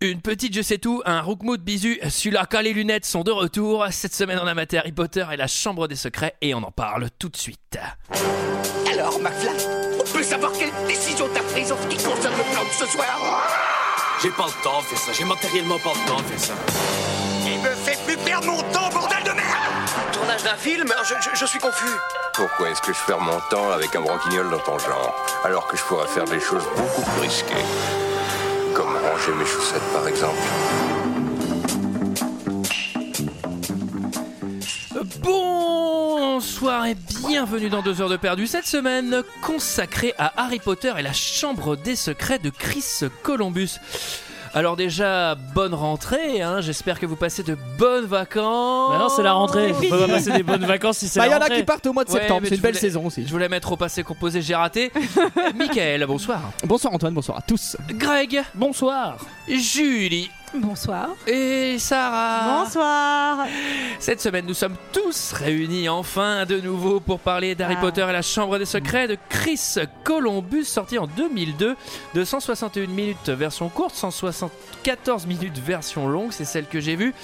Une petite je sais tout, un roukmout bisu, celui-là quand les lunettes sont de retour. Cette semaine on a maté Harry Potter et la chambre des secrets et on en parle tout de suite. Alors, McFly, on peut savoir quelle décision t'as prise en ce qui concerne le plan de ce soir J'ai pas le temps de faire ça, j'ai matériellement pas le temps de faire ça. Il me fait plus perdre mon temps, bordel de merde Tournage d'un film je, je- je suis confus. Pourquoi est-ce que je perds mon temps avec un branquignol dans ton genre Alors que je pourrais faire des choses beaucoup plus risquées. Comme ranger mes chaussettes par exemple. Bonsoir et bienvenue dans 2 heures de perdu cette semaine consacrée à Harry Potter et la chambre des secrets de Chris Columbus. Alors déjà, bonne rentrée, hein, j'espère que vous passez de bonnes vacances. Bah non, c'est la rentrée. On peut pas passer des bonnes vacances si c'est Bah, il y la en a rentrée. qui partent au mois de Ouais, septembre, mais c'est tu une belle voulais- saison aussi. Je voulais mettre au passé composé, j'ai raté. Euh, Michael, bonsoir. Bonsoir Antoine, bonsoir à tous. Greg, Bonsoir. Julie Bonsoir. et Sarah. Bonsoir. Cette semaine, nous sommes tous réunis enfin de nouveau pour parler d'Harry Ah. Potter et la Chambre des Secrets de Chris Columbus, sorti en 2002, de 161 minutes version courte, 174 minutes version longue, c'est celle que j'ai vue,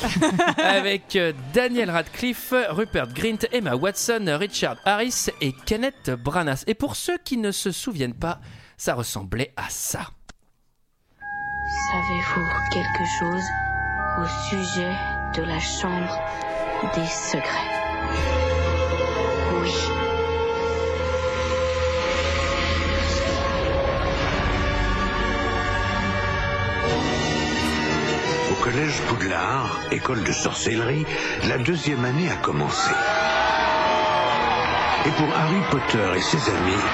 avec euh, Daniel Radcliffe, Rupert Grint, Emma Watson, Richard Harris et Kenneth Branagh. Et pour ceux qui ne se souviennent pas, ça ressemblait à ça. Savez-vous quelque chose au sujet de la chambre des secrets Oui. Au collège Poudlard, école de sorcellerie, la deuxième année a commencé. Et pour Harry Potter et ses amis,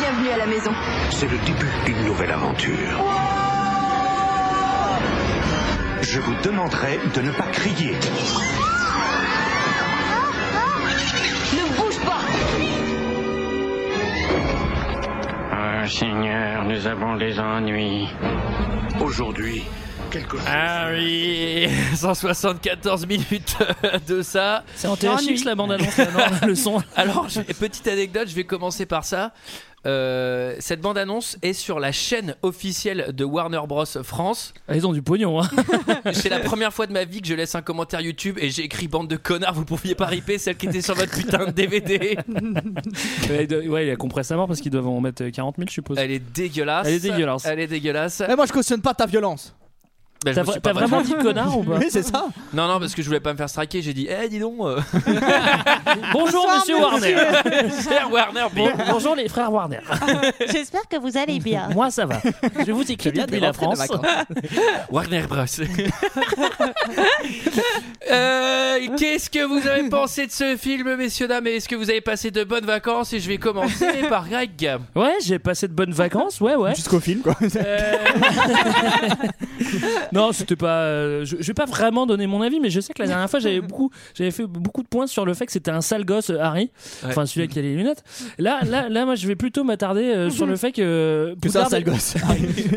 Bienvenue à la maison. c'est le début d'une nouvelle aventure. Je vous demanderai de ne pas crier. Ne bouge pas Aujourd'hui, quelque chose. Ah oui, 174 minutes de ça. C'est en THX la bande annonce. là, non, le son. Alors, j'ai- petite anecdote, je vais commencer par ça. Euh, cette bande-annonce est sur la chaîne officielle de Warner Bros France. Ah, Ils ont du pognon. Hein. C'est la première fois de ma vie que je laisse un commentaire YouTube et j'ai écrit bande de connards, vous pouviez pas riper celle qui était sur votre putain de DVD. Ouais, il doit- ouais, il a compressé sa mort parce qu'ils doivent en mettre euh, 40 000, je suppose. Elle est dégueulasse. Elle est dégueulasse. Ah, Elle est dégueulasse. Mais moi je cautionne pas ta violence. Bah, je T'as me suis vra- pas t'as vraiment vraiment- dit connard ou pas Oui, c'est ça. Non, non, parce que je voulais pas me faire striker, j'ai dit, eh, dis donc, euh, Bonjour, monsieur, Warner. cher Warner, Bon- bonjour, les frères Warner. J'espère que vous allez bien. Moi, ça va. Je vous écris depuis la France. Warner Bros. Euh, Qu'est-ce que vous avez pensé de ce film, messieurs, dames et Est-ce que vous avez passé de bonnes vacances Et je vais commencer par Greg. Ouais, j'ai passé de bonnes vacances. Ouais, ouais. Jusqu'au film quoi. non, c'était pas. euh, je, je vais pas vraiment donner mon avis, mais je sais que la dernière fois j'avais beaucoup, j'avais fait beaucoup de points sur le fait que c'était un sale gosse euh, Harry, enfin celui qui a les lunettes. Là, là, là, moi, je vais plutôt m'attarder euh, sur le fait que euh, Que c'est un Poudlard- sale gosse.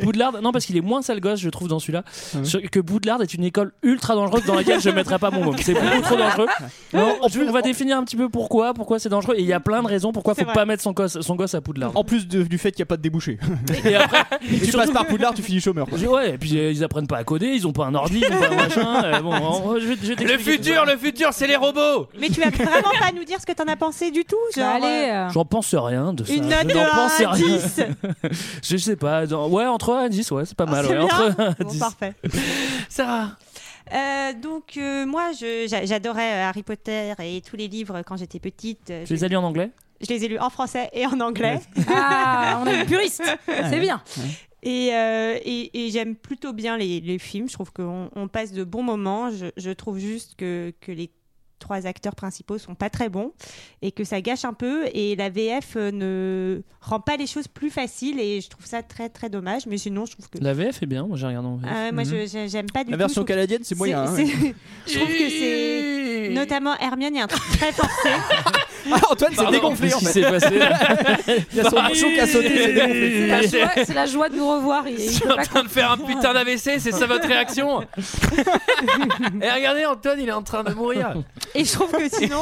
Poudlard, non parce qu'il est moins sale gosse, je trouve dans celui-là, sur- que Poudlard est une école ultra dangereuse dans laquelle je mettrai pas mon mot. C'est beaucoup trop dangereux. Non, je- on va définir un petit peu pourquoi, pourquoi c'est dangereux. Et il y a plein de raisons pourquoi faut C'est vrai. pas mettre son gosse, son gosse à Poudlard. En plus de- du fait qu'il n'y a pas de débouché. Et après, et tu surtout- passes par Poudlard, tu finis chômeur. quoi. Je- Ouais, et puis euh, ils apprennent pas à coder, ils ont pas un ordi, ils ont pas un machin. euh, bon, en- je vais- je vais Le t'expliquer tout futur, ça. le futur, c'est les robots Mais tu vas vraiment pas nous dire ce que t'en as pensé du tout genre, euh, Allez, J'en pense rien de ça. Une note je de n'en pense 1 à rien. 10. Je sais pas. dans- Ouais, entre 1 et 10, ouais, c'est pas mal. C'est ouais, bien. entre 1 et Bon, 10. parfait. Sarah Euh, donc, euh, moi, je- j'a- j'adorais euh, Harry Potter et tous les livres quand j'étais petite. Euh, Tu les as lus en anglais Je les ai lus en français et en anglais. ah, on est puriste, c'est bien. Et, euh, et, et j'aime plutôt bien les, les films. Je trouve qu'on on passe de bons moments. Je, je trouve juste que, que les trois acteurs principaux sont pas très bons et que ça gâche un peu. Et la VF euh, ne rend pas les choses plus faciles. Et je trouve ça très très dommage. Mais sinon, je trouve que. La VF est bien, moi j'ai regardé en VF. Ah ouais, moi, je- mm-hmm. je- j'aime pas du La tout. version Je trouve- canadienne c'est moyen. hein, ouais. c'est- Je trouve que c'est. Notamment Hermione, il y a un truc très forcé. Ah, Antoine c'est Pardon. dégonflé en fait. s'est passé Il y a son bouchon qui a sauté, c'est dégonflé. C'est la joie, c'est la joie de nous revoir. Il- Je il suis peut en pas train de faire un putain d'AVC, c'est ça votre réaction Et regardez, Antoine, il est en train de mourir. Et je trouve que sinon,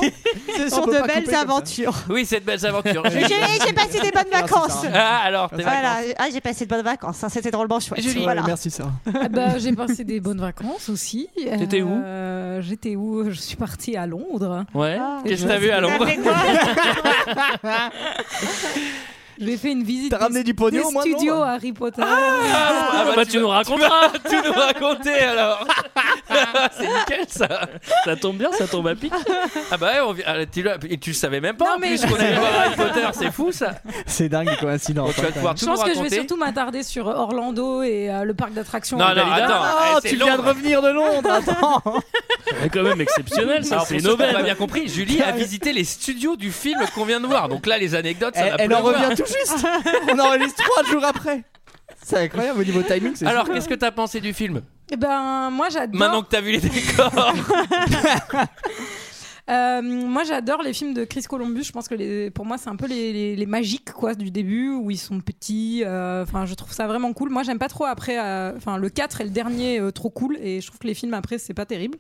ce On sont peut de pas couper belles comme ça. aventures. Oui, cette belle aventure. J'ai j'ai passé des bonnes vacances. Ah, alors, tes Voilà. vacances. Ah, j'ai passé de bonnes vacances. hein, C'était drôlement chouette. Voilà. Sarah. Ah bah, j'ai passé des bonnes vacances aussi. T'étais où Euh, J'étais où Je suis partie à Londres. Ouais. Ah. Qu'est-ce que t'as vu à Londres J'ai fait une visite T'as ramené du pognon au moins de studio Londres Harry Potter. Ah, bah, tu, nous raconteras. Tu nous raconter alors. c'est nickel ça. Ça tombe bien, ça tombe à pic. Ah bah ouais, on vit- ah, tu, le- et tu le savais même pas Non, en mais- plus qu'on allait voir Harry Potter, c'est fou ça. C'est dingue comme incident. tu vas pouvoir Je tout nous pense que je vais raconter. surtout m'attarder sur Orlando et euh, le parc d'attractions. Non, non, attends. Oh, eh, c'est tu viens de Londres. revenir de Londres, attends. C'est quand même exceptionnel, ça. Alors, C'est pour une ceux qui n'ont aubaine. pas bien compris, Julie a visité les studios du film qu'on vient de voir. Donc là, les anecdotes, ça Elle, va elle plus en voir. revient tout juste. On enregistre trois jours après. C'est incroyable au niveau timing. c'est Alors, super. qu'est-ce que t'as pensé du film Eh ben, moi j'adore. Maintenant que t'as vu les décors. Euh, moi, j'adore les films de Chris Columbus. Je pense que les- pour moi, c'est un peu les, les- les magiques quoi du début où ils sont petits. Euh, Enfin, je trouve ça vraiment cool. Moi, j'aime pas trop après. euh, Enfin, le 4 et le dernier euh, trop cool et je trouve que les films après c'est pas terrible.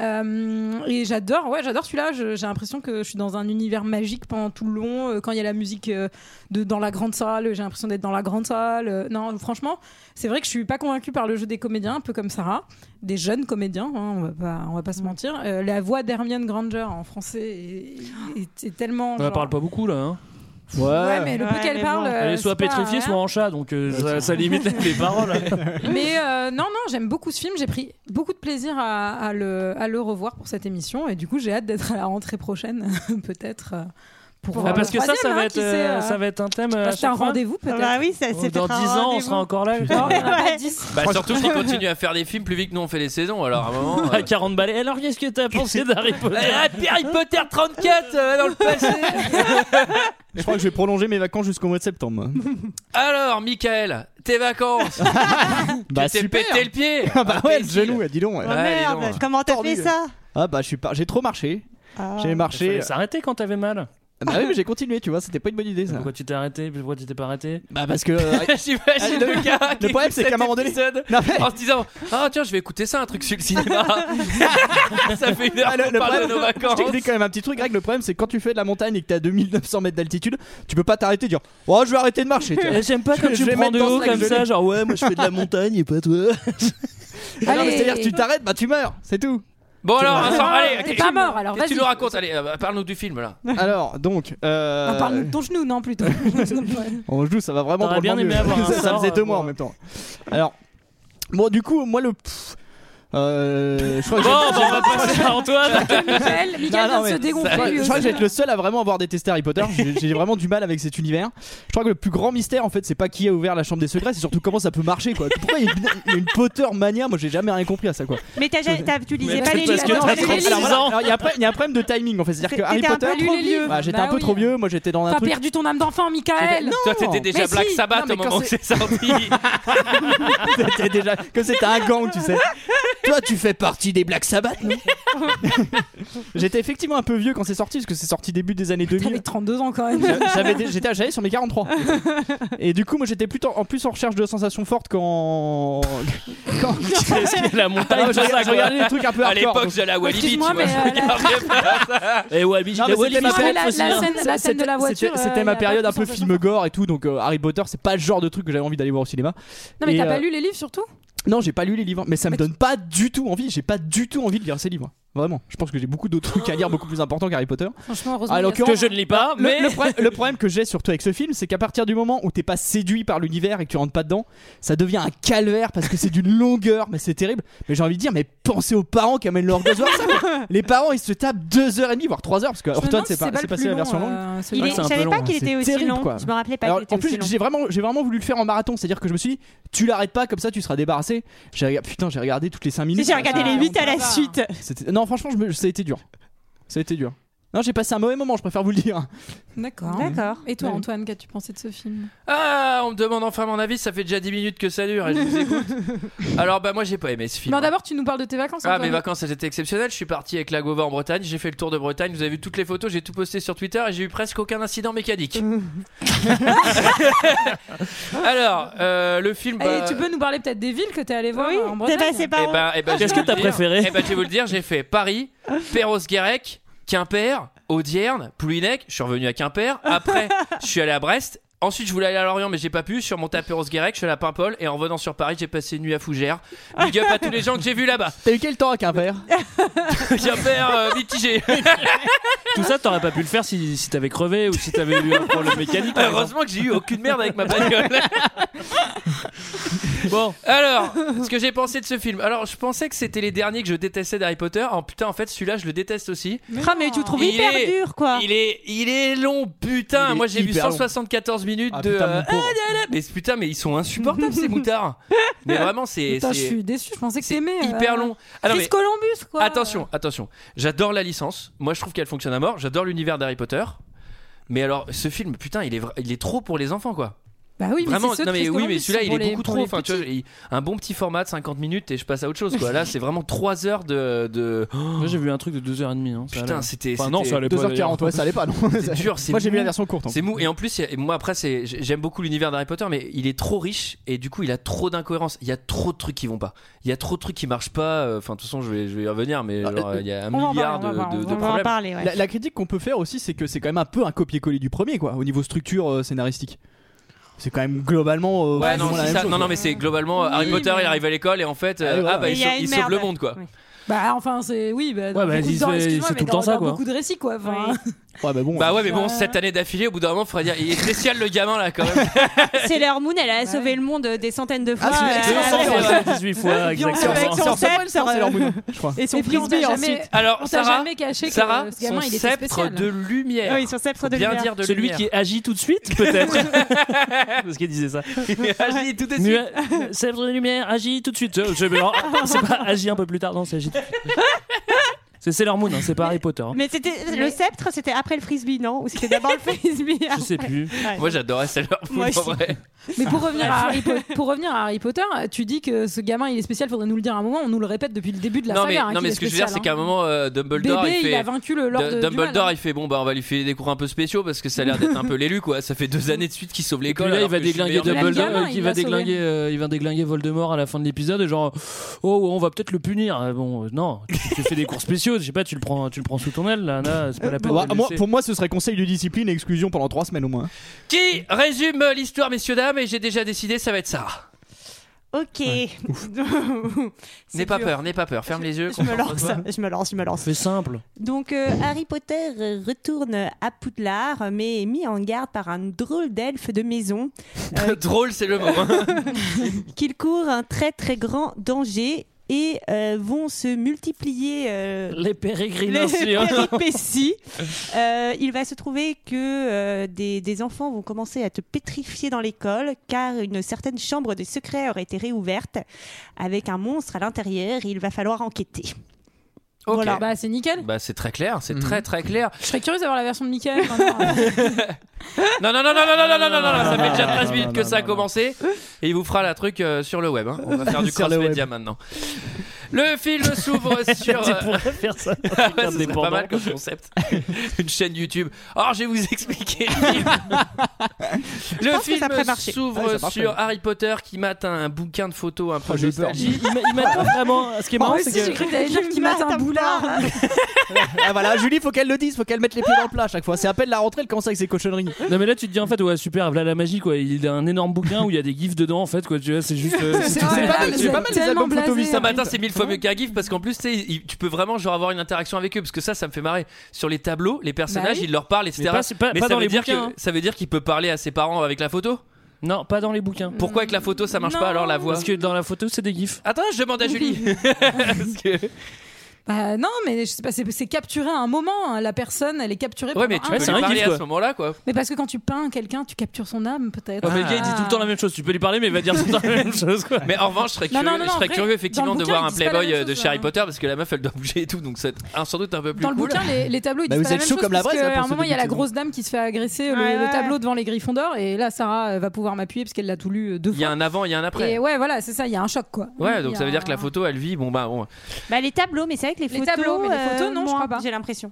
Euh, et j'adore, ouais, j'adore celui-là. Je- J'ai l'impression que je suis dans un univers magique pendant tout le long. Euh, Quand il y a la musique euh, de dans la grande salle, j'ai l'impression d'être dans la grande salle. Euh, Non, franchement, c'est vrai que je suis pas convaincue par le jeu des comédiens, un peu comme Sarah, des jeunes comédiens. hein, on va pas, on va pas se mentir. Euh, la voix d'Hermione Granger en français est, est- est tellement. On en genre- parle pas beaucoup là. hein. Ouais. Ouais, mais le peu qu'elle parle. euh, Elle est soit c'est pas- pétrifiée, soit en chat, donc euh, ça, ça limite les paroles. Mais euh, non, non, j'aime beaucoup ce film. J'ai pris beaucoup de plaisir à, à le, à le revoir pour cette émission. Et du coup, j'ai hâte d'être à la rentrée prochaine, peut-être. euh, Pour Ah, voir parce le que ça, ça troisième, va hein, être, qui sait, euh, euh, ça va être un thème, euh, à C'est chaque un fois. rendez-vous peut-être. Bah oui, ça, c'est Dans 10 peut-être un ans, on rendez-vous. sera encore là. Non, on en a Ouais. pas 10. Bah, surtout qu'ils continuent à faire des films plus vite que nous on fait les saisons. Alors à un moment. euh, À 40 balles. Et Alors, qu'est-ce que t'as pensé d'Harry Potter Ah, puis Harry Potter 34 euh, dans le passé. Je crois que je vais prolonger mes vacances jusqu'au mois de septembre. Alors, Michael, tes vacances. bah tu t'es super. pété le pied. Ah bah ouais, le genou, dis donc. ouais. Oh, merde, dis donc. comment t'as fait Tordu. ça Ah bah je suis pas, j'ai trop marché. Ah. J'ai marché. Fallait s'arrêter quand t'avais mal. Ah Bah oui, mais j'ai continué, tu vois, c'était pas une bonne idée ça. Pourquoi tu t'es arrêté Pourquoi tu t'es pas arrêté Bah parce que euh, J'imagine le gars. qui le écoute problème, c'est qu'à un cet moment donné- épisode Non, Oh, mais- En se disant Ah, tiens, je vais écouter ça, un truc sur le cinéma. ça fait une heure Ah, le- qu'on le parle problème- de nos je vacances. t'explique quand même un petit truc, Greg. Le problème, c'est que quand tu fais de la montagne et que t'as 2900 mètres d'altitude, tu peux pas t'arrêter et dire Oh, je vais arrêter de marcher. tu vois. Eh, J'aime pas Je- quand je tu vais prends mettre de dans haut ce lac comme de ça, lait. genre ouais, moi je fais de la montagne et pas toi. Ah non, mais Allez. C'est-à-dire que tu t'arrêtes, bah tu meurs, c'est tout. Bon, alors, Vincent, Ah, allez, T'es qu'est-ce pas mort, alors que vas-y. tu nous racontes Allez, euh, parle-nous du film là. Alors, donc. euh, Ah, Parle-nous de ton genou, non plutôt. On joue, ça va vraiment T'aurais drôlement bien aimé mieux. avoir un ça, ça sort, faisait euh, deux mois pour- en même temps. Alors, bon, du coup, moi le. pff, euh, je crois que Bon, j'ai- bah, on va passer à Antoine. Michael, Michael Non, vient non, de se mais- dégonfler euh, lui Je crois que aussi. j'ai être le seul à vraiment avoir détesté Harry Potter. J'ai- J'ai vraiment du mal avec cet univers. Je crois que le plus grand mystère, en fait, c'est pas qui a ouvert la chambre des secrets, c'est surtout comment ça peut marcher, quoi. Pourquoi il y a une, il y a une Potter mania Moi, j'ai jamais rien compris à ça, quoi. Mais t'as, ja- t'as- tu lisais pas c'est les parce que livres. t'as avant, tu les trente-six lis. ans. Alors, il y, a un pro- il y a un problème de timing, en fait. C'est-à-dire que Harry T'étais un peu Potter. lu les livres. Bah, j'étais Bah un peu oui. trop vieux. Moi, j'étais dans un T'as truc. perdu ton âme d'enfant, Michael. Toi, t'étais déjà Mais Black si. Sabbath Non, mais au quand moment où c'est sorti. C'était déjà que c'était un gang, tu sais. Toi, tu fais partie des Black Sabbath, non J'étais effectivement un peu vieux quand c'est sorti, parce que c'est sorti début des années 2000. T'avais 32 ans quand même. J'avais- j'avais- j'étais j'allais sur mes 43 et du coup moi j'étais plutôt en plus en recherche de sensations fortes quand quand Qu'est-ce que la Ah, montagne je, tout ça, je quoi. regardais les trucs un peu À hardcore, l'époque, donc- j'allais à Walibi, tu Excuse-moi, vois. mais, euh, je regardais pas ça. Et Wabi, Non, mais Wabi, c'était ma Wabi, période- la- la aussi, hein. scène- la scène de la c'était- voiture, C'était euh, y ma a pas période de un peu sensations film gore et tout, donc euh, Harry Potter, c'est pas le genre de truc que j'avais envie d'aller voir au cinéma. Non mais Et, t'as euh, pas lu les livres surtout Non, j'ai pas lu les livres, mais ça me Mais donne pas du tout envie. J'ai pas du tout envie de lire ces livres. Vraiment. Je pense que j'ai beaucoup d'autres trucs à lire beaucoup plus importants qu'Harry Potter. Franchement, heureusement. Ah, il y a l'occurrence- que je ne lis pas, Le- mais le, problème, le problème que j'ai surtout avec ce film, c'est qu'à partir du moment où t'es pas séduit par l'univers et que tu rentres pas dedans, ça devient un calvaire parce que c'est d'une longueur, mais c'est terrible. Mais j'ai envie de dire, mais pensez aux parents qui amènent leur gosse voir ça. quoi. Les parents, ils se tapent 2h30 voire 3h parce que ça. Je me Orton, demande si c'est pas, c'est le passé plus la long, version longue. euh, Il celui-là. est- Ouais, Je c'est un savais peu pas long, qu'il hein, était c'est aussi terrible, long. quoi. Je me rappelais pas Alors, qu'il était en aussi plus, long. j'ai vraiment, j'ai vraiment voulu le faire en marathon, c'est-à-dire que je me suis dit, tu l'arrêtes pas comme ça, tu seras débarrassé. J'ai rega- putain, j'ai regardé toutes les 5 Si minutes. j'ai regardé les 8 à la Ah. suite. C'était- Non, franchement, je me- ça a été dur. Ça a été dur. Non, j'ai passé un mauvais moment, je préfère vous le dire. D'accord. D'accord. Et toi, Oui. Antoine, qu'as-tu pensé de ce film Ah, on me demande enfin mon avis, ça fait déjà 10 minutes que ça dure et je vous écoute. Alors, bah, moi, j'ai pas aimé ce film. Non, d'abord, tu nous parles de tes vacances. Ah, Antoine. mes vacances, elles étaient exceptionnelles. Je suis parti avec la Gova en Bretagne, j'ai fait le tour de Bretagne, vous avez vu toutes les photos, j'ai tout posté sur Twitter et j'ai eu presque aucun incident mécanique. Alors, euh, le film. Et bah, tu peux nous parler peut-être des villes que t'es allé voir en Bretagne eh ben, eh ben, je vais vous le dire. Eh ben, je vais vous le dire, j'ai fait Paris, Perros-Guirec, Quimper, Audierne, Plouinec. Je suis revenu à Quimper. Après, je suis allé à Brest. Ensuite, je voulais aller à Lorient, mais j'ai pas pu. Je suis remonté à Perros-Guirec, je suis allé à Paimpol. Et en revenant sur Paris, j'ai passé une nuit à Fougères. Big up à tous les gens que j'ai vus là-bas. T'as eu quel temps avec un verre Quimper euh, mitigé. Tout ça, t'aurais pas pu le faire si, si t'avais crevé ou si t'avais eu un problème mécanique. par exemple. Heureusement que j'ai eu aucune merde avec ma bagnole. bon, alors, ce que j'ai pensé de ce film. Alors, je pensais que c'était les derniers que je détestais d'Harry Potter. Oh putain, en fait, celui-là, je le déteste aussi. Ah, mais tu trouves hyper est- dur, Ah. quoi. Il est, il est long, putain. Il est Moi, j'ai vu hyper long. 174 minutes Ah, de. putain, mon euh, pauvre. ah, là, là. mais putain, mais ils sont insupportables ces moutards. Mais vraiment, c'est. Putain, je c'est- suis déçu. Je pensais que t'aimais. hyper euh, long. Ah non, Chris mais- Columbus, quoi. Attention, attention. J'adore la licence. Moi, je trouve qu'elle fonctionne à mort. J'adore l'univers d'Harry Potter. Mais alors, ce film, putain, il est, vra- il est trop pour les enfants, quoi. Bah oui, mais Vraiment, c'est ceux de non, mais Chris oui, mais Columbus, celui-là, c'est il pour est les- beaucoup pour trop. les Enfin, tu vois, il- un bon petit format de 50 minutes et je passe à autre chose, quoi. Là, c'est vraiment 3 heures de. de... Moi, j'ai vu un truc de 2h30. Hein, ça Putain, allait. c'était. Enfin, non, c'était- ça allait pas. d'ailleurs. 2h40, ouais, ça allait pas, non C'est dur, c'est Moi, j'ai vu mou. la version courte. hein. en C'est mou. Et en plus, il y a- moi après, c'est- j'ai- j'aime beaucoup l'univers d'Harry Potter, mais il est trop riche et du coup, il a trop d'incohérences. Il y a trop de trucs qui vont pas. Il y a trop de trucs qui marchent pas. Euh, Enfin, de toute façon, je vais, je vais y revenir, mais genre, il y a un on va en milliard parler, on de, va en- de- de on va en problèmes. parler, ouais. La, la critique qu'on peut faire aussi, c'est que c'est quand même un peu un copier-coller du premier, quoi, au niveau structure euh, scénaristique. C'est quand même globalement. euh, Ouais, plus ou non, moins la si même ça- chose, non, non, quoi. mais c'est globalement Harry Oui, Potter, mais- il arrive à l'école et en fait, euh, Ah, voilà. ah bah Et il, il y a sauve- une il sauve merde. le monde quoi. Bah enfin, c'est. Oui, bah. Ouais, bah, beaucoup de ils- gens, c'est- excuse-moi, c'est mais tout le temps dans- ça, dans quoi. Beaucoup de récits, quoi. enfin. Ouais, bah bon. Bah ouais, mais bon, cette année d'affilée, au bout d'un moment, faudrait dire, il est spécial le gamin là quand même. Sailor Moon, elle a sauvé le monde des centaines de fois. Ah, c'est- c'est- euh, c'est- c'est- 18 fois, Beyoncé exactement. avec son C'est en sceptre, Samuel, ça, hein, c'est leur euh, boulot, je crois. Et son Et puis, on t'a frisbee jamais- ensuite. Alors, on t'a Sarah, jamais caché que Sarah, ce gamin, son il était sceptre spécial. de lumière. Ah Oui, son sceptre Faut de bien lumière. dire de Celui lumière. qui agit tout de suite, peut-être. Parce qu'il disait ça. agit tout de suite. Nua- Sceptre de lumière, agit tout de suite. Euh, je- alors, C'est pas agit un peu plus tard, non, c'est agit tout de suite. C'est Sailor Moon, hein, c'est pas Harry Potter. hein. Mais c'était euh, le sceptre, c'était après le frisbee, non Ou c'était d'abord le frisbee Je sais plus. Ouais. Moi j'adorais celle-là Moi en vrai. Mais pour revenir, à Harry Po- pour revenir à Harry Potter, tu dis que ce gamin il est spécial, faudrait nous le dire à un moment, on nous le répète depuis le début de la non, saga. mais, hein, non, qu'il mais est ce que je veux dire, c'est spécial, qu'à un hein. moment, euh, Dumbledore, Bébé, il fait. il a vaincu le Lord Du- du Dumbledore, Mal, hein. il fait bon, bah on va lui filer des cours un peu spéciaux parce que ça a l'air d'être un peu l'élu quoi. Ça fait deux années de suite qu'il sauve Puis l'école. là, il alors va que je suis déglinguer meilleur de- Dumbledore, gamin, euh, il qui va va déglinguer, euh, il va déglinguer Voldemort à la fin de l'épisode et genre, oh, on va peut-être le punir. Euh, Bon, euh, non, tu, tu fais des cours spéciaux, je sais pas, tu le prends, tu le prends sous ton aile là, là, c'est pas la peine. Bah, de le moi, laisser. pour moi, ce serait conseil de discipline et exclusion pendant 3 semaines au moins. Qui résume l'histoire, messieurs dames, et j'ai déjà décidé, ça va être Sarah. Ok. N'aie pas dur. peur, n'aie pas peur, ferme les yeux. Je me lance, concentre-toi. je me lance, je me lance. Fais simple. Donc euh, Harry Potter euh, retourne à Poudlard, mais est mis en garde par un drôle d'elfe de maison Drôle, c'est le mot. hein. qu'il court un très très grand danger et euh, vont se multiplier euh, Les les pérégrinations. péripéties. Euh, il va se trouver que euh, des, des enfants vont commencer à te pétrifier dans l'école car une certaine chambre des secrets aurait été réouverte avec un monstre à l'intérieur et il va falloir enquêter. Ok. Voilà. Bah, c'est nickel. Bah, c'est très clair, c'est Mhm. très très clair. Je serais curieuse d'avoir la version de Michael. maintenant. Non, non, non, non, non, non, non, non, non, non, non, ça fait déjà 13 minutes que ça a commencé. Et il vous fera la truc euh, sur le web. hein. On va faire du Sur le cross-média maintenant. Le film s'ouvre sur. Tu euh, pourrais faire ça. Ah ouais, ce serait Indépendant. pas mal comme concept. Une chaîne YouTube. Alors, je vais vous expliquer. le pense que film ça pourrait marcher. Ouais, s'ouvre ça marche, sur ouais. Harry Potter qui mate un, un bouquin de photos, un projet j'ai eu peur. nostalgie. Il, m'a- il m'a pas vraiment. Ce qui est marrant, Moi aussi, c'est j'ai que. cru que t'allais dire qu'il mate un boulard. hein. ah voilà, Julie, faut qu'elle le dise, faut qu'elle mette les pieds dans le plat à chaque fois. C'est à peine la rentrée, elle commence avec ses cochonneries. Non mais là tu te dis en fait ouais super voilà la magie quoi il a un énorme bouquin où il y a des gifs dedans en fait quoi tu vois c'est juste euh, c'est tout. C'est pas, vous mal, c'est pas êtes mal les tellement albums photo blasés. Vista. Ça matin, Ah, bah, c'est mille fois mieux qu'un gif parce qu'en plus, tu sais, il- tu peux vraiment genre avoir une interaction avec eux parce que ça, ça me fait marrer. Sur les tableaux, les personnages, Bah oui. ils leur parlent, etc. Mais pas- c'est pas- pas ça, dans veut les dire bouquins, hein. que, ça veut dire qu'il peut parler à ses parents avec la photo non pas dans les bouquins Pourquoi avec la photo ça marche Non. pas alors la voix parce que dans la photo c'est des gifs Attends, je demande à Julie. Parce que- Bah non, mais je sais pas, c'est c'est capturer un moment. hein. La personne, elle est capturée. Ouais, pendant mais tu un peux moment. lui parler à ce moment-là, quoi. Mais parce que quand tu peins quelqu'un, tu captures son âme, peut-être. Ouais, mais le gars, il dit tout le temps la même chose. Tu peux lui parler, mais il va dire tout le temps la même chose. Quoi. Mais en revanche, je serais Non, curieux, non, non, je serais en vrai, curieux effectivement dans le de voir bouquin, un ils disent pas la Playboy même euh, de chose, chez Harry hein. Potter parce que la meuf elle doit bouger et tout, donc c'est un- sans doute un peu plus Dans le cool. bouquin, les, les tableaux, ils Bah, disent vous êtes pas la même chaud chose. comme la parce braise, que hein, à pour un ce moment, il y a début la de grosse dame qui se fait agresser le, Ouais, le ouais. tableau devant les Gryffondors. Et là, Sarah euh, va pouvoir m'appuyer parce qu'elle l'a tout lu euh, deux Il y a fois. un avant, il y a un après. Et ouais, voilà, c'est ça, il y a un choc, quoi. Ouais, donc Il y ça veut a- dire que la photo elle vit, bon bah bon. Bah, les tableaux, mais c'est vrai que les, Les photos. tableaux, mais les photos, non, je crois pas. J'ai l'impression.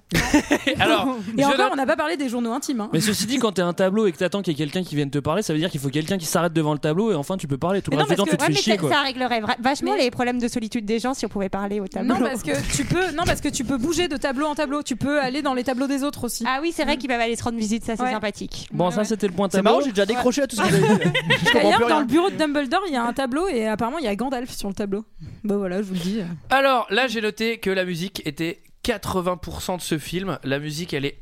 Alors, Et je encore, on n'a pas parlé des journaux intimes. hein. Mais ceci dit, quand t'es un tableau et que t'attends qu'il y ait quelqu'un qui vienne te parler, ça veut dire qu'il faut quelqu'un qui s'arrête devant le tableau et enfin tu peux parler. Tout le Mais non, reste du temps, parce tu que te fais ouais, mais chier. Quoi. ça, ça réglerait vra- vachement les problèmes de solitude des gens si on pouvait parler au tableau. Non, parce que tu peux, non, parce que tu peux bouger de tableau en tableau. Tu peux aller dans les tableaux des autres aussi. Ah oui, c'est vrai qu'ils peuvent aller se rendre visite, ça c'est sympathique. Bon, ça c'était le point C'est tableau. marrant, j'ai déjà décroché à tout ce que vous avez dit. Je comprends plus D'ailleurs, dans rien. le bureau de Dumbledore, il y a un tableau et apparemment, il y a Gandalf sur le tableau. Bah voilà, je vous le dis. Alors là, j'ai noté que la musique était 80% de ce film. La musique, elle est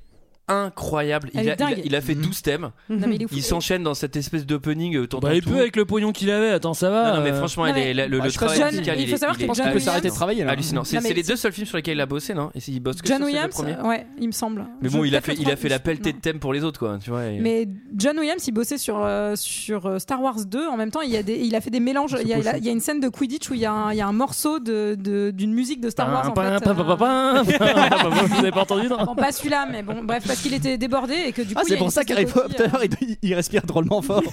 incroyable. Elle Il, est a, il a- dingue. il a fait 12 thèmes. Non, mais il est fou. Il s'enchaîne dans cette espèce d'opening. euh, t'entends Mhm. Bah, il tout. peut avec le pognon qu'il avait. Attends, ça va. Non, non, mais euh. franchement, il est- le, le Bah, je sais pas travail si- musical, il il faut est- savoir il que est John hallucinant. Williams- s'arrêter de travailler, là. Hallucinant. C'est Non, mais c'est les c'est- deux seuls films sur lesquels il a bossé, non Et s'il bosse que John sur ces deux Williams, premiers. ouais, il me semble. Mais bon, Je- il a peut-être fait, le il a fait la trente- pelletée de thèmes pour les autres, quoi. Tu vois. et- Mais John Williams, il bossait sur, euh, sur euh, Star Wars 2. En même temps, il, y a des, il a fait des mélanges. Il y, a, il a- il y a une scène de Quidditch où il y a un, il y a un morceau de- de- d'une musique de Star Wars. en Pin, fait, pin, euh, pin, pin, pin, pin. Vous avez pas entendu non Bon, pas celui-là, mais bon, bref, parce qu'il était débordé et que du coup. Ah, il y c'est a pour une ça espèce qu'Harry de coquille, Potter, il, il respire drôlement fort.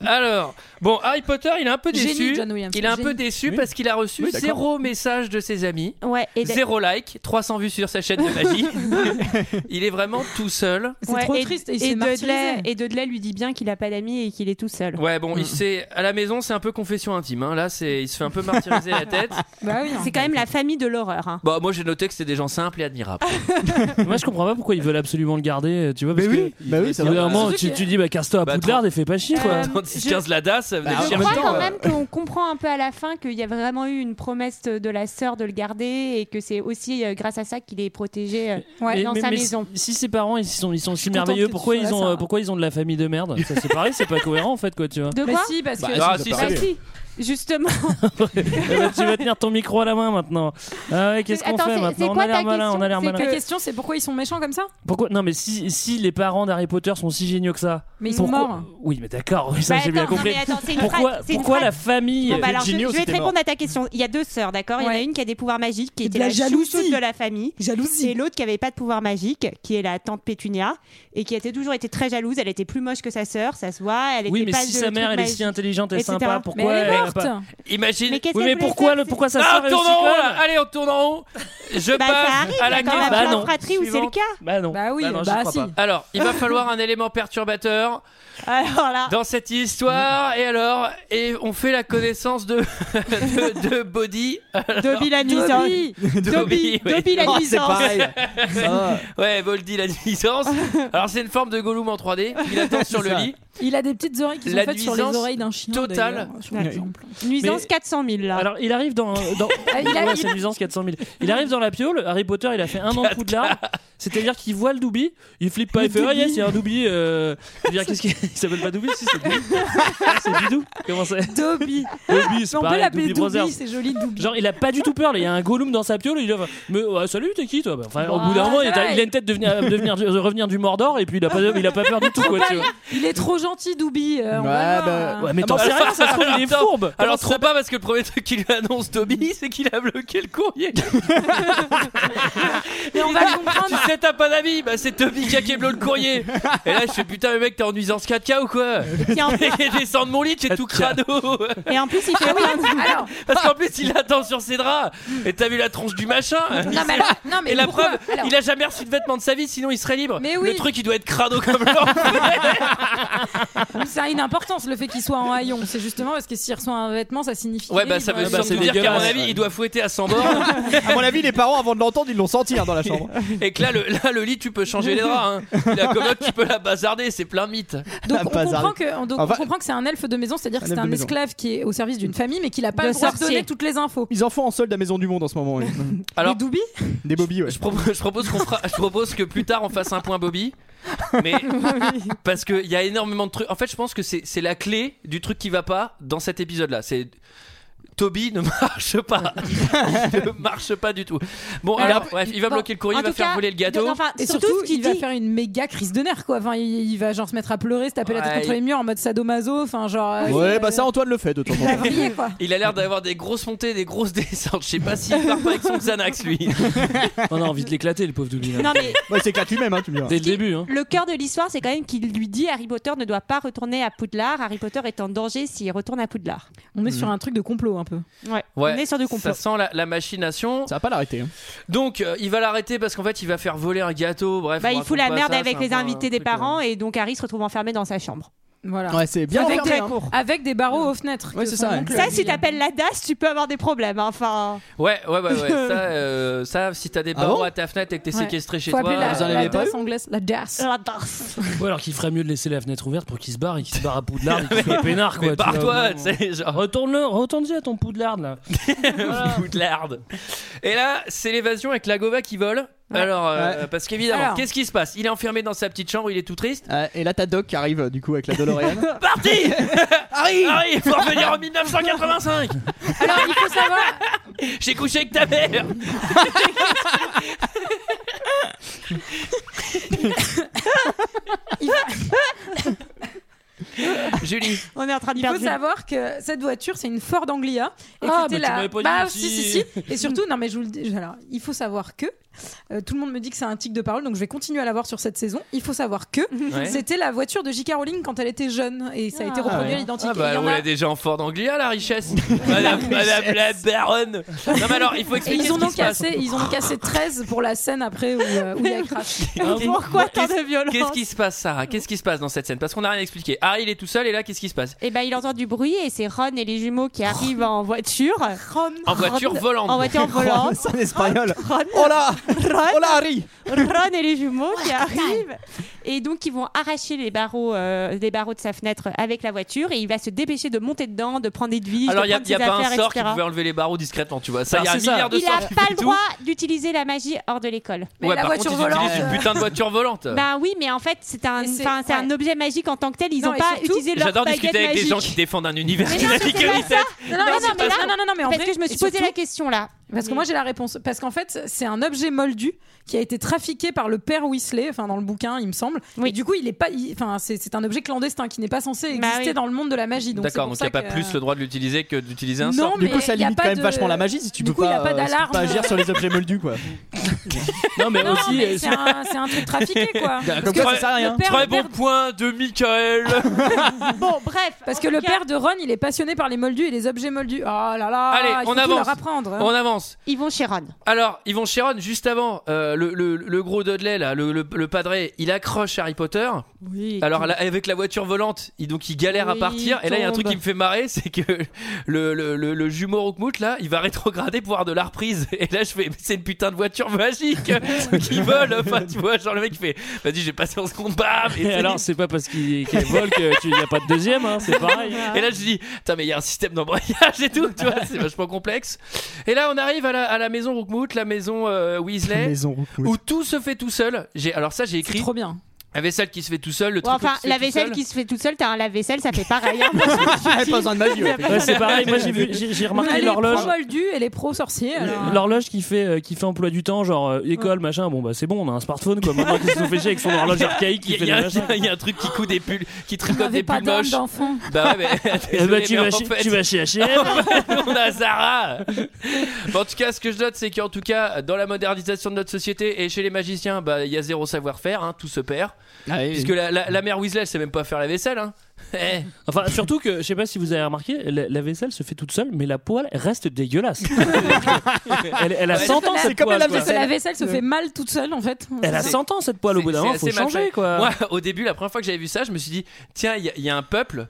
Alors, bon, Harry Potter, il est un peu Génie, déçu. John Williams. Il est un peu Génie. déçu parce qu'il a reçu Oui, d'accord. zéro message de ses amis. Ouais, et d'a- Zéro like, 300 vues sur sa chaîne de magie. il est vraiment tout seul. C'est ouais, trop et- triste. Et, il s'est Et Dudley, martyrisé. et Dudley lui dit bien qu'il a pas d'amis et qu'il est tout seul. Ouais, bon, il s'est- à la maison, c'est un peu confession intime. hein. Là, c'est, il se fait un peu martyriser la tête. Bah oui. C'est quand même la famille de l'horreur. hein. Bah, moi, j'ai noté que c'était des gens simples et admirables. Euh, euh. Moi, je comprends pas pourquoi ils veulent absolument le garder. euh, Tu vois parce que- bah oui, ça Au bout d'un va. moment, Surtout tu, que- tu dis, bah, casse-toi à Poudlard et fais pas chier, quoi. Euh, 36-15 la DAS, ça venait de Bah, en Je chercher. même crois temps, quand euh, même qu'on comprend un peu à la fin qu'il y a vraiment eu une promesse de la sœur de le garder et que c'est aussi euh, grâce à ça qu'il est protégé euh, Ouais. Mais- dans mais- sa mais maison. Si, si ses parents ils sont, ils sont si suis contente merveilleux, que tu pourquoi sois ils, là, ont, Sarah. euh, pourquoi ils ont de la famille de merde Ça c'est pareil, c'est pas cohérent en fait quoi, tu vois. De Mais quoi si, parce que. Bah, si, Bah c'est si, justement. Eh ben, tu vas tenir ton micro à la main maintenant. Ah ouais, qu'est-ce qu'on Attends, fait c'est- maintenant c'est On quoi a l'air ta malin, on a l'air question malin. La question, c'est pourquoi ils sont méchants comme ça Pourquoi Non, mais si, si les parents d'Harry Potter sont si géniaux que ça. Mais ils sont pourquoi- morts. Oui, mais d'accord, oui, ça Bah, j'ai bien attends, non, compris. mais attends, c'est une pourquoi phrase, c'est une pourquoi la phrase. famille Bon, bah, alors, je, Virginio, je vais te c'était mort. répondre à ta question. Il y a deux sœurs, d'accord Il y en a Ouais. une qui a des pouvoirs magiques, qui Et de était la la, jalousie. chouchoute de la famille. Jalousie. Et l'autre qui avait pas de pouvoir magique, qui est la tante Pétunia, et qui a été- toujours été très jalouse. Elle était plus moche que sa sœur, ça se voit. Elle Oui, était mais pas si de sa mère truc elle est si magique. intelligente et etc. sympa, Mais pourquoi elle est a morte. pas- Imagine. Mais qu'est-ce Oui, mais qu'elle voulait pourquoi faire, le c'est- pourquoi sa Ah, sœur on est tourne aussi en haut là conne Allez, on tourne en haut Je Bah, ça passe arrive, à il y la a quand même cave. Bah, plein non. de fratries où c'est le Suivante. cas. Bah non. Bah oui, non, j'y bah crois si. pas. Alors, il va falloir un élément perturbateur Alors là, dans cette histoire. Et alors, et on fait la connaissance de de, de Body. Dobby la nuisance. Dobby. Dobby, oui. Dobby la Oh, c'est nuisance. pareil. Ça va. Ouais, Voldy la nuisance. Alors c'est une forme de Gollum en 3D. Il attend sur le ça. lit. Il a des petites oreilles qui sont La faites sur les nuisance oreilles d'un chien. totale. d'ailleurs, sur l'exemple. Nuisance Mais- 400 000 là. Alors, il arrive dans. dans... Ah, il a- Ouais, c'est nuisance 400 000. Il arrive dans la piole. Harry Potter, il a fait un an de Poudlard. C'est-à-dire qu'il voit le Doubi, il flippe pas, il fait Ah, yes, il y a un Doubi. Euh... Je veux dire, qu'est-ce qu'il il s'appelle pas Doubi Si, c'est Doubi. Ah, c'est Bidou. Comment c'est Dobby. Doubi, Mais c'est on peut pareil, Doubi l'appeler Brothers. Dobby, c'est joli Dobby. Genre, il a pas du tout peur. là. Il y a un Gollum dans sa piole. Il est là, Mais ouais, salut, t'es qui toi Bah, Enfin, au Ah, bout d'un moment, il a, il a une tête de, venir, de, venir- de revenir du Mordor et puis il a pas, il a pas peur du tout. Quoi, tu vois. Il est trop gentil Dobby. euh, on Ouais, va le voir. bah, Ouais, mais t'en sais rien, ça se trouve, il est Attends. fourbe. Alors trop pas parce que le premier truc qu'il lui annonce Dobby, c'est qu'il a bloqué le courrier. Et on va le tu comprendre. sais t'as pas d'amis, bah c'est Dobby qui a québlo le courrier. Et là je fais putain mais mec t'es en nuisance 4K ou quoi Tiens, en- Et descend de mon lit, t'es tout crado. Et en plus, il fait plein de- Ah Alors, Parce qu'en plus il attend sur ses draps. Et t'as vu la tronche du machin non, mais alors, non, mais Et la pourquoi preuve, Alors, il a jamais reçu de vêtements de sa vie, sinon il serait libre. Mais oui. Le truc, il doit être crado comme l'enfer. Ça a une importance le fait qu'il soit en haillon. C'est justement parce que s'il reçoit un vêtement, ça signifie. qu'il Ouais, est euh, bah ça libre. veut bah, surtout c'est dire qu'à mon dégueulasse, avis, ouais. il doit fouetter à 100 bornes. À mon avis, les parents, avant de l'entendre, ils l'ont senti hein, dans la chambre. et que là le, là, le lit, tu peux changer les draps. hein. La commode, tu peux la bazarder, c'est plein de mythes. Donc Ah, on bazar. comprend que donc, Enfin- on comprend que c'est un elfe de maison, c'est-à-dire que Un c'est elfe un de maison. esclave qui est au service d'une famille mais qu'il a pas De le droit de sorcier. donner toutes les infos. Ils en font en solde à Maison du Monde en ce moment. ouais. Alors, Doubi Des bobies, ouais. je propose, je propose qu'on fera- je propose que plus tard on fasse un point Bobby. Mais parce qu'il y a énormément de trucs. En fait, je pense que c'est c'est la clé du truc qui va pas dans cet épisode-là. C'est Toby ne marche pas. Il ne marche pas du tout. Bon, Alors, alors, bref, il va bon, bloquer le courrier, en il va tout faire cas, voler le gâteau. donc, enfin, et surtout, il il va faire une méga crise de nerfs, quoi. Enfin, il, il va genre se mettre à pleurer, se taper la tête Ouais, contre il- les murs en mode sadomaso. Enfin, genre. euh, Ouais, c'est- bah ça, Antoine le fait de temps en Ah temps. Il a l'air d'avoir des grosses montées, des grosses descentes. Je sais pas s'il part pas avec son Xanax, lui. On a envie de l'éclater, le pauvre Douglin. Non, mais- Ouais, il s'éclate lui-même, hein, tu me diras. Dès le début, hein. Le cœur de l'histoire, c'est quand même qu'il lui dit Harry Potter ne doit pas retourner à Poudlard. Harry Potter est en danger s'il retourne à Poudlard. On est sur un truc de complot un peu. Ouais. Mm. Ouais, On est sur du Ça complot. sent la, la machination. Ça va pas l'arrêter. hein. Donc, euh, il va l'arrêter parce qu'en fait, il va faire voler un gâteau. Bref, Bah, on il fout raconte la pas merde ça, avec c'est les un peu invités un des truc, euh, parents et donc Harry se retrouve enfermé dans sa chambre. Voilà. Ouais, c'est bien avec, fermé, des, hein. avec des barreaux aux fenêtres. que c'est son ça, ouais. oncle Ça, lui- si t'appelles la DAS, tu peux avoir des problèmes. hein, Enfin. euh, Ouais, ouais, ouais. ouais. ça, euh, ça, si t'as des Ah barreaux bon à ta fenêtre et que t'es Ouais. séquestré chez Faut toi. appeler la, euh, la DAS anglaise, la DAS. La DAS. Ou alors qu'il ferait mieux de laisser la fenêtre ouverte pour qu'il se barre et qu'il se barre à Poudlard et qu'il soit peinard quoi. Mais tu vois. barre-toi, tu sais, genre. Retourne-le, retourne-y à ton Poudlard là. Poudlard. Et là, c'est l'évasion avec la Gova qui vole. Alors, euh, parce qu'évidemment, Alors. qu'est-ce qui se passe Il est enfermé dans sa petite chambre, il est tout triste. Euh, et là, ta Doc qui arrive euh, du coup avec la DeLorean. Parti Harry Harry, faut revenir en 1985 Alors, il faut savoir. J'ai couché avec ta mère Julie. On est en train de Il perdre faut savoir que cette voiture, c'est une Ford Anglia. Et Ah, c'était bah, tu la- m'avais pas dit, bah, mais si, si, si. si. Et surtout, non, mais je vous le dis. Alors, il faut savoir que. euh, tout le monde me dit que c'est un tic de parole, donc je vais continuer à l'avoir sur cette saison. Il faut savoir que Ouais. c'était la voiture de J.K. Rowling quand elle était jeune et ça a été reproduit à l'identique. Ah bah, Et il y en on a- l'a déjà en Ford Anglia, la richesse. Madame, Madame la baronne. Non, mais alors, il faut Et expliquer ils en ce ont qui se passe. cassé, ils en ont cassé 13 pour la scène après où, euh, où il y a crash. Pourquoi tant de violence Ah, Qu'est-ce qui se passe, Sarah Qu'est-ce qui se passe dans cette scène Parce qu'on n'a rien expliqué. Harry, il est tout seul, et là, qu'est-ce qui se passe Et ben il entend du bruit et c'est Ron et les jumeaux qui arrivent en voiture. Ah, En voiture volante. En voiture volante. C'est en espagnol. Ron, Hola Hola Harry Ron et les jumeaux qui arrivent. Et donc, ils vont arracher les barreaux, euh, les barreaux de sa fenêtre avec la voiture et il va se dépêcher de monter dedans, de prendre des devises. Alors, de il n'y a, prendre y a ses pas affaires, un sort etc. qui pouvait enlever les barreaux discrètement, tu vois. Ça, Bah, il y a Alors, un c'est ça. milliard de Il sorts. n'a pas qui le tout. Euh. droit d'utiliser la magie hors de l'école. Mais ouais, la par voiture contre, ils utilisent volante, une putain de voiture volante. Bah oui, mais en fait, c'est un, Et c'est- enfin, c'est un ouais. objet magique en tant que tel. Ils Non, n'ont et pas surtout- utilisé leur J'adore discuter baguette avec des gens magique. qui défendent un univers Mais qui non, n'a mais dit c'est que pas les ça. têtes. Non, non, Non, non, c'est mais pas là- ça. non, non, non, mais en Parce vrai, que je me suis et posé surtout- la question là. Parce que moi j'ai la réponse. Parce qu'en fait, c'est un objet moldu qui a été trafiqué par le père Weasley, enfin dans le bouquin, il me semble. Oui. Et du coup, il est pas, il- enfin c'est c'est un objet clandestin qui n'est pas censé Bah exister oui. dans le monde de la magie. Donc D'accord, c'est donc pour il n'y a pas ça que- plus le droit de l'utiliser que d'utiliser un Non, sort. Du coup, mais ça y a limite pas quand même de- vachement la magie si tu Du peux coup, y a pas, pas euh, si tu peux d'alarme. pas agir sur les objets moldus quoi. Non, mais Non, aussi. mais euh, c'est un, c'est un truc trafiqué quoi. Parce Comme que quoi, le- ça sert à rien. le père- Très bon perd- point de Michael. Bon, bref. Parce en que tout le cas, père de Ron, il est passionné par les moldus et les objets moldus. Oh là là, Ah, Allez, il faut on tout avance. leur hein. apprendre. On avance. Ils vont chez Ron. Alors, ils vont chez Ron juste avant. euh, le, le- le gros Dudley, là, le, le, le padré, il accroche Harry Potter. Oui. Alors, là, avec la voiture volante, il, donc il galère à Oui, partir. Et là, il y a un truc tombe. qui me fait marrer c'est que le, le, le, le jumeau Rookmout, là, il va rétrograder pour avoir de la reprise. Et là, je fais mais c'est une putain de voiture magique qui vole. Enfin, tu vois, genre le mec, il fait vas-y, j'ai passé en seconde, bam Et c'est- alors, c'est pas parce qu'il qu'il vole qu'il n'y a pas de deuxième, hein, c'est pareil. Et là, je dis, putain, mais il y a un système d'embrayage et tout, tu vois, c'est vachement complexe. Et là, on arrive à la, à la maison Rookmout, la maison euh, Weasley, Maison où tout se fait tout seul. J'ai, alors ça, j'ai C'est écrit trop bien. la vaisselle qui se fait tout seul, le Bon, tricot enfin, qui se fait la tout vaisselle seul. qui se fait toute seule, t'as un lave-vaisselle, ça fait pareil. hein. Pas besoin de magie. ouais. Ouais, c'est pareil, moi j'ai vu- j'ai j'ai On a remarqué les l'horloge. pros moldus et les pros sorciers. hein. alors. L'horloge qui fait euh, qui fait emploi du temps, genre euh, école, machin, bon bah c'est bon, on a un smartphone quoi. Maintenant qu'ils se sont fait chier avec son horloge archaïque Il qui y, a- il y fait des a un- machins. il y a un truc qui coud des pulls, qui On tricote n'avait des pas pulls d'armes moches. d'enfant. Bah ouais, mais, Eh bah, désolé, tu, mais vas en chez, fait- tu vas chez H&M. on a Zara. Bon, en tout cas, ce que je note, c'est qu'en tout cas, dans la modernisation de notre société et chez les magiciens, bah, il y a zéro savoir-faire, hein, tout se perd. Puisque la, la- la mère Weasley, elle sait même pas faire la vaisselle. Hein. Eh. Enfin, surtout que, je sais pas si vous avez remarqué, la, la vaisselle se fait toute seule, mais la poêle reste dégueulasse. elle, elle a Ouais, 100 c'est ans la- cette comme poêle. la quoi. Parce que la vaisselle se fait mal toute seule en fait. Elle a C'est- 100 ans cette poêle, au bout d'un C'est- moment, c'est assez faut changer malsain. quoi. Moi, au début, la première fois que j'avais vu ça, je me suis dit, tiens, il y, a- il y a un peuple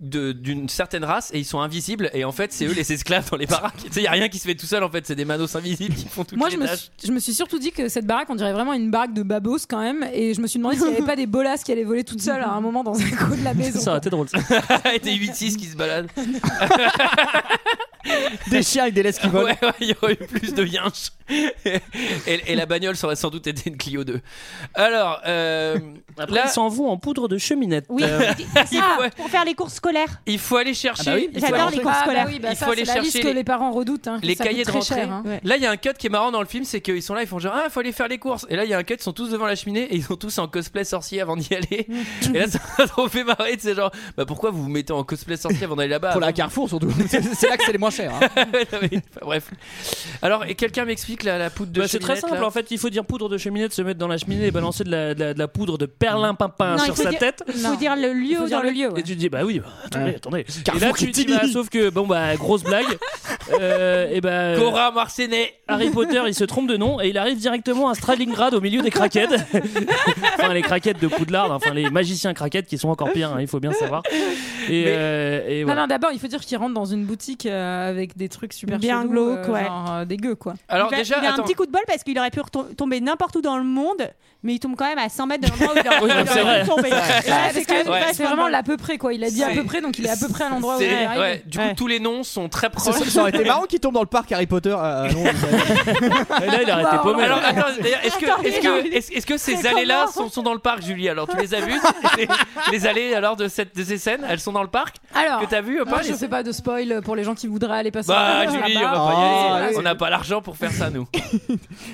de- d'une certaine race et ils sont invisibles et en fait c'est eux les esclaves dans les baraques tu sais y a rien qui se fait tout seul en fait c'est des manos invisibles qui font toutes Moi, les je me, tâches suis, je me suis surtout dit que cette baraque, on dirait vraiment une baraque de babos quand même. Et je me suis demandé s'il n'y avait pas des bolas qui allaient voler toutes seules à un moment dans un coin de la maison. Ça aurait été drôle. ça. et des 8-6 qui se baladent Des chiens avec des laisses qui volent. ouais ouais il y aurait eu plus de yinches et, et la bagnole ça aurait sans doute été une Clio 2 alors euh, Après, là ils s'en vont en poudre de cheminette. Oui, Euh, c'est ça, Ouais. pour faire les courses scolaires. Il faut aller chercher. Ah bah oui, il faut j'adore aller- les cours Ah bah scolaires. oui, bah Il ça, faut aller c'est la chercher liste que les- les parents redoutent. hein, Les ça coûte cahiers de très rentrée. cher, hein. Là, il y a un cut qui est marrant dans le film, c'est qu'ils sont là, ils font genre ah, faut aller faire les courses. Et là, il y a un cut, ils sont tous devant la cheminée et ils sont tous en cosplay sorcier avant d'y aller. et là, ça m'a trop fait marrer. C'est genre, bah pourquoi vous vous mettez en cosplay sorcier avant d'aller là-bas Pour avant la Carrefour surtout. c'est là que c'est les moins chers. hein. Non, mais, enfin, bref. Alors, et quelqu'un m'explique la, la poudre de Bah, c'est très cheminette, simple là en fait, il faut dire poudre de cheminée, de se mettre dans la cheminée et balancer de la, de la- de la poudre de perlimpinpin Non, il sur faut sa dire- tête. Il faut dire le lieu Faut dire dans le le lieu. Et tu te dis, bah oui, bah, attendez, Ouais. attendez. Et Carrefour là, tu, tu Kitty. vas, sauf que, bon, bah, grosse blague. Euh, et bah, Cora Marcenet. Harry Potter, il se trompe de nom et il arrive directement à Stalingrad au milieu des craquettes. enfin, les craquettes de Poudlard, enfin, les magiciens craquettes qui sont encore pires, hein, il faut bien savoir. Et, euh, et Non, voilà. non, d'abord, il faut dire qu'il rentre dans une boutique euh, avec des trucs super Bien chelous, glauque, euh, ouais. genre euh, dégueu, quoi. Alors, il, va- déjà, il a attends. un petit coup de bol parce qu'il aurait pu retom- tomber n'importe où dans le monde, mais il tombe quand même à 100 mètres de l'endroit où il aurait, Oui, il aurait c'est vrai. pu tomber. Ouais. Là, c'est c'est quand même Ouais. pas C'est mal. vraiment l'à peu près, quoi. Il a dit à C'est- peu près, donc il est à peu près à l'endroit où il C'est- est arrivé. ouais, du coup, tous les noms sont très Ça, proches. ça aurait été marrant qu'il tombe dans le parc Harry Potter. euh, à Londres. Et là, il aurait été paumé. Alors, attends, d'ailleurs, est-ce Attends, que, est-ce mais non, que, est-ce, est-ce que ces allées-là sont, sont dans le parc, Julie Alors, tu les as vues les, les allées alors de, cette, de ces scènes, elles sont dans le parc Alors, Que t'as vu ou pas moi, les- je fais pas de spoil pour les gens qui voudraient aller passer. Bah, la- Julie, on là-bas. va pas y Ah, aller. ouais. On n'a pas l'argent pour faire ça, nous.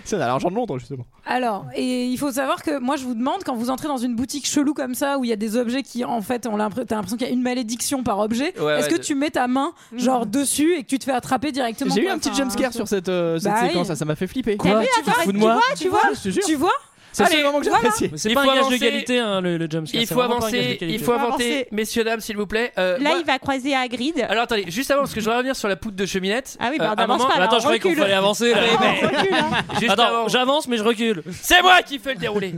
Ça, on a l'argent de Londres justement. Alors, et il faut savoir que moi, je vous demande, quand vous entrez dans une boutique chelou comme ça, où il y a des objets qui, en fait, on l'impr- t'as l'impression qu'il y a une malédiction par objet, Ah Ouais, est-ce ouais, que de- tu mets ta main, Mhm. genre, dessus et que tu te fais attraper directement J'ai eu quoi. un petit Enfin, jumpscare sur cette, euh, cette Bah, séquence, il- ça, ça m'a fait flipper. T'as vu, tu te attends, fous de tu moi vois, tu vois, Je te jure. tu vois C'est Allez, le moment que j'ai voilà. apprécié. C'est Il pas un faut gage avancer. d'égalité, hein, le, le jumpscare. Il c'est faut vraiment pas un gage avancer, d'égalité. il faut Faut avancer, avancer. messieurs, dames, s'il vous plaît. Euh, Là, moi- il va croiser Hagrid. Alors, attendez, juste avant, parce que je reviens sur la poudre de cheminette. Ah oui, Euh, pardon, à un moment- avance pas, Bah, là, attends, on je croyais qu'on recule. hein. fallait avancer là. Ouais, mais- juste avant. Attends, j'avance mais je recule. C'est moi qui fais le déroulé.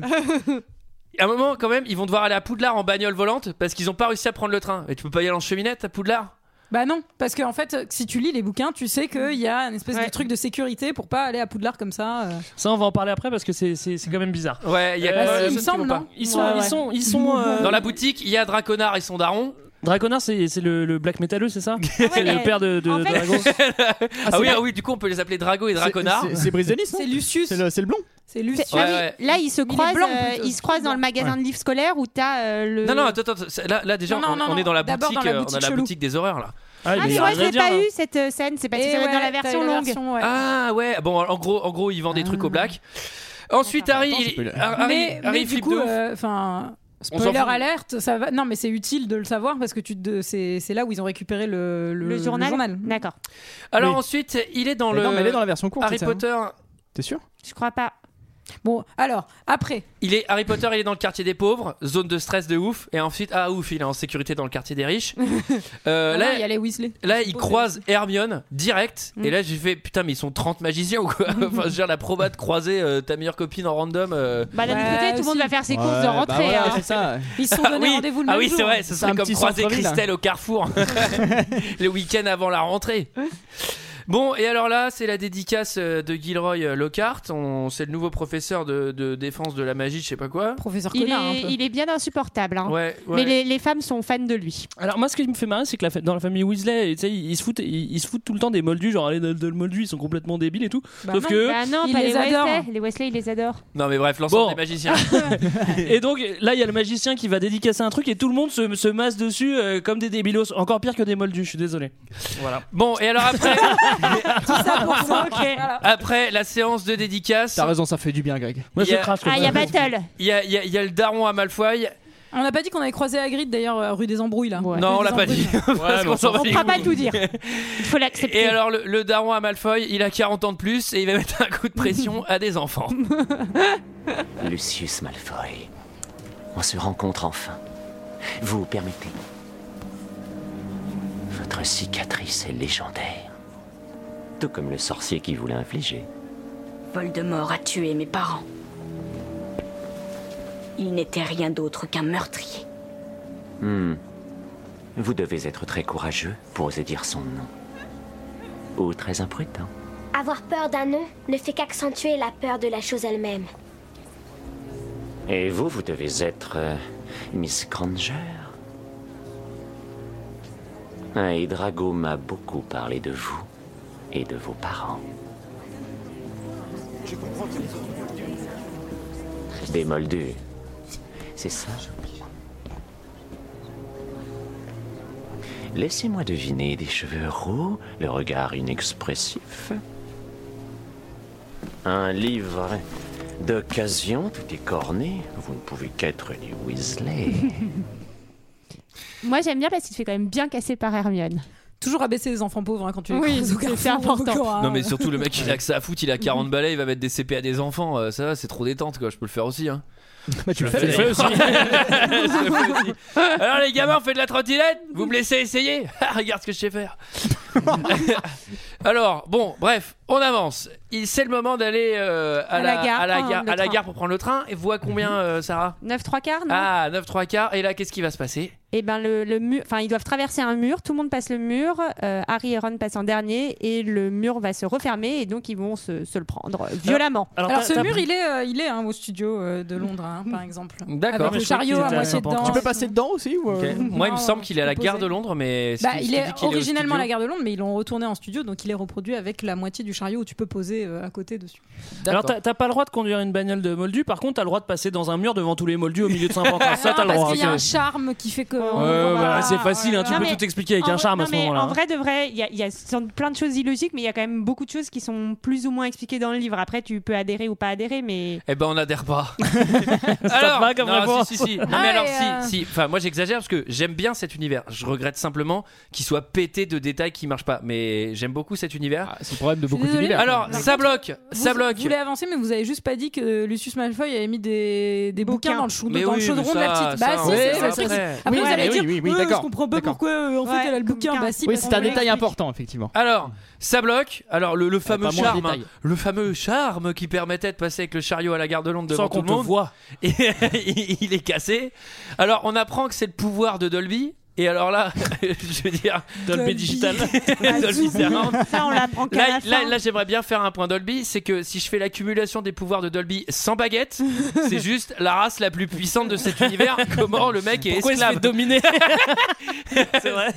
À un moment, quand même, ils vont devoir aller à Poudlard en bagnole volante parce qu'ils n'ont pas réussi à prendre le train. Et tu peux pas y aller en cheminette à Poudlard Bah non, parce que en fait, si tu lis les bouquins, tu sais qu'il y a une espèce de truc de sécurité pour pas aller à Poudlard comme ça. euh. Ah Ça on va en parler après parce que c'est c'est- c'est quand même bizarre. Ouais, il y a Euh, plein de bah, personnes il me qui semble, vont non pas. Ils sont Ouais, ils ouais. sont ils sont euh, Dans la boutique, il y a Draconard et son daron. Draconard c'est c'est le, le black métalleux c'est ça C'est le mais- père de, de, en fait- Dragons. Ah, oui, ah oui, du coup, on peut les appeler Drago et C'est- Draconard. c'est- C'est Brisenis, non C'est Lucius. C'est le, c'est le blond. C'est Lucius. Ah oui, ouais. Là, ils se croisent, blanc, euh, plutôt. ils se croisent dans le magasin de livres scolaires où t'as euh, le. Non, non, attends, attends, c'est- là, là, déjà, Non, non, on, on non, est dans la d'abord boutique, dans la euh, on a boutique la chelou. boutique des horreurs là. Ah, Ah, mais il mais y a moi, je rien à l'ai dire, pas là. eu cette euh, scène, c'est parce que Et ça va être ouais, dans la version t'as eu longue. version, ouais. Ah. Ah ouais, bon, en gros, en gros, ils vendent des trucs au black. Ensuite, Harry, Attends, j'ai il- pas eu le- Ah Harry, mais, Harry mais du flippe coup, de ouf. euh, enfin. On s'en Spoiler fout. alerte, ça va. Non, mais c'est utile de le savoir parce que tu te- c'est c'est là où ils ont récupéré le, le- Le journal, D'accord. Alors oui. ensuite, il est dans Mais le Non, mais elle est dans la version courte. Harry c'est ça, hein Potter. T'es sûr Je crois pas. Bon, alors après, Il est Harry Potter, il est dans le quartier des pauvres, zone de stress de ouf, et ensuite ah ouf, il est en sécurité dans le quartier des riches. Euh, ah non, il y là, a les Weasley. là, il croise Hermione direct, Mm. et là j'ai fait putain mais ils sont 30 magiciens ou quoi Enfin, je veux dire la proba de croiser euh, ta meilleure copine en random. euh. Bah, d'un Ouais, autre côté, tout le monde aussi. va faire ses Ouais, courses de bah rentrée. voilà, euh. hein. c'est ça. Ils se sont Ah donné oui, rendez-vous le ah même oui c'est jour. vrai, ce C'est un serait comme petit croiser centre-ville, là. Christelle au Carrefour le week-end avant la rentrée. Bon, et alors là, c'est la dédicace euh, de Gilroy euh, Lockhart. On- C'est le nouveau professeur de, de défense de la magie, je sais pas quoi. Professeur Il Connard. un peu. est, il est bien insupportable. hein. Ouais, ouais. Mais les, les femmes sont fans de lui. Alors moi ce qui me fait marrer c'est que la fa- dans la famille Weasley tu sais, ils, ils se foutent ils, ils se foutent tout le temps des moldus genre les de, de- le moldu ils sont complètement débiles et tout Bah sauf non, que Bah non, il pas les, les adore. Wesley. Les Wesley, ils les adorent. Non, mais bref, l'ensemble Bon. des magiciens. et donc là il y a le magicien qui va dédicacer un truc et tout le monde se, se masse dessus euh, comme des débilos encore pire que des moldus je suis désolé voilà Bon, et alors après, ça pour ça, ok. Voilà. après la séance de dédicace, T'as raison, ça fait du bien, Greg. moi Il y je a- crache Ah, il y a battle. il y a, il y a- il y a le daron à Malfoy. On n'a pas dit qu'on avait croisé Hagrid d'ailleurs euh, rue des Embrouilles là. Ouais. non, on Rue des l'a pas Embrouilles. dit. parce mais qu'on s'en on s'en bat On les ne pourra pas couilles. tout dire. Il faut l'accepter. Et alors, le, le daron à Malfoy, il a 40 ans de plus et il va mettre un coup de pression à des enfants. Lucius Malfoy, on se rencontre enfin. Vous permettez Votre cicatrice est légendaire. Tout comme le sorcier qui vous l'a infligé. Voldemort a tué mes parents. Il n'était rien d'autre qu'un meurtrier. Vous devez être très courageux pour oser dire son nom. Ou très imprudent. Avoir peur d'un nom ne fait qu'accentuer la peur de la chose elle-même. Et vous, vous devez être euh, Miss Granger. Ah, et Drago m'a beaucoup parlé de vous et de vos parents. Des moldus, c'est ça Laissez-moi deviner des cheveux roux, le regard inexpressif. Un livre d'occasion, tout est corné. Vous ne pouvez qu'être les Weasley. Moi, j'aime bien parce qu'il se fait quand même bien casser par Hermione. Toujours abaisser les enfants pauvres hein, quand tu les Oui, croises au c'est carrefour, important. au Cora. Non mais surtout le mec il a que ça à foutre, il a 40 balais, il va mettre des CP à des enfants, euh, ça va, c'est trop détente quoi, je peux le faire aussi hein. Bah tu le fais, tu le fais aussi. Je le fais aussi. Alors les gamins, on fait de la trottinette Vous me laissez essayer Ah, Regarde ce que je sais faire. Alors, bon, bref, on avance. Il c'est le moment d'aller euh, à, À la gare, à la prendre gare, le à la train. gare pour prendre le train et voit combien euh, Sarah Mhm. 9 3 quarts, non Ah, 9 3 quarts et là qu'est-ce qui va se passer Et ben le, le mur, enfin ils doivent traverser un mur, tout le monde passe le mur, euh, Harry et Ron passent en dernier et le mur va se refermer et donc ils vont se, se le prendre euh, violemment. Alors, ce mur, il est, euh, il est hein, au studio euh, de Londres, hein, par exemple. D'accord. Avec le chariot Ah, à moitié dedans. Tu peux passer dedans aussi ou Ok. euh, Moi, il me Ah, bah, Non, semble qu'il est à la faut gare poser. de Londres mais ce Bah, qui- ce il qui est dit qu'il au originalement à la studio- gare de Londres, mais ils l'ont retourné en studio, donc il est reproduit avec la moitié du chariot où tu peux poser euh, à côté dessus. Alors t'as t'as pas le droit de conduire une bagnole de Moldu, par contre t'as le droit de passer dans un mur devant tous les Moldus au milieu de Saint-Pantin. Ça t'as le Ah, parce droit. qu'il y a ok. un charme qui fait que. Ouais, voilà, c'est facile, hein, tu Non, peux mais tout expliquer avec en un vrai- charme à non, ce mais moment-là. En vrai de vrai, il y a, il y a sans- plein de choses illogiques, mais il y a quand même beaucoup de choses qui sont plus ou moins expliquées dans le livre. Après, tu peux adhérer ou pas adhérer, mais. Eh ben on adhère pas. alors, va comme non, réponse. si, si, si. Non, Ah, mais alors, et, euh, si, si. Enfin, moi j'exagère parce que j'aime bien cet univers. Je regrette simplement qu'il soit pété de détails qui marchent pas. Mais j'aime beaucoup cet univers. Ah, c'est le problème de beaucoup Désolée. d'univers. Alors, Par ça contre, bloque, ça vous, bloque. Vous voulez avancer, mais vous avez juste pas dit que Lucius Malfoy avait mis des, des bouquins dans le, chou, Mais dans oui, le chaudron mais de la ça, petite. ça, bah on si, verra c'est ça, après. c'est ça. Oui, Après, vous mais allez oui, dire, oui, oui, euh, je d'accord, comprends pas pourquoi euh, en fait elle a le bouquin. Bah si, Oui, parce c'est un qu'on détail l'a important effectivement. Alors, ça bloque. Alors, le, le fameux pas moins de charme, détails. hein. le fameux charme qui permettait de passer avec le chariot à la gare de Londres Sans devant tout qu'on le te monde. voie. Et il est cassé. Alors, on apprend que c'est le pouvoir de Dolby. Et alors là, je veux dire, Dolby Digital. Dolby Surround. Ça, on l'apprend qu'à Là, la là- fin. là, j'aimerais bien faire un point Dolby, c'est que si je fais l'accumulation des pouvoirs de Dolby sans baguette, c'est juste la race la plus puissante de cet univers. Comment le mec est Pourquoi il se esclave fait dominer C'est vrai.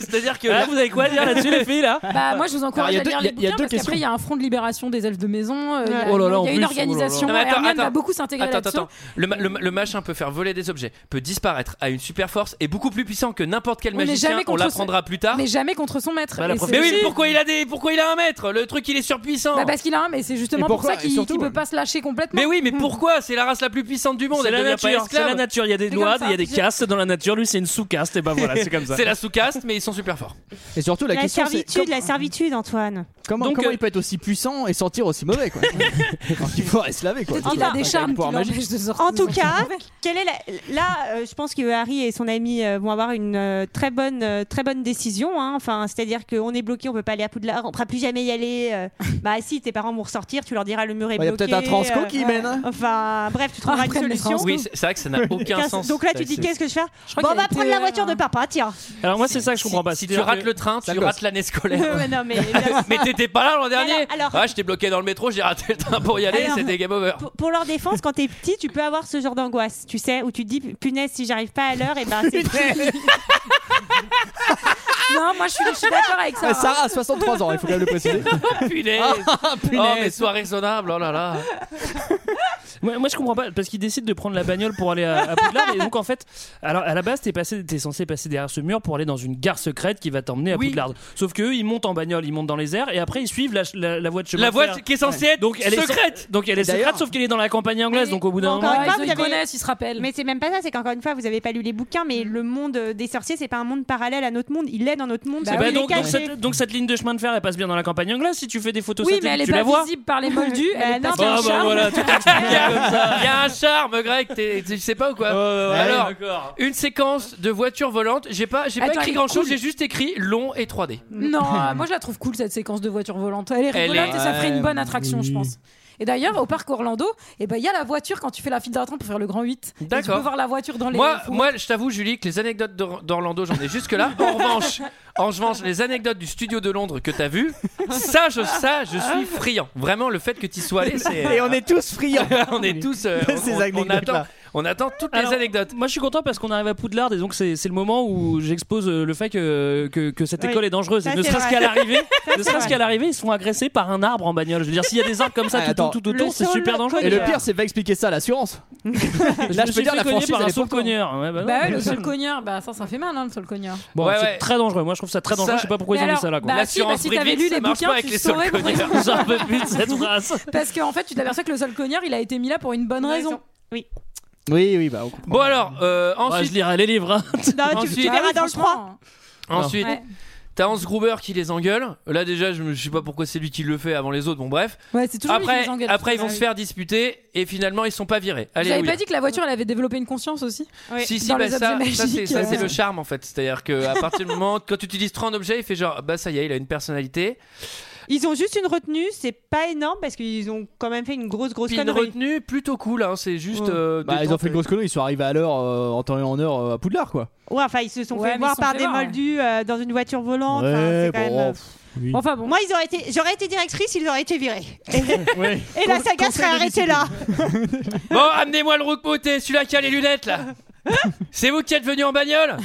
C'est-à-dire que Ah, vous avez quoi à dire là-dessus, les filles là Bah moi je vous encourage Alors, il y a à deux- lire il les y a- il y bouquins a deux parce qu'après questions. il y a un front de libération des elfes de maison, euh, il y a, Oh là là, en il y a plus, une oh là là. organisation, Non, mais attends, Hermione va attends. beaucoup s'intégrer Attends, là-dessus. attends, Le, ma- le ma- le machin peut faire voler des objets, peut disparaître, a une super force, est beaucoup plus puissant que n'importe quel Oui, mais magicien. jamais On contre l'apprendra ce- plus tard. Mais jamais contre son maître. Bah, la Et preuve- c'est mais oui, aussi- mais pourquoi il a des, pourquoi il a un maître Le truc il est surpuissant. Bah, parce qu'il a un, mais c'est Et justement pour pourquoi ça Et qu'il surtout, qu'il peut pas se lâcher complètement. mais oui, mais pourquoi C'est la race la plus puissante du monde. C'est elle la devient pas nature, c'est esclave. la nature. Il y a des C'est comme lois, ça. il y a des castes dans la nature. Lui, c'est une sous-caste. Et bah voilà, c'est comme ça. C'est la sous-caste, mais ils sont super forts. Et surtout la, La, question c'est servitude, la servitude, Antoine. comment, Donc, comment euh, il peut être aussi puissant et sentir aussi mauvais quoi. Alors qu'il faut aller se laver quoi. Peut-être qu'il Parce a que des t'as charmes le pouvoir qui magique. l'empêchent de En tout cas, quelle est la... là, euh, je pense que Harry et son ami euh, vont avoir une euh, très bonne, euh, très bonne décision. hein. Enfin, c'est-à-dire qu'on est bloqué, on peut pas aller à Poudlard, on pourra plus jamais y aller. euh, bah si, tes parents vont ressortir, tu leur diras le mur Ouais, est Bah, y a bloqué. peut-être un transco qui ouais. mène. hein. Enfin, bref, tu trouveras une après, les solution. Oui, c'est c'est vrai que ça n'a aucun Qu'un- sens. Donc là, tu dis qu'est-ce que je fais crois Bon, qu'il on y a va été, prendre la euh, voiture de papa, tiens. Alors moi, c'est ça que je comprends pas. Si tu rates le train, tu rates l'année scolaire. Ouais, non, mais mais t'étais pas là l'an dernier. alors- Ah, j'étais bloqué dans le métro, j'ai raté le train pour y aller, Alors- c'était game over. Pour leur défense, quand t'es petit, tu peux avoir ce genre d'angoisse, tu sais, où tu te dis punaise, si j'arrive pas à l'heure, et ben c'est. Non, moi je suis, je suis d'accord avec ça. hein. Ah, Sarah a 63 ans, il faut quand même le préciser. Punaise. Ah, Oh, mais sois raisonnable, oh là là. Moi, moi, je comprends pas parce qu'il décide de prendre la bagnole pour aller à, à Poudlard et donc en fait, alors à la base t'es passé, t'es censé passer derrière ce mur pour aller dans une gare secrète qui va t'emmener à Oui. Poudlard. Sauf que eux, ils montent en bagnole, ils montent dans les airs et après ils suivent la, ch- la- la voie de chemin. La de voie fer. qui est censée être donc elle est secrète. donc elle est D'ailleurs- secrète, sauf qu'elle est dans la campagne anglaise, donc au bout d'un Encore moment. une fois, ils vous avez- connaissent, ils se rappellent. Mais c'est même pas ça, c'est qu'encore une fois, vous avez pas lu les bouquins, mais le monde euh, des sorciers, c'est pas un monde parallèle à notre monde, il est dans notre monde, Bah sauf qu'il est donc, donc caché. cette, donc cette ligne de chemin de fer elle passe bien dans la campagne anglaise si tu fais des photos Oui, mais elle satellites, est tu pas la vois visible par les moldus. Bah Elle est non, pas Ah bah voilà, tout expliqué comme ça. Il y a un charme, Greg, t'es- tu sais pas ou quoi ouais, Alors, une séquence de voiture volante, j'ai pas, j'ai pas Attends, écrit elle est grand chose, cool. j'ai juste écrit long et 3D. Non, euh, moi je la trouve cool cette séquence de voiture volante. Elle est Elle rigolote est- et ça ferait Ouais, une bonne attraction, oui. je pense. Et d'ailleurs, au parc Orlando, eh ben, il y a la voiture quand tu fais la file d'attente pour faire le grand 8. Et tu D'accord. peux voir la voiture dans les. Moi, fourgons. moi je t'avoue, Julie, que les anecdotes d'Or- d'Orlando, j'en ai jusque-là. En revanche, en revanche, les anecdotes du studio de Londres que t'as vu, ça, je, ça, je suis friand. Vraiment, le fait que t'y Oh, sois allé, c'est. Et on est tous friands. on est tous. euh, De ces on- on, anecdotes-là. attend, on attend toutes les Alors, anecdotes. Moi, je suis content parce qu'on arrive à Poudlard et donc c'est c'est le moment où j'expose euh, le fait que, que, que cette Oui. école est dangereuse. Ça, Et ne c'est serait-ce vrai. qu'à l'arrivée, Ça, ne c'est serait-ce vrai. qu'à l'arrivée, ils se font agresser par un arbre en bagnole. Je veux dire, s'il y a des arbres comme ça Ah, tout, attends. tout, tout Le autour, c'est sol super dangereux. Et le pire, c'est de pas expliquer ça à l'assurance. Là, je peux suis dire, fait cogner la franchise, par elle un est seul pour toi. cogneur. Ouais, bah non, Bah ouais, pas le possible. seul cognard, bah ça, ça fait mal, hein, le seul cognard. Bon, Ouais, c'est ouais. très dangereux. Moi, je trouve ça très dangereux. Ça- Je sais pas pourquoi ils Mais ont mis alors, ça là. quoi. bah, si, bah, si t'avais lu les bouquins, tu saurais pourquoi- J'en peux plus de cette phrase. Parce qu'en fait, tu t'aperçois que le seul cognard, il a été mis là pour une bonne raison. Oui. Oui, oui, bah. Bon alors, euh, ensuite. je lirai les livres. hein. Bah, Ensuite- Ah, hein. Ensuite, Ouais. t'as Hans Gruber qui les engueule. Là déjà, je, me- je sais pas pourquoi c'est lui qui le fait avant les autres. Bon bref. Ouais, c'est toujours lui qui après, les engueule, après ils putain, vont ah se oui. faire disputer et finalement ils sont pas virés. Allez. J'avais pas dit que la voiture, elle avait développé une conscience aussi. Si, si, Dans bah, les ça, objets ça, c'est, magiques, ça, c'est euh, le charme en fait. C'est-à-dire qu'à partir du moment quand tu utilises 30 objets, il fait genre bah ça y est, il a une personnalité. Ils ont juste une retenue, c'est pas énorme parce qu'ils ont quand même fait une grosse grosse Puis une connerie. retenue plutôt cool, hein, c'est Oh. juste. euh, Bah, des ils temps ont fait une que- grosse connerie, ils sont arrivés à l'heure euh, en temps et en heure euh, à Poudlard quoi. Ouais, enfin ils se sont Ouais, mais fait ils voir se sont par fait des voir, ouais. moldus euh, dans une voiture volante. enfin, Ouais, c'est quand bon, même, euh, pff, oui. Enfin bon. Moi ils auraient été, j'aurais été directrice, ils auraient été virés. Et, et la Con- saga conseil serait de arrêtée là. Bon, amenez-moi le route-moté, celui-là qui a les lunettes là. C'est vous qui êtes venu en bagnole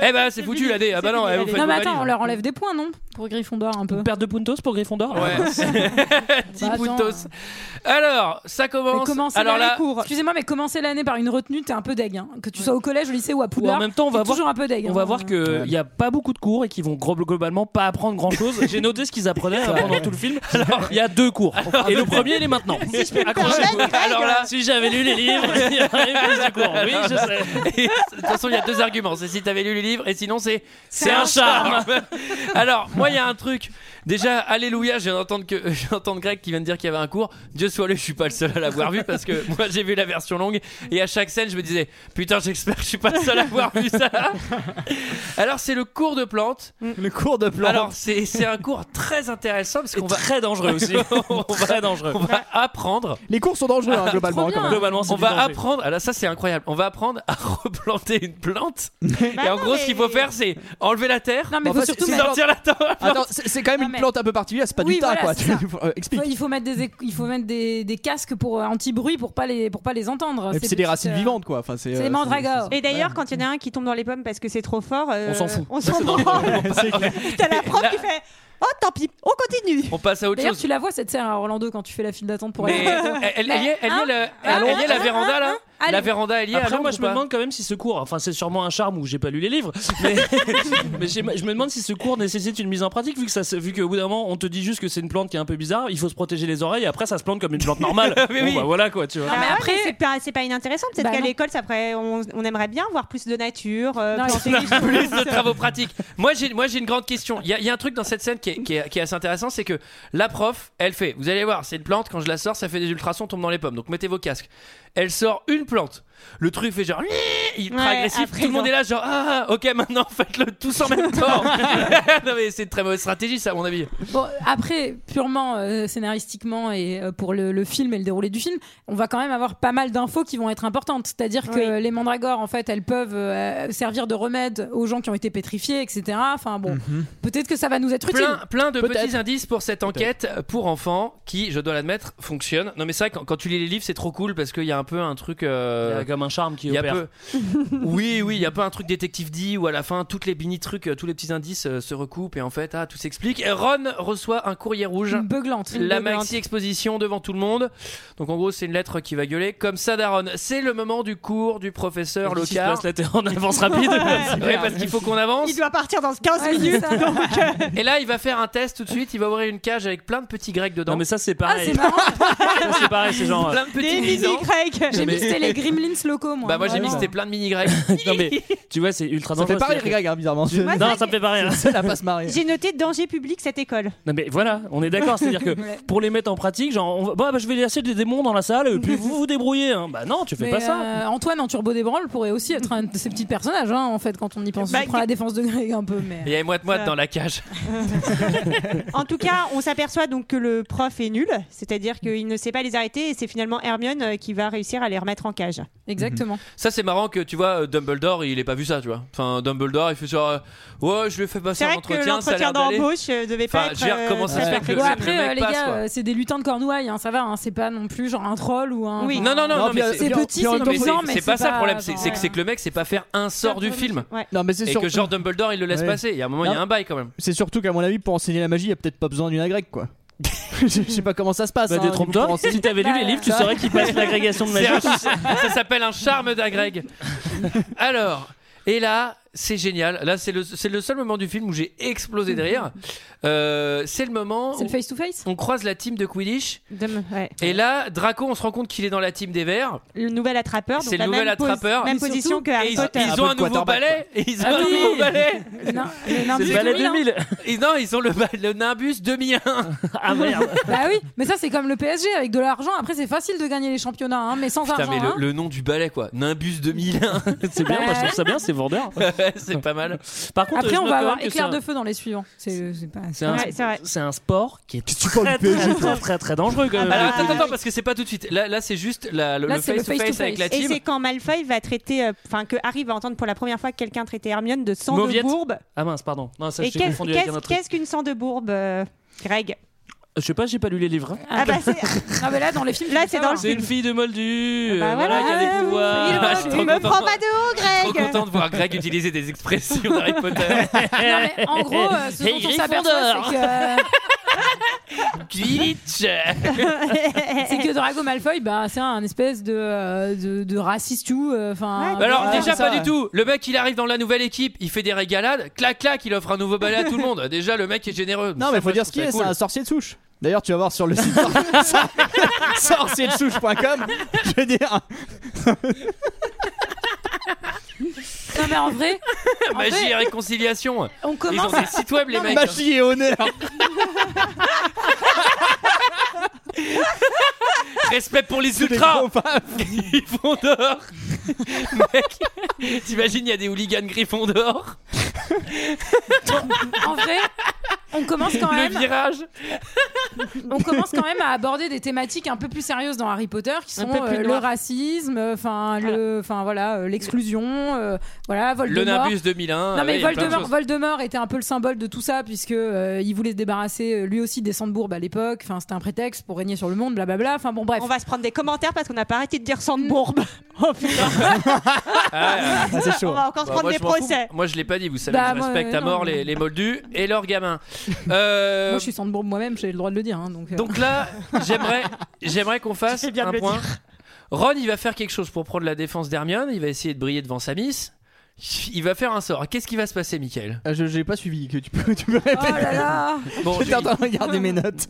Eh bah c'est foutu la dé. Ah bah non, eh, vous faites Non, vos mais attends, valises. on leur enlève des points, non Pour Gryffondor un peu. Perte de Puntos pour Gryffondor Ouais. 10 Bah, attends. puntos. Alors, ça Mais commence. commencer Alors l'année- là, excusez-moi, mais commencer l'année par une retenue, t'es un peu deg. hein. Que tu sois au collège, au lycée ou à Ou Poudlard. en même temps, on va t'es voir, toujours un peu deg. on hein. va voir Euh, que il y a pas beaucoup de cours et qu'ils vont gro- globalement pas apprendre grand chose. J'ai noté ce qu'ils apprenaient hein, pendant tout le film. il y a deux cours et le premier il est maintenant. Si je alors là, si j'avais lu les livres, il y aurait eu plus de cours. Oui, je sais. Et de toute façon, il y a deux arguments. C'est si t'avais lu le livre et sinon, c'est. C'est un charme. Alors, moi, il y a un truc. Déjà, alléluia, je viens d'entendre que je viens d'entendre Greg qui vient de dire qu'il y avait un cours. Dieu soit le, je suis pas le seul à l'avoir vu parce que moi j'ai vu la version longue et à chaque scène je me disais putain j'espère que je suis pas le seul à avoir vu ça. Alors c'est le cours de plantes. Le cours de plantes. Alors c'est c'est un cours très intéressant parce qu'on va très dangereux aussi. Très dangereux. On va apprendre. Les cours sont dangereux hein, globalement quand même. on va apprendre. Alors ça c'est incroyable. On va apprendre à replanter une plante. et en gros, ce qu'il faut faire, c'est enlever la terre. Non, mais faut Enfin, surtout c'est mettre- sortir la terre. Attends, c'est c'est quand même Non, une mais- plante un peu particulière, c'est pas Oui, du tas voilà, quoi. c'est Tu- ça. faut- euh, Explique. Faut- il faut mettre des, éc- il faut mettre des, des casques pour euh, anti-bruit pour pas les, pour pas les entendre. Et puis c'est des racines petites, euh, vivantes quoi. Enfin, c'est c'est euh, des mandragores. Et d'ailleurs, quand il y en a un qui tombe dans les pommes parce que c'est trop fort, euh, On s'en fout. On s'en branle. T'as la prof qui fait Oh, tant pis, on continue. On passe à autre D'ailleurs, chose. tu la vois cette serre à Orlando quand tu fais la file d'attente pour Ah, Mais elle, aller. elle- elle y est, elle y est, la, elle y est, la ah, véranda là. La véranda, elle y est. à Après, Londres moi, ou je me pas demande quand même si ce cours, enfin, c'est sûrement un charme où j'ai pas lu les livres, mais, mais j'ai- je me demande si ce cours nécessite une mise en pratique, vu que ça, se- vu qu'au bout d'un moment, on te dit juste que c'est une plante qui est un peu bizarre, il faut se protéger les oreilles, et après, ça se plante comme une plante normale. Mais Bon, oui. bah, voilà quoi, tu vois. Bah ouais, mais après, c'est pas, c'est pas inintéressant. Peut-être Bah qu'à non. l'école, ça ferait- on, on aimerait bien voir plus de nature. euh, Non, planter des choses. plus de travaux pratiques. Moi, j'ai, moi, j'ai une grande question. Il y, a- il y a un truc dans cette scène qui est, qui est- qui est assez intéressant, c'est que la prof, elle fait, vous allez voir, c'est une plante, quand je la sors, ça fait des ultrasons, tombe dans les pommes, donc mettez vos casques. Elle sort une plante. Le truc fait genre, hyper Ouais, agressif, après, tout le monde ils est ont- là, genre, ah, ok, maintenant, faites-le tous en même temps. non, mais c'est une très mauvaise stratégie, ça, à mon avis. Bon, après, purement euh, scénaristiquement et euh, pour le, le film et le déroulé du film, on va quand même avoir pas mal d'infos qui vont être importantes. C'est-à-dire que les mandragores, en fait, elles peuvent euh, servir de remède aux gens qui ont été pétrifiés, etc. Enfin bon, Mhm. peut-être que ça va nous être utile. Plein, plein de petits indices pour cette enquête pour enfants qui, je dois l'admettre, fonctionne. Non, mais ça, quand, quand tu lis les livres, c'est trop cool parce qu'il y a un peu un truc. euh, Il y a comme un charme qui Il y a opère. peu... oui, oui, il y a pas un truc détective dit où à la fin toutes les mini trucs, euh, tous les petits indices euh, se recoupent et en fait ah, tout s'explique. Et Ron reçoit un courrier rouge. Une beuglante. La maxi exposition devant tout le monde. Donc en gros c'est une lettre qui va gueuler comme ça Daron. C'est le moment du cours du professeur Qu'est-ce qui se Locard. passe là, t'es en avance rapide. Ah, Ouais, parce qu'il faut qu'on avance. Il doit partir dans 15 Ouais, c'est minutes. ça. donc, euh, Et là il va faire un test tout de suite. Il va ouvrir une cage avec plein de petits grecs dedans. Non, mais ça, c'est Ah, pareil. c'est marrant. Ça, c'est pareil, c'est genre. plein de petits des mini grisons. Greg. J'ai Non, mis mais- que c'était les Gremlins locaux, moi. Bah moi j'ai mis Vraiment. c'était plein de mini grecs. Non, mais tu vois, c'est ultra Ça dangereux. fait pareil, c'est-à-dire Greg, hein, bizarrement. que- Non, ça me fait pas rire. Ça la passe marée. J'ai noté danger public cette école. Non mais voilà, on est d'accord, c'est-à-dire que Ouais. pour les mettre en pratique, genre, on va- bah, bah, je vais laisser des démons dans la salle, et puis vous vous débrouillez. hein. Bah non, tu fais Mais, pas ça. euh, Antoine en turbo débranle pourrait aussi être un de ces petits personnages, hein, en fait, quand on y pense. Bah, je prends la défense de Greg un peu, mais. Il y a moite moite Ça. dans la cage. En tout cas, on s'aperçoit donc que le prof est nul, c'est-à-dire qu'il ne sait pas les arrêter et c'est finalement Hermione euh, qui va réussir à les remettre en cage. Exactement. Ça c'est marrant que tu vois euh, Dumbledore il ait pas vu ça tu vois. Enfin Dumbledore il fait genre euh, ouais je lui fais passer C'est un vrai que entretien ça a l'air l'entretien d'aller. d'embauche euh, devait Enfin, pas je veux dire, être. comment ça se très fait que- perfectionnel. Bon, le- après, le mec euh, les passe, gars, quoi. euh, c'est des lutins de Cornouailles, hein, ça va, hein, c'est pas non plus genre un troll ou un. Oui. Non non non, Non, non, puis, mais euh, c'est- C'est puis en- petit, puis en c'est même temps, mais faut- pesant, c'est- mais c'est pas ça le problème, genre, c'est c'est que, c'est que le mec sait pas faire un sort du film Ouais. Non, mais c'est et sûr. que genre Dumbledore il le laisse Ouais. passer. Il y a un moment il y a Non. un bail quand même. C'est surtout qu'à mon avis, pour enseigner la magie, il n'y a peut-être pas besoin d'une agrègue quoi. je je sais pas comment ça se passe. Bah, hein, détrompe-toi. vous pensez- Si t'avais lu les livres, tu saurais qu'il passe l'agrégation de magie. C'est un- Ça s'appelle un charme d'agrég. Alors, et là, c'est génial. Là, c'est le, c'est le seul moment du film où j'ai explosé de rire. Euh, c'est le moment. C'est le où face-to-face On croise la team de Quidditch. Demain, ouais. Et là, Draco, on se rend compte qu'il est dans la team des Verts. Le nouvel attrapeur. donc C'est le la nouvel même pose- attrapeur. Même position que Harry Et ils, Potter. ils ont un nouveau balai. Et Ah Ils ont un nouveau balai. Non, C'est le balai hein. 2000. Ils, non, ils ont le, ba- le Nimbus 2001. ah merde. bah oui, mais ça c'est comme le PSG avec de l'argent. Après c'est facile de gagner les championnats, hein, mais sans Putain, argent. mais hein. le, le nom du balai, quoi. Nimbus 2001. c'est bien, moi, je trouve ça bien, c'est vendeur. c'est pas mal. Par contre, Après je on va note quand avoir même que éclair c'est un- de feu dans les suivants. C'est c'est pas. C'est un, Ouais, c'est vrai. c'est un sport qui est très, très, très, très, très Ah, dangereux quand même. Alors, attends, attends, parce que c'est pas tout de suite. Là, là c'est juste la- le Là, c'est face-to-face avec la Et team. c'est quand Malfoy va traiter, euh, enfin que Harry va entendre pour la première fois quelqu'un traiter Hermione de sang Mauviette. de bourbe. Ah mince, pardon. Non, ça, Et je t'ai qu'est- confondu avec qu'est-ce un autre truc. qu'est-ce qu'une sang de bourbe, euh, Greg Euh, Je sais pas, j'ai pas lu les livres. hein. Ah bah c'est. Ah mais là dans les films. Là c'est dans le C'est une film. fille de Moldu. euh, Bah voilà, qui a des pouvoirs. Ah, je suis trop Tu me content. prends pas de haut, Trop Greg. content de voir Greg utiliser des expressions d'Harry Potter. Non, mais en gros, euh, ce Hey, dont on s'aperçoit, c'est que, Twitch c'est que Drago Malfoy, bah, c'est un espèce de, euh, de, de raciste you, euh, enfin. Bah Alors voilà. déjà pas du tout. Le mec il arrive dans la nouvelle équipe, il fait des régalades, clac clac, il offre un nouveau balai à tout le monde. Déjà le mec est généreux. Ça, Non, mais moi, faut dire je ce qui trouve est, ça c'est cool. un sorcier de souche. D'ailleurs, tu vas voir sur le site sorcierdesouche.com. Je veux dire, Non, mais en vrai, en Magie vrai, et réconciliation. on Ils commence. ont des sites web les Non, mecs. magie et honneur. Respect pour les C'est des ultras. gros baffes. Ah, Ils font dehors. mec, t'imagines il y a des hooligans griffons dehors. En vrai, on commence quand Le même. virage. on commence quand même à aborder des thématiques un peu plus sérieuses dans Harry Potter qui Un sont peu plus euh, le noires. racisme enfin le enfin voilà euh, l'exclusion euh, voilà Le Voldemort Nimbus 2001. non ouais, mais il y a plein de Voldemort, choses. Voldemort était un peu le symbole de tout ça puisque euh, il voulait se débarrasser euh, lui aussi des Sandbourbes à l'époque. Enfin c'était un prétexte pour régner sur le monde, blablabla. Enfin bon bref. On va se prendre des commentaires parce qu'on n'a pas arrêté de dire sang de Mm. bourbe. Oh putain. Ah, ouais. c'est chaud. hein. On va encore se Bah, prendre moi, des je m'en fous. procès. Moi je l'ai pas dit, vous savez, Bah, je moi, respecte euh, à mort non. les, les moldus et leurs gamins. Euh, Moi je suis Sandbourbe moi-même, j'ai le droit de le dire. hein, donc, euh. donc là, j'aimerais, j'aimerais qu'on fasse bien de un le point. Ron, il va faire quelque chose pour prendre la défense d'Hermione, il va essayer de briller devant Samis. Il va faire un sort. Qu'est-ce qui va se passer, Michael Ah, Je j'ai pas suivi que tu peux tu peux Oh là là Bon, J'étais en train de regarder mes notes.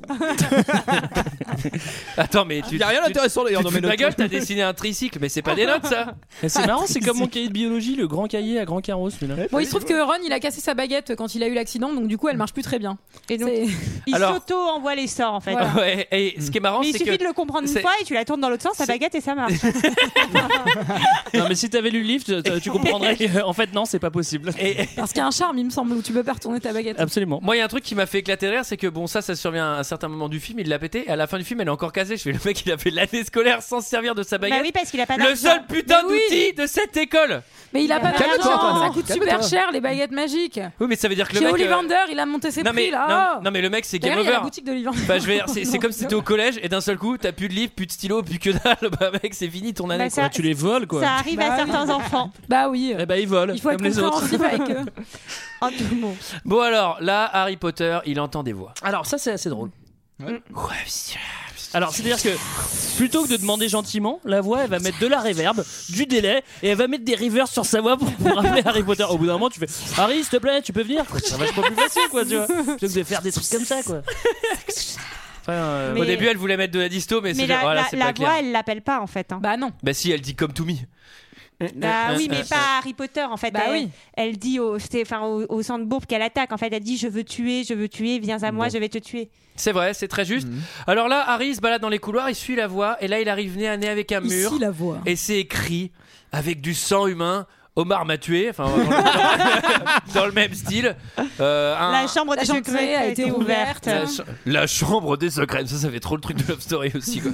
attends, mais tu, Il y a rien tu, tu, d'intéressant d'ailleurs dans te mes fous de ma notes. gueule, t'as dessiné un tricycle, mais c'est pas des notes, ça Et C'est marrant, c'est comme mon cahier de biologie, le grand cahier à grand carreau celui-là. Bon, il se trouve que Ron il a cassé sa baguette quand il a eu l'accident, donc du coup elle marche plus très bien. Et donc, C'est- il Alors- s'auto-envoie les sorts en fait. Voilà. Ouais, et ce qui est marrant, Mais il c'est suffit que. de le comprendre une c'est- fois et tu la tournes dans l'autre sens, ça c'est- baguette et ça marche. Non, mais si t'avais lu le livre, tu- tu, tu comprendrais que, en fait, non, c'est pas possible. et- et- Parce qu'il y a un charme, il me semble, où tu peux pas retourner ta baguette. Absolument. moi, il y a un truc qui m'a fait éclater de rire, c'est que bon, ça, ça survient à un certain moment du film, il l'a pété. À la fin du film, elle est encore casée. Je fais le mec, il a fait l'année scolaire sans se servir de sa Bah baguette. oui, parce qu'il a pas le d'argent. seul putain Mais oui. d'outil de cette école. Mais il a pas Calme-toi, d'argent, ça Antoine. coûte super Calme-toi. cher les baguettes magiques. Oui, mais ça veut dire que Chez le mec. euh, Ollivander, il a monté ses non, prix mais, là. non, non, mais le mec, c'est game D'ailleurs, il y a la over. boutique d'Ollivander. Bah, je vais dire, c'est c'est comme si t'étais au collège et d'un seul coup, t'as plus de livres, plus de stylos, plus que dalle. Bah, mec, c'est fini ton année. Bah, quoi. ça, Tu les voles quoi. ça arrive Bah à oui. certains enfants. Bah oui, Eh bah, ils volent, il faut être comme les autres. compréhensif avec eux. En tout mot. Bon, alors, là, Harry Potter, il entend des voix. Ah. Alors, ça, c'est assez drôle. Ouais, c'est- Alors, c'est-à-dire que plutôt que de demander gentiment, la voix, elle va mettre de la réverb, du délai, et elle va mettre des reverbs sur sa voix pour, pour rappeler Harry Potter. Au bout d'un moment, tu fais Harry, s'il te plaît, tu peux venir C'est vachement plus facile, quoi, tu vois. Plutôt que de faire des trucs comme ça, quoi. Enfin, euh, Mais- Au début, elle voulait mettre de la disto, mais, Mais c'est la, voilà, la- c'est la pas clair. voix, elle l'appelle pas en fait. hein. Bah non. Bah, si, elle dit comme to me. Bah Euh, oui, euh, mais euh, pas Harry Potter en fait. Bah elle, oui. elle dit au, c'est- enfin, au, au centre bourbe qu'elle attaque. En fait, elle dit Je veux tuer, je veux tuer, viens à moi, je vais te tuer. C'est vrai, c'est très juste. Mhm. Alors là, Harry se balade dans les couloirs, il suit la voix, et là, il arrive nez à nez avec un mur. Ici la voix. Et c'est écrit avec du sang humain. Omar m'a tué, enfin dans le- dans le même style. Euh, un- Ah. La chambre La des chambre secrets a été ouverte. la, Euh, ch- la chambre des secrets, ça, ça fait trop le truc de Love Story aussi. quoi.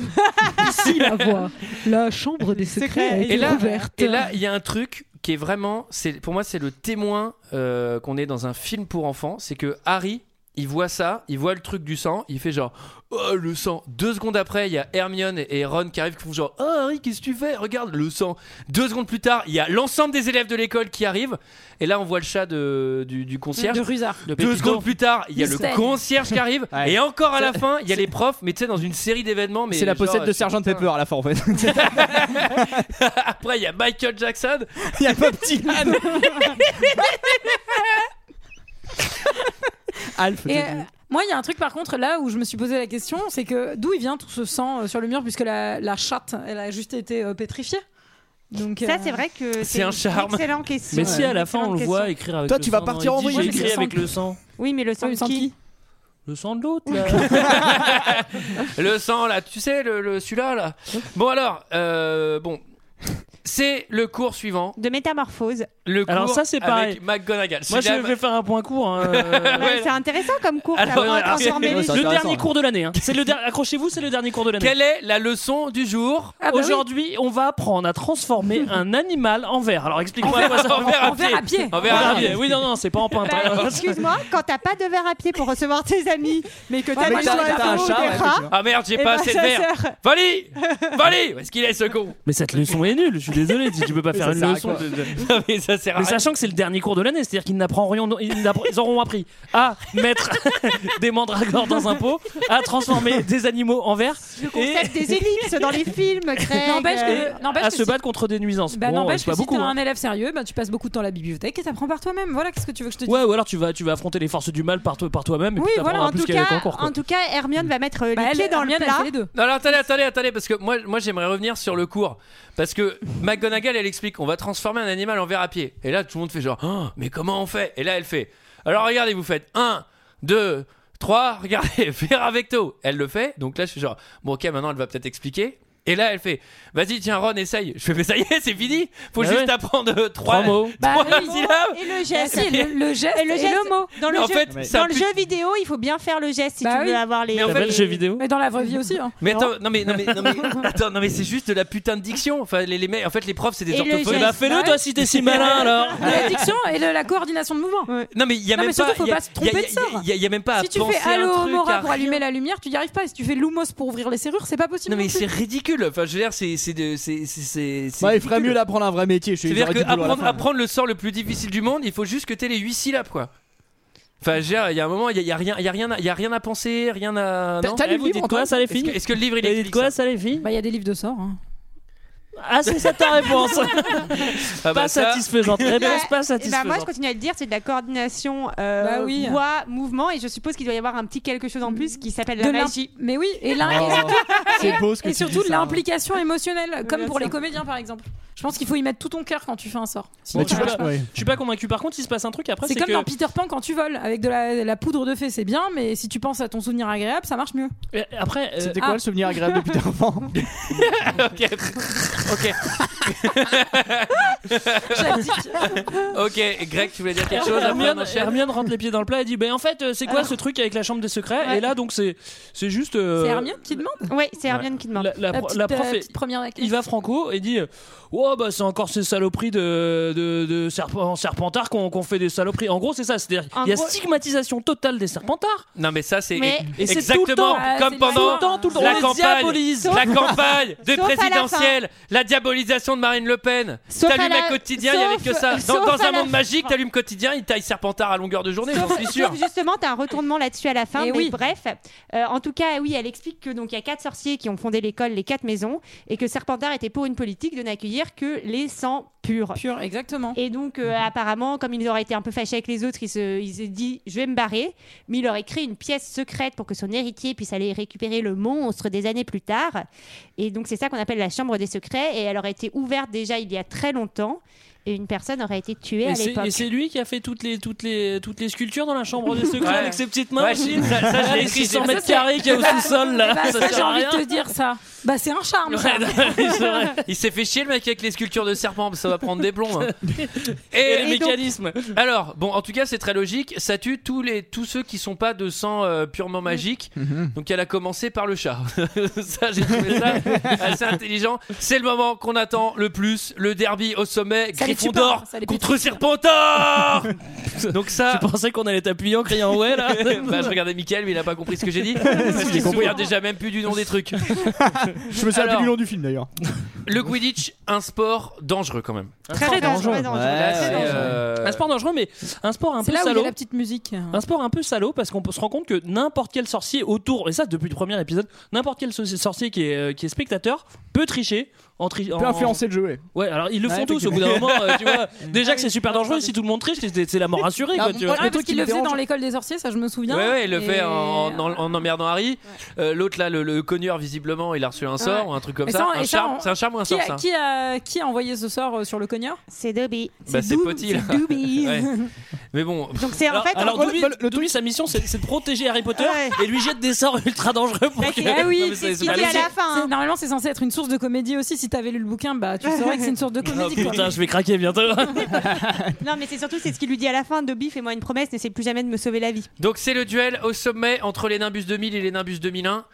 Ici la voix. La chambre des secrets a été Et là, et là, il y a un truc qui est vraiment, c'est pour moi, c'est le témoin euh, qu'on est dans un film pour enfants, c'est que Harry il voit ça, il voit le truc du sang, il fait genre oh, le sang. Deux secondes après, il y a Hermione et- et Ron qui arrivent qui font genre oh Harry qu'est-ce que tu fais Regarde le sang. Deux secondes plus tard, il y a l'ensemble des élèves de l'école qui arrivent et là on voit le chat de, du, du concierge. De Ruzard. De Deux Pépito. secondes plus tard, il y a le Mustang. concierge qui arrive Ouais. et encore à la Ça- fin, il y a les profs, mais tu sais dans une série d'événements. mais C'est la genre, possède de euh, Sergent Pepper à la fin en fait. Après il y a Michael Jackson. Il y a pas petit Alf. Et, euh, moi, il y a un truc par contre là où je me suis posé la question, c'est que d'où il vient tout ce sang euh, sur le mur puisque la, la chatte, elle a juste été euh, pétrifiée. Donc euh, Ça, c'est vrai que C'est un une charme. Excellente question. Mais si à la fin on Excellente le voit question. écrire avec Toi, le tu sang, vas non, partir il en dit, vrille. J'ai Moi, je écrit le sens avec que- le sang. Oui, mais le sang de qui Le sang de l'autre là. le sang là, tu sais, le, le- celui-là là. Bon alors, euh, bon, c'est le cours suivant. De métamorphose. Le Alors cours ça, c'est pareil. avec McGonagall. Moi C'est je la- vais faire un point court. hein. Ouais, mais C'est intéressant comme cours. Alors, ça vraiment Ah, ouais, alors, transformé les le dernier cours de l'année. hein. C'est le der- Accrochez-vous, c'est le dernier cours de l'année. Quelle est la leçon du jour bah Ah, oui. Aujourd'hui, on va apprendre à transformer un animal en verre. Alors explique-moi à quoi ça Eh En verre à En verre pied. à pied. En verre à pied. Oui, non, non, c'est pas en peintre. Bah, Excuse-moi, quand t'as pas de verre à pied pour recevoir tes amis, mais que t'as mais des t'as- joies t'as un d'enfant ou chat, des ouais, rats, Ah merde, j'ai eh pas ben, assez de ça verre. sert. Vali, Vali, où est-ce qu'il est ce con Mais cette leçon est nulle. Je suis désolé, tu, tu peux pas Mais faire ça une sert à leçon. quoi de- de- Non, mais ça sert à Mais rien. sachant que c'est le dernier cours de l'année, c'est-à-dire qu'ils n'apprendront rien, ils, n'appren- ils auront appris à mettre des mandragores dans un pot, à transformer des animaux en verre, Le concept des ellipses dans les films, Craig. N'empêche euh, que, n'empêche que à Ah, se si- battre contre des nuisances. Bah, Bon, n'empêche c'est que pas si beaucoup. t'es hein. un élève sérieux, bah, tu passes beaucoup de temps à la bibliothèque et t'apprends par toi-même. Voilà, qu'est-ce que tu veux que je te dise Ouais, ou alors tu vas, tu vas affronter les forces du mal par, toi- par toi-même et Oui, puis t'apprendras voilà, en plus tout, qu'avec cas, encore, quoi. en tout cas, Hermione va mettre euh, Bah, les elle- pieds dans Hermione, le elle plat. fait les deux. Non, alors attendez, attendez, attendez, parce que moi, moi j'aimerais revenir sur le cours. Parce que McGonagall, elle explique on va transformer un animal en verre à pied. Et là, tout le monde fait genre, Ah, mais comment on fait Et là, elle fait alors regardez, vous faites 1, 2, 3, regardez, verre à vecto. Elle le fait, donc là, je suis genre, bon, ok, maintenant elle va peut-être expliquer. Et là, elle fait vas-y, tiens, Ron, essaye. Je fais mais ça y est, c'est fini. Faut Bah juste ouais. apprendre 3 Trois mots. Bah, trois oui. syllabes. Et le geste. Bah, si, le- le geste et le mot. Dans le, Mais en jeu, fait, ça dans le pue- jeu vidéo, il faut bien faire le geste si Bah tu oui. veux avoir les. Mais en fait, les- le jeu vidéo. Mais dans la vraie vie aussi. hein. Mais attends, non mais non mais, non, mais- attends, non mais c'est juste de la putain de diction. Enfin les, les mecs, en fait les profs c'est des Et le orthophones. geste. Bah fais-le toi si t'es si malin alors La diction et le- la coordination de mouvement. Non mais il y a Non, même mais surtout, pas, faut il y a- pas se il y a- tromper il y de a- sort. il y a- il y a même pas à si tu penser fais un Allo truc. à Mora pour rien. allumer la lumière, tu n'y arrives pas. Et si tu fais Lumos pour ouvrir les serrures, c'est pas possible. Non mais plus. c'est ridicule. Enfin je veux dire c'est c'est de- c'est c'est c'est. c'est Ouais, il ridicule. ferait mieux d'apprendre un vrai métier. Je suis C'est-à-dire ils auraient que du boulot à la apprendre, fin. apprendre le sort le plus difficile du monde, il faut juste que t'aies les 8 syllabes quoi. Enfin, je veux dire, il y a un moment, il y a, il y a rien, il y a rien, à- il y a rien à penser, rien à. T'as- non t'as lu Eh, le vous livre, dites Toi ça les Est-ce que, filles est-ce que le livre il Et dites explique quoi ça ça les filles Bah, il y a des livres de sorts. hein. Ah c'est ça ta réponse Ah, bah, Pas ça- satisfaisante. Réponse pas Bah, eh ben, moi, je satisfaisante. continue à le dire, c'est de la coordination euh, Bah oui. voix, mouvement, et je suppose qu'il doit y avoir un petit quelque chose en plus qui s'appelle De la l'im- magie. Ah. Mais oui, et l'un et Oh, C'est beau ce que Et tu surtout dis, de ça. l'implication émotionnelle, comme hein. bien pour les sûr. comédiens par exemple. Je pense qu'il faut y mettre tout ton cœur quand tu fais un sort. Sinon, Mais tu ça marche peux- pas. ouais. Je suis pas convaincu par contre il se passe un truc après C'est c'est comme que dans Peter Pan quand tu voles, avec de la, la poudre de fée, c'est bien, mais si tu penses à ton souvenir agréable, ça marche mieux. Mais après euh, C'était quoi Ah. le souvenir agréable de Peter Pan Ok, ok, ok. Greg, tu voulais dire quelque chose après, on Hermione, enchaîne Hermione rentre les pieds dans le plat et dit ben en fait euh, c'est quoi ce truc avec la chambre des secrets Ouais. et là donc c'est c'est juste euh, C'est Hermione qui demande Oui, c'est Hermione qui demande. la, la la pro- petite, la prof euh, est- petite première il va franco et dit oh bah c'est encore ces saloperies de, de, de serpent- serpentards qu'on qu'on fait des saloperies en gros c'est ça c'est à dire En il y a gros- stigmatisation totale des serpentards Non mais ça c'est Mais- Et c'est tout le exactement temps. Ah, comme c'est pendant tout le temps, tout le temps. la On les campagne, diabolise. la campagne de Sauf à la présidentielle, la, diabolisation de Marine Le Pen. Sauf à T'allumes la- un quotidien, il y avait que sauf- ça. Dans, sauf dans à un la monde magique, t'allumes quotidien, il taille Serpentard à longueur de journée, j'en suis sûr. Sauf justement, tu as un retournement là-dessus à la fin. Eh mais oui. bref, Euh, en tout cas, oui, elle explique que donc il y a quatre sorciers qui ont fondé l'école, les quatre maisons, et que Serpentard était pour une politique de n'accueillir que les sangs purs. pure, exactement. Et donc, euh, apparemment, comme ils auraient été un peu fâchés avec les autres, ils se, ils se dit je vais me barrer. Mais il aurait créé une pièce secrète pour que son héritier puisse aller récupérer le monstre des années plus tard. Et donc, c'est ça qu'on appelle la chambre des secrets. Et elle aurait été ouverte déjà il y a très longtemps. Et une personne aurait été tuée et à c'est- l'époque. et c'est lui qui a fait toutes les toutes les toutes les sculptures dans la chambre des secrets Ouais. avec ses petites mains Ouais, je- ça, ça, je l'ai les écrit, 600 j'ai- mètres carrés qu'il y a au sous-sol là Bah, ça ça, j'ai sert à envie de rien. te dire ça. Bah, c'est un charme. ça. Ouais, non, c'est vrai. Il s'est fait chier le mec avec les sculptures de serpents. parce que doit prendre des plombs. hein. Et, les mécanismes. Alors, bon, en tout cas, c'est très logique. Ça tue tous, les, tous ceux qui sont pas de sang euh, purement magique. Donc, elle a commencé par le chat. ça, j'ai trouvé ça assez intelligent. C'est le moment qu'on attend le plus. Le derby au sommet. Ça les tue Gryffondor pas, ça les contre Serpentor Donc ça. Tu pensais qu'on allait t'appuyer en criant ouais là Bah, je regardais Mickaël, mais il a pas compris ce que j'ai dit. J'ai Parce qu'il se compris. souvient déjà même plus du nom des trucs. Je me souviens Alors, plus du nom du film d'ailleurs. Le Quidditch, un sport dangereux quand même. Très sport dangereux, dangereux. dangereux. Là, Ah, Ouais, c'est, ouais, euh, Un sport dangereux, mais un sport un C'est peu là où il y a salaud. la petite musique. Un sport un peu salaud parce qu'on peut se rendre compte que n'importe quel sorcier autour, et ça depuis le premier épisode, n'importe quel so- sorcier qui est, euh, qui est spectateur peut tricher. En tri- Peut en- influencer le jeu. ouais. Ouais, alors ils le Ouais, font tous au bout d'un moment. euh, tu vois, déjà que c'est super dangereux, si tout le monde triche, c'est c'est la mort assurée. Ah, Quoi, bon, tu voilà, vois. parce qu'il le faisait dans l'école des sorciers, ça je me souviens. euh, Ouais, ouais, il le Et- fait en, euh, en- en emmerdant Harry. Euh, L'autre, là, le, le cogneur, visiblement, il a reçu un sort Ouais. ou un truc comme Et ça. on- Un et charme, on- c'est un charme ou un qui sort, a, ça qui, a, qui a envoyé ce sort euh, sur le cogneur C'est Dobby. Bah, c'est Potty, là. Ouais. Mais bon. Donc, c'est en Alors- fait. Alors, en- Dobby, Dobby, sa mission, c'est c'est de protéger Harry Potter et lui jette des sorts ultra dangereux pour que. Ah Non, oui, mais c'est c'est- ce qu'il c'est dit à la pas fin. hein. C'est- Normalement, c'est censé être une source de comédie aussi. Si t'avais lu le bouquin, bah tu saurais que c'est une source de logique. comédie. Oh, putain, je vais craquer bientôt. Non, mais c'est surtout c'est ce qu'il lui dit à la fin. Dobby, fais-moi une promesse, n'essaie plus jamais de me sauver la vie. Donc c'est le duel au sommet entre les Nimbus 2000 et les Nimbus 2001.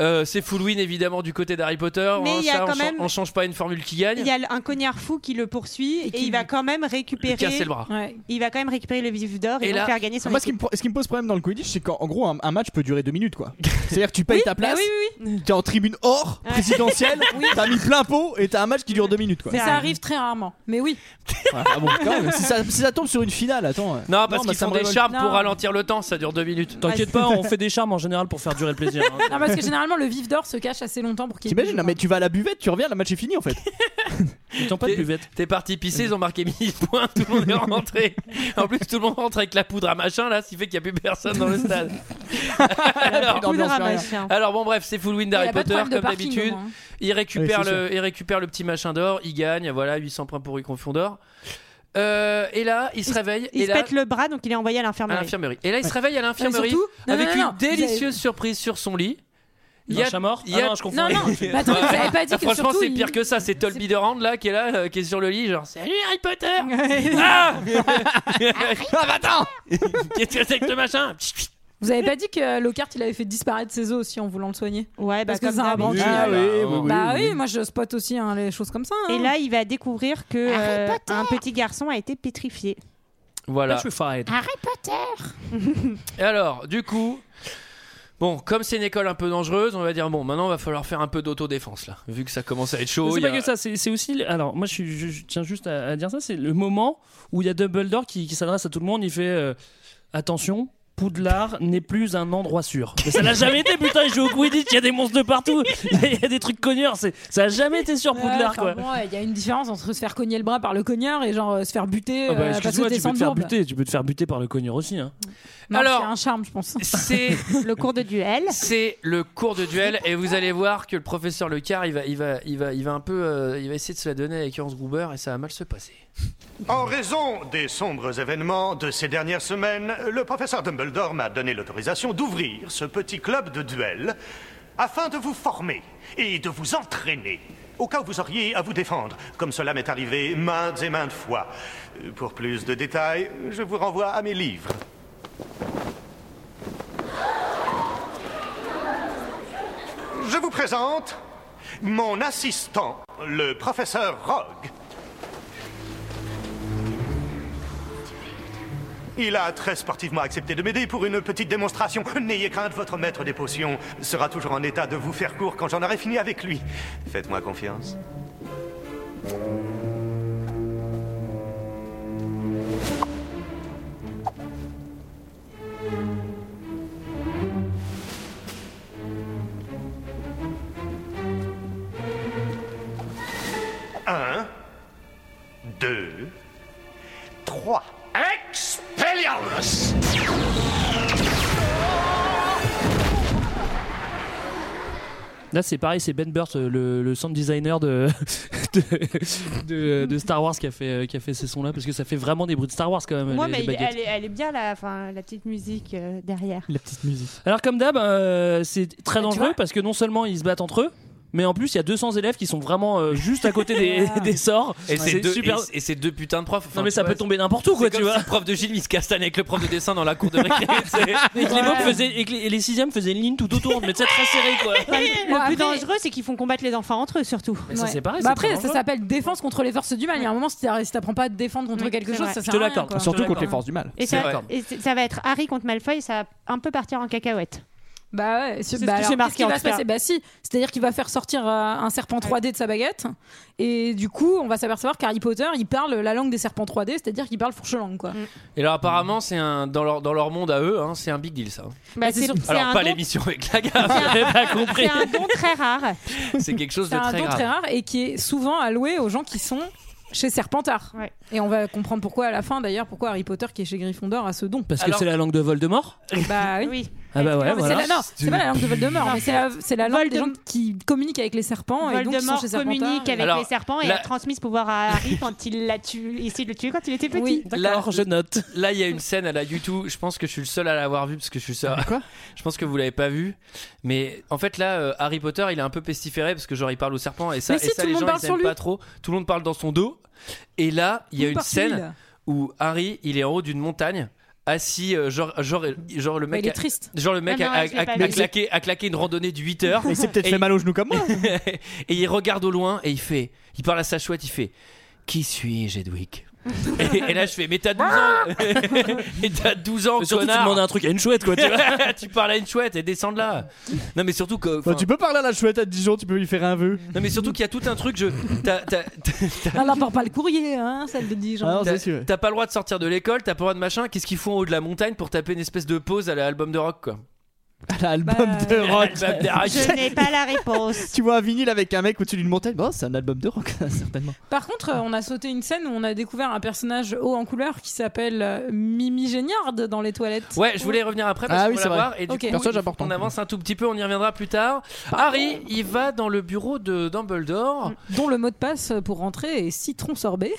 Euh, c'est full win évidemment du côté d'Harry Potter. Hein, Mais il y a ça, on, quand chan- même- on change pas une formule qui gagne. Il y a un cognard fou qui le poursuit et, qui il va quand même récupérer. lui casse le bras. Ouais. Il va quand même récupérer le vif d'or et, Et donc là- faire gagner son Moi, ce qui, me, équipe. pro- ce qui me pose problème dans le Quidditch, c'est qu'en en gros, un, un match peut durer deux minutes quoi. C'est-à-dire que tu payes Oui, ta bah place, oui, t'es en tribune or présidentielle, t'as mis plein pot et t'as un match qui dure deux minutes quoi. Mais ça arrive très rarement. Mais oui. Ouais, ah bon, quand même, si, ça, si ça tombe sur une finale, attends. euh. Non parce bah, qu'ils ça font me des révolte. charmes Non. pour ralentir le temps. Ça dure deux minutes. T'inquiète pas, on fait des charmes en général pour faire durer le plaisir. hein. Non, parce que généralement, le vif d'or se cache assez longtemps pour qu'il. T'imagines, non, mais tu vas à la buvette, tu reviens, le match est fini en fait. Ils t'ont pas de buvette. T'es parti pisser, ils ont marqué 1000 points, tout le monde est rentré. En plus, tout le monde rentre avec la poudre à machin, là, ce qui fait qu'il n'y a plus personne dans le stade. alors, poudre à machin. alors, bon, bref, c'est full win Il y d'Harry a pas de Potter, problème de comme parking, d'habitude. au moins. Il, récupère Ouais, c'est le- il récupère le petit machin d'or, il gagne, voilà, 800 points pour Gryffondor. Euh, et là, il se réveille. Il et se là, pète le bras, donc il est envoyé à à l'infirmerie. l'infirmerie. Et là, il se réveille à Et l'infirmerie surtout- non, avec non, non, une non, vous avez- délicieuse surprise sur son lit. Un chat mort il y a- Ah non, je confonds. Non, non, mais attends, vous avez pas dit Ah, que Franchement, surtout, c'est il- pire que ça. C'est Tolby Durand là qui est là, euh, qui est sur le lit, genre salut Harry Potter. ah, ah bah attends, qu'est-ce que c'est que ce machin Vous avez pas dit que Lockhart il avait fait disparaître ses os aussi en voulant le soigner Ouais, bah, parce que comme c'est un d'hab. bandit. Ah oui, oui, oui, bah oui. oui, moi je spot aussi hein, les choses comme ça. hein. Et là, il va découvrir que euh, un petit garçon a été pétrifié. Voilà. Petrified. Harry Potter Et alors, du coup. Bon, comme c'est une école un peu dangereuse, on va dire bon, maintenant va falloir faire un peu d'autodéfense là, vu que ça commence à être chaud. C'est il y pas a- que ça, c'est c'est aussi. le- Alors, moi, je, suis- je- je tiens juste à, à dire ça c'est le moment où il y a Dumbledore qui, qui s'adresse à tout le monde. Il fait euh, Attention, Poudlard n'est plus un endroit sûr. Mais ça n'a jamais été, putain, il joue au Quidditch, il y a des monstres de partout, il y a- il y, a des trucs cogneurs, c'est- ça n'a jamais été sûr, Ouais, Poudlard, enfin, quoi. bon, ouais, Il y a une différence entre se faire cogner le bras par le cognard et genre euh, se faire buter Ah bah, euh, parce que excuse-moi, t'es tu sans peux te faire bourbe. buter, tu peux te faire buter par le cogneur aussi. Hein. Alors, un charme, je pense. C'est le cours de duel. C'est le cours de duel et vous allez voir que le professeur Lecar, il va, il va, il va, il va un peu, euh, il va essayer de se la donner avec Hans Gruber et ça va mal se passer. En raison des sombres événements de ces dernières semaines, le professeur Dumbledore m'a donné l'autorisation d'ouvrir ce petit club de duel afin de vous former et de vous entraîner au cas où vous auriez à vous défendre, comme cela m'est arrivé maintes et maintes fois. Euh, Pour plus de détails, je vous renvoie à mes livres. Je vous présente mon assistant, le professeur Rogue. Il a très sportivement accepté de m'aider pour une petite démonstration. N'ayez crainte, votre maître des potions sera toujours en état de vous faire court quand j'en aurai fini avec lui. Faites-moi confiance. Un, deux, trois. Expelliarmus Là, c'est pareil, c'est Ben Burt, euh, le, le sound designer de, de, de- de Star Wars, qui a, fait, euh, qui a fait ces sons-là, parce que ça fait vraiment des bruits de Star Wars quand même. Moi, les- mais les il- baguettes. elle, est, elle est bien la, enfin, la petite musique euh, derrière. Alors comme d'hab, euh, c'est très dangereux vois Bah, parce que non seulement ils se battent entre eux, mais en plus il y a 200 élèves qui sont vraiment euh, juste à côté des, des sorts. Et c'est deux, et- et c'est deux putains de profs. Non, mais ça peut tomber n'importe où, quoi, tu vois. Le prof de gym il se castagne avec le prof de dessin dans la cour de récré. Et que les mecs faisaient- et que les- et les sixièmes faisaient une ligne tout autour, mais tu sais, très serré quoi. Bon, Le après- plus dangereux, c'est qu'ils font combattre les enfants entre eux, surtout. Mais ça, c'est pareil, Bah c'est après, très ça dangereux. s'appelle défense contre les forces du mal. Il y a un moment, si t'as- si t'apprends pas à te défendre contre Oui, quelque c'est chose, vrai. ça Je sert te à rien, l'accorde, quoi. Surtout contre les forces du mal. Et ça, et c'est- ça va être Harry contre Malfoy, ça va un peu partir en cacahuète. Bah ouais, c'est C'est ce bah que j'ai alors, marqué, qu'est-ce qui en va tout se passer cas. Bah si, c'est-à-dire qu'il va faire sortir euh, un serpent 3D de sa baguette, et du coup, on va s'apercevoir qu'Harry Potter, il parle la langue des serpents 3D, c'est-à-dire qu'il parle fourche-langue, quoi. Et alors apparemment c'est un dans leur dans leur monde à eux hein, c'est un big deal ça. Bah, c'est- c'est alors un pas don- l'émission avec la gaffe, j'avais pas compris. C'est un don très rare. C'est quelque chose C'est de un très don grave. très rare et qui est souvent alloué aux gens qui sont chez Serpentard. Et on va comprendre pourquoi à la fin, d'ailleurs, pourquoi Harry Potter qui est chez Gryffondor a ce don. Parce que c'est la langue de Voldemort Bah oui. Ah bah ouais, Non, mais c'est voilà. la- non, c'est pas la langue de Voldemort, mais c'est la, c'est la langue des gens qui communiquent avec les serpents et donc qui sont Voldemort chez Serpentard. communique avec Alors, les serpents et la- a transmis ce pouvoir à Harry quand il l'a tué, essayé de le tuer quand il était petit. Là, je note. Là, il y a une scène à la YouTube. Je pense que je suis le seul à l'avoir vue parce que je suis le seul. Quoi Je pense que vous l'avez pas vue. Mais en fait, là, euh, Harry Potter, il est un peu pestiféré parce que genre il parle au serpent et ça, Mais si, et ça tout le les monde gens parle ils sur aiment lui. pas trop. Tout le monde parle dans son dos. Et là, il y a Tout une parle sur lui, scène là. où Harry, il est en haut d'une montagne. Assis, euh, genre, genre, genre le mec. il est a- triste. Genre le mec Ah non, a, ouais, je l'ai a- pas a vu. claqué, a claqué une randonnée de 8 heures. Mais il s'est peut-être Et fait il- mal au genou comme moi. et il regarde au loin et il fait, il parle à sa chouette, il fait, qui suis-je, Edwig et, et là je fais, mais t'as 12 ans Et t'as 12 ans, Mais surtout, tu connard. demandes un truc à une chouette, quoi, tu vois. Tu parles à une chouette et descends de là Non mais surtout que... Enfin, Bah, tu peux parler à la chouette à Dijon, tu peux lui faire un vœu. Non mais surtout qu'il y a tout un truc, je... t'as- t'as- Elle n'apporte pas le courrier, hein, celle de Ah Dijon. T'as t'as pas le droit de sortir de l'école, t'as pas le droit de machin, qu'est-ce qu'ils font en haut de la montagne pour taper une espèce de pause à l'album de rock quoi L'album Oh, de rock. L'album de rock. Ah, Je n'ai pas la réponse. tu vois un vinyle avec un mec au-dessus d'une montagne Bon, c'est un album de rock, certainement. Par contre, euh, on a sauté une scène où on a découvert un personnage haut en couleur qui s'appelle euh, Mimi Géniarde dans les toilettes. Ouais, je voulais y revenir après parce Ah qu'on oui, va c'est la vrai. voir et du Ok. coup, il Personnage faut qu'on avance un tout petit peu, on y reviendra plus tard. Harry, il va dans le bureau de Dumbledore. Dont le mot de passe pour rentrer est citron sorbet.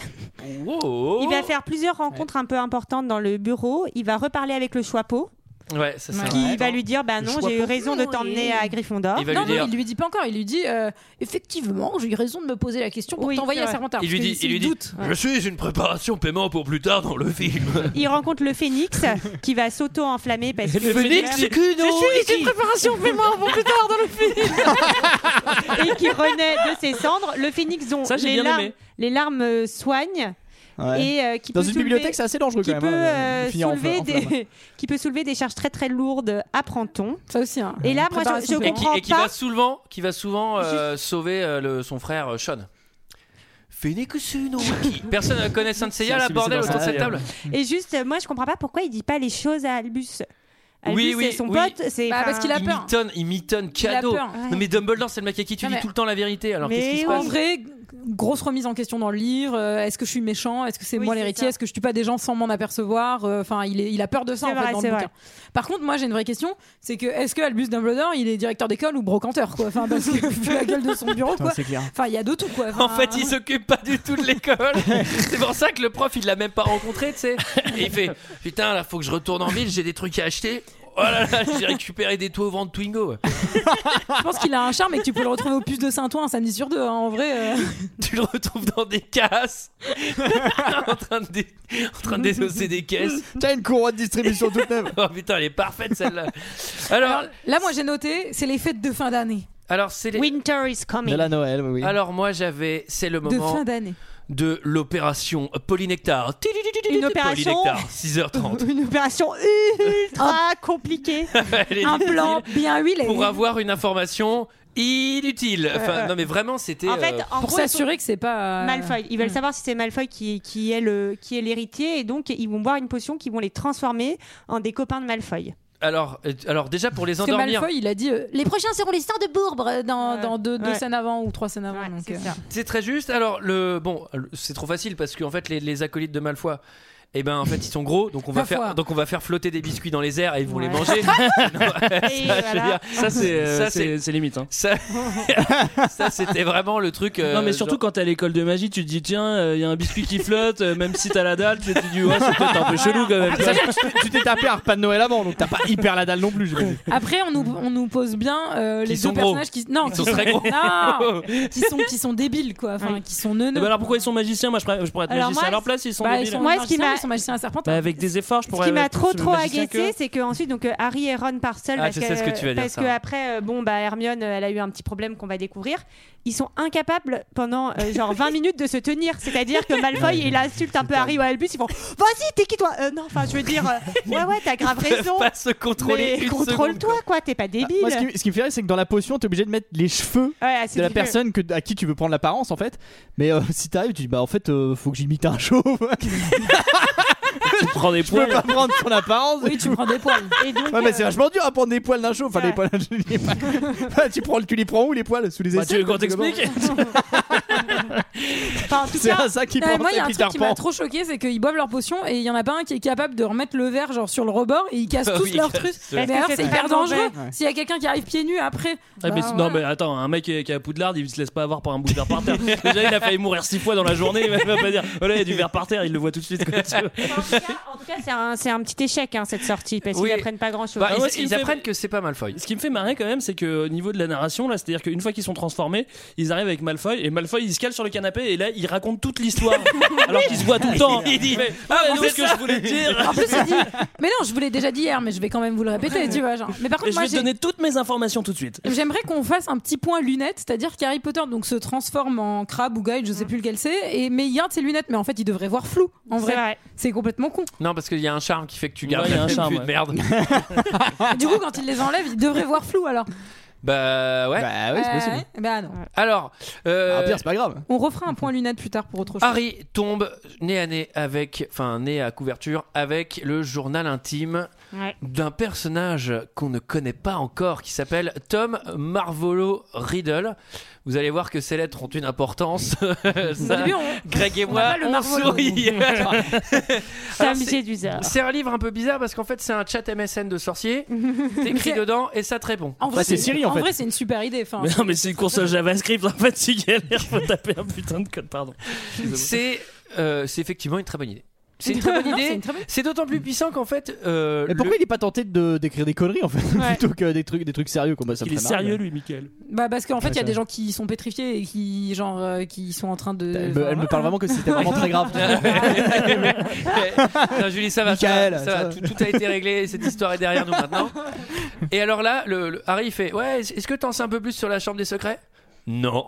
Wow. Il Il va faire plusieurs rencontres un peu importantes dans le bureau. Il va reparler avec le choixpeau Ouais, ça c'est qui vrai. va lui dire Bah non, Le j'ai eu choixpeau. raison de t'emmener à Gryffondor. Il va non, lui dire- non, il lui dit pas encore. Il lui dit euh, effectivement, j'ai eu raison de me poser la question pour Oui, t'envoyer c'est à vrai. Serpentard. Il lui parce dit, que il lui dit, doute. je suis une préparation paiement pour plus tard dans le film. Il rencontre le phénix qui va s'auto-enflammer parce que. Le phénix, c'est que non, Je suis ici. une préparation, fais-moi pour plus tard dans le film Et qui renaît de ses cendres. Le phénix dont Ça, j'ai les, bien larmes, aimé. les larmes euh, soignent. Ouais. Et euh, qui Dans peut une soulever- bibliothèque, c'est assez dangereux qui quand même, peut, hein, euh, de finir en soulever fla- en flamme. des... qui peut soulever des charges très très lourdes, apprend-on. Ça aussi. hein. Et là, moi, je- je, Préparation et qui, comprends et qui pas. va souvent, qui va souvent euh, sauver euh, le- son frère euh, Sean. Fenekusu no Wiki. Personne ne connaît Senseiya Si, la si, mais bordel c'est dans autour de cette Saint-Seiya. table. Et juste, euh, moi, je comprends pas pourquoi il dit pas les choses à Albus. Albus, Oui, oui, c'est son oui. pote. C'est Bah, parce enfin, qu'il a Il peur. mitonne, il mitonne Il a cadeau. peur, ouais. Non mais Dumbledore, c'est le mec à qui tu Non, dis mais- tout le temps la vérité. Alors qu'est-ce qui se en passe vrai, grosse remise en question dans le livre. euh, Est-ce que je suis méchant Est-ce que c'est moi l'héritier Est-ce que je tue pas des gens sans m'en apercevoir Euh, Enfin, il, est- il a peur de ça C'est en fait, vrai, dans le c'est bouquin. vrai. Par contre, moi j'ai une vraie question. C'est que est-ce que Albus Dumbledore il est directeur d'école ou brocanteur quoi Enfin, parce que vu la gueule de son bureau Putain, quoi. c'est clair. Enfin, il y a de tout quoi. En fait, Ah. il s'occupe pas du tout de l'école. c'est pour ça que le prof, il l'a même pas rencontré, tu sais. Et il fait Putain, là, faut que je retourne en ville, j'ai des trucs à acheter. Oh là là, j'ai récupéré des toits au vent de Twingo. je pense qu'il a un charme et que tu peux le retrouver au puce de Saint-Ouen un samedi sur deux. hein, en vrai. euh. Tu le retrouves dans des casses, en train de, dé- en train de désosser des caisses. T'as une courroie de distribution toute neuve. Oh putain, elle est parfaite celle-là. Alors, Là, moi j'ai noté, c'est les fêtes de fin d'année. alors c'est les... Winter is coming. Noël, oui. Alors moi j'avais, c'est le De fin moment d'année. de l'opération Polynectar. Une opération. Polynectar, 6h30. Une opération Ah. ultra compliquée. Elle est Un plan difficile. bien huilé. Pour avoir une information inutile. Enfin, ouais. non mais vraiment c'était. En fait, euh, en Pour gros, s'assurer ils sont- que c'est pas. euh, Malfoy. Ils veulent Mm. savoir si c'est Malfoy qui, qui est le qui est l'héritier et donc ils vont boire une potion qui vont les transformer en des copains de Malfoy. Alors, euh, alors déjà pour les Parce que endormir. Malfoy, il a dit euh, les prochains seront les stars de Bourbre euh, dans, dans deux, deux Ouais. scènes avant ou trois scènes avant. donc, euh, C'est très juste. Alors, le bon, le- c'est trop facile parce qu'en fait, les, les acolytes de Malfoy, et ben en fait ils sont gros, donc on va Ma foi. faire donc on va faire flotter des biscuits dans les airs et ils vont les Ouais. manger. Non, ça, je veux voilà. dire, Ça, c'est, euh, ça, c'est- c'est limite. Ça, ça, c'était vraiment le truc. euh, non mais surtout genre- quand t'es à l'école de magie tu te dis tiens euh, il y a un biscuit qui flotte euh, même si t'as la dalle tu te dis ouais c'est peut-être un peu chelou quand même tu t'es tapé un repas de Noël avant donc t'as pas hyper la dalle non plus j'imagine. Après, on Mm. nous, on nous pose bien euh, les Qui sont deux gros. personnages qui non, Ils qui sont très gros. non, qui sont qui sont débiles quoi, enfin qui sont neuneux. Eh ben alors pourquoi ils sont magiciens moi je pourrais, je pourrais être magicien à leur place ils sont bah, débiles. sont Moi, ce qui magiciens, m'a- ils sont magiciens à serpent. Bah, avec des efforts je Ce pourrais qui m'a être trop plus trop magicien agacé, que- c'est que ensuite donc euh, Harry et Ron partent seuls Ah, parce je sais ce que tu vas dire, parce ça. que après euh, bon bah Hermione euh, elle a eu un petit problème qu'on va découvrir. Ils sont incapables pendant euh, genre 20 minutes de se tenir, c'est-à-dire que Malfoy il insulte un peu Harry ou Albus, ils font "Vas-y, t'es qui toi Euh, Non, enfin je veux dire euh, ouais ouais, t'as grave Ils peuvent raison. pas se contrôler mais une seconde, contrôle-toi quoi, t'es pas débile. Moi, ce qui, ce qui me fait rire, c'est que dans la potion, t'es obligé de mettre les cheveux Ouais, c'est de la du personne que, à qui tu veux prendre l'apparence en fait. Mais euh, si t'arrives, tu dis bah en fait, euh, faut que j'imite un chauve. tu prends des poils. Je peux pas prendre son Bah, apparence. Oui, euh, tu prends des poils. ouais, mais c'est vachement dur à prendre des poils d'un chauve. Enfin, les poils d'un chauve, il est pas- Enfin, tu, prends, tu les prends où les poils Sous les Bah, aisselles tu veux qu'on quoi, t'explique Enfin, en tout C'est cas- à ça qu'il Non, mais pensait moi, il y a un Peter truc qui m'a Pan. trop choqué, c'est qu'ils boivent leur potion et il y en a pas un qui est capable de remettre le verre genre sur le rebord et ils cassent Ah tous oui, leur ils cassent truc. tout. Mais Est-ce que alors, c'est c'est hyper très dangereux dangereux. Ouais. S'il y a quelqu'un qui arrive pieds nus après. Ah, mais bah, c'est- voilà. Non mais attends, un mec qui est- qui est à Poudlard, il se laisse pas avoir par un bout de verre par terre. Déjà il a failli mourir six fois dans la journée, il va pas dire voilà il y a du verre par terre, il le voit tout de suite. quoi, tu vois. En tout cas, c'est un, c'est un petit échec hein, cette sortie parce Oui. qu'ils apprennent pas grand-chose. Bah, moi, ce qui me fait- que c'est pas Malfoy. Ce qui me fait marrer quand même, c'est que au niveau de la narration, là, c'est-à-dire qu'une fois qu'ils sont transformés, ils arrivent avec Malfoy et Malfoy il se cale sur le canapé et là il raconte toute l'histoire alors qu'ils se voient tout le temps. Il dit Mais, Ah, ah, bah, mais c'est c'est ce que ça. je voulais te dire. En plus, il dit Mais non, je vous l'ai déjà dit hier, mais je vais quand même vous le répéter, tu vois. Genre. Mais par Et contre, je moi, vais te j'ai- donner toutes mes informations tout de suite. J'aimerais qu'on fasse un petit point lunettes, c'est-à-dire qu'Harry Potter donc se transforme en crabe ou guide, je sais plus lequel c'est, et mais il y a un de ses lunettes, mais en fait il devrait voir flou. En C'est vrai, vrai. c'est complètement con. Non, parce qu'il y a un charme qui fait que tu gardes Ouais, il y la a un même charme, vue de ouais. merde. Ah. du coup, quand il les enlève, il devrait voir flou alors. bah ouais. Ah Bah Euh, ouais, bah non. Alors, Ah, euh, grave. On refera un point lunettes plus tard pour Ah, autre chose. Harry tombe nez à nez avec, enfin nez à couverture avec le journal intime Ouais. d'un personnage qu'on ne connaît pas encore qui s'appelle Tom Marvolo Riddle. Vous allez voir que ces lettres ont une importance. Ça, début, on- Greg et on moi, appelle le on Marvolo. sourit. C'est un Alors, musée d'usage. C'est un livre un peu bizarre parce qu'en fait c'est un chat MSN de sorciers. T'écris dedans et ça te répond. En vrai, vrai, c'est une super idée. Enfin, Mais non, mais c'est une console JavaScript en fait, si galère, faut taper un putain de code, pardon. C'est euh, c'est effectivement une très bonne idée. C'est une très bonne Non, c'est idée. une très bonne- C'est d'autant plus puissant qu'en fait. euh, Mais pourquoi le- il est pas tenté de d'écrire des conneries en fait plutôt que des trucs des trucs sérieux comme ça me Il est fait marrer. sérieux lui, Michael. Bah parce qu'en fait, il Ouais, y a ça- des gens qui sont pétrifiés et qui genre euh, qui sont en train de. hein. Elle Bah, me, elle me parle vraiment que c'était vraiment très grave. Ah Non, Julie, ça va. Michael, ça va, ça ça va, va. Tout, tout a été réglé. Cette histoire est derrière nous maintenant. Et alors là, le, le- Harry il fait Ouais, est-ce que t'en sais un peu plus sur la chambre des secrets Non.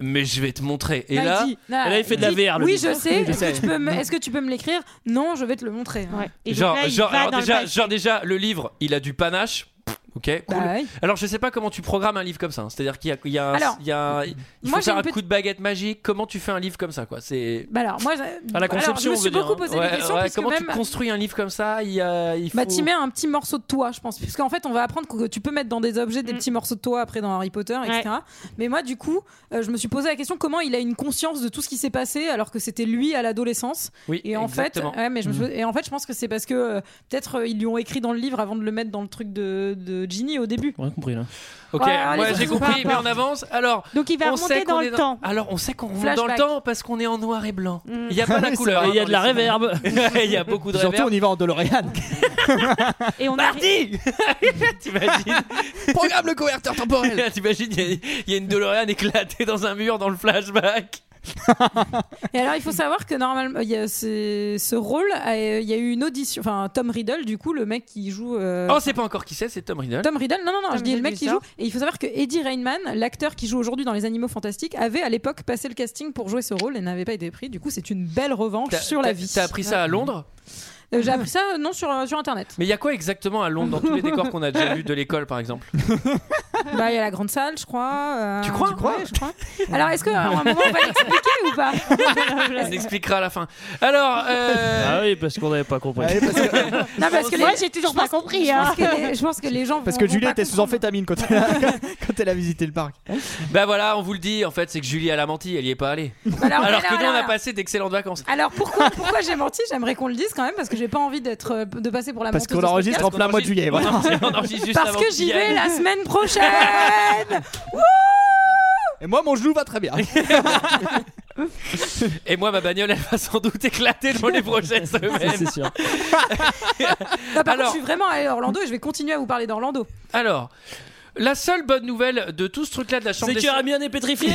Mais je vais te montrer. Et Là, là, il dit- là, et là, il fait de la dit, VR. le Oui, mec. je sais. Est-ce que tu peux me, est-ce que tu peux me l'écrire Non, je vais te le montrer. genre, genre, alors déjà, genre déjà, le livre, il a du panache. Pff, Ok, cool. Bah ouais. Alors je sais pas comment tu programmes un livre comme ça. hein. C'est-à-dire qu'il y a, il y a, un- Alors, il y a un- il faut moi, j'ai faire une un petite- coup de baguette magique. Comment tu fais un livre comme ça, quoi C'est Bah alors moi, j'ai- alors, je me suis beaucoup posé hein. Ouais, des questions ouais, parce que comment même tu construis un livre comme ça il, y a- il faut... bah t'y mets un petit morceau de toi, je pense, puisqu'en fait on va apprendre que tu peux mettre dans des objets des Mm. petits morceaux de toi après dans Harry Potter, etc. Mais moi du coup, euh, je me suis posé la question comment il a une conscience de tout ce qui s'est passé alors que c'était lui à l'adolescence. Oui, et en exactement. fait, euh, ouais, mais je me suis- et en fait, je pense que c'est parce que euh, peut-être euh, ils lui ont écrit dans le livre avant de le mettre dans le truc de, de Ginny au début. On a compris là. Ok, Ouais, allez, moi ça j'ai se trouve, compris, peu mais on importe. avance. Alors, Donc, il va on remonter sait qu'on dans est le temps. Alors, on sait qu'on remonte dans le Flashback. Mm. temps parce qu'on est en noir et blanc. Il n'y a pas la Oui, c'est couleur. vrai. hein, Et il y a de dans la les réverb. cinémas. Il y a beaucoup de Surtout on réverb. y va en DeLorean. Et on Mardi T'imagines Programme le converteur temporel T'imagines, il y a- il y, a une DeLorean éclatée dans un mur dans le flashback. Et alors, il faut savoir que normalement, il y a ce, ce rôle, euh, il y a eu une audition. Enfin, Tom Riddle, du coup, le mec qui joue. euh, Oh, on sait pas encore qui c'est, c'est Tom Riddle. Tom Riddle, non, non, non, Tom je dis le Riddle mec qui du joue. sort. Et il faut savoir que Eddie Rainman, l'acteur qui joue aujourd'hui dans Les Animaux Fantastiques, avait à l'époque passé le casting pour jouer ce rôle et n'avait pas été pris. Du coup, c'est une belle revanche T'as- sur la t'as- vie. T'as appris ça à Londres Euh, J'ai appris ça, euh, non, sur, euh, sur Internet. Mais il y a quoi exactement à Londres dans tous les décors qu'on a déjà vus de l'école par exemple Bah, il y a la grande salle, je crois. euh, Tu crois ouais, je crois. Alors, est-ce que à un moment on va l'expliquer ou pas Ah, On expliquera à la fin. Alors. euh, Ah oui, parce qu'on n'avait pas compris. Non, parce que Moi, les- j'ai toujours je pense- pas compris, Je pense, hein. que les, je pense que les gens. Parce vont- que vont Julie pas était sous amphétamine quand elle, a, quand elle a visité le parc. Bah voilà, on vous le dit, en fait, c'est que Julie, elle a menti, elle y est pas allée. Ah, alors, Alors voilà, que nous, on a voilà. passé d'excellentes vacances. Alors pourquoi, pourquoi j'ai menti J'aimerais qu'on le dise quand même parce que j'ai pas envie d'être euh, de passer pour la Parce menteuse qu'on de ce enregistre en podcast. plein mois de juillet. voilà. On enregistre juste Parce avant que qu'il j'y y vais aille. la semaine prochaine. Et moi, mon genou va très bien. Et moi, ma bagnole, elle va sans doute éclater dans les prochaines semaines. C'est sûr. Non, par contre, Alors- je suis vraiment allée à Orlando et je vais continuer à vous parler d'Orlando. Alors, la seule bonne nouvelle de tout ce truc-là de la chambre C'est des... que Ramian est pétrifié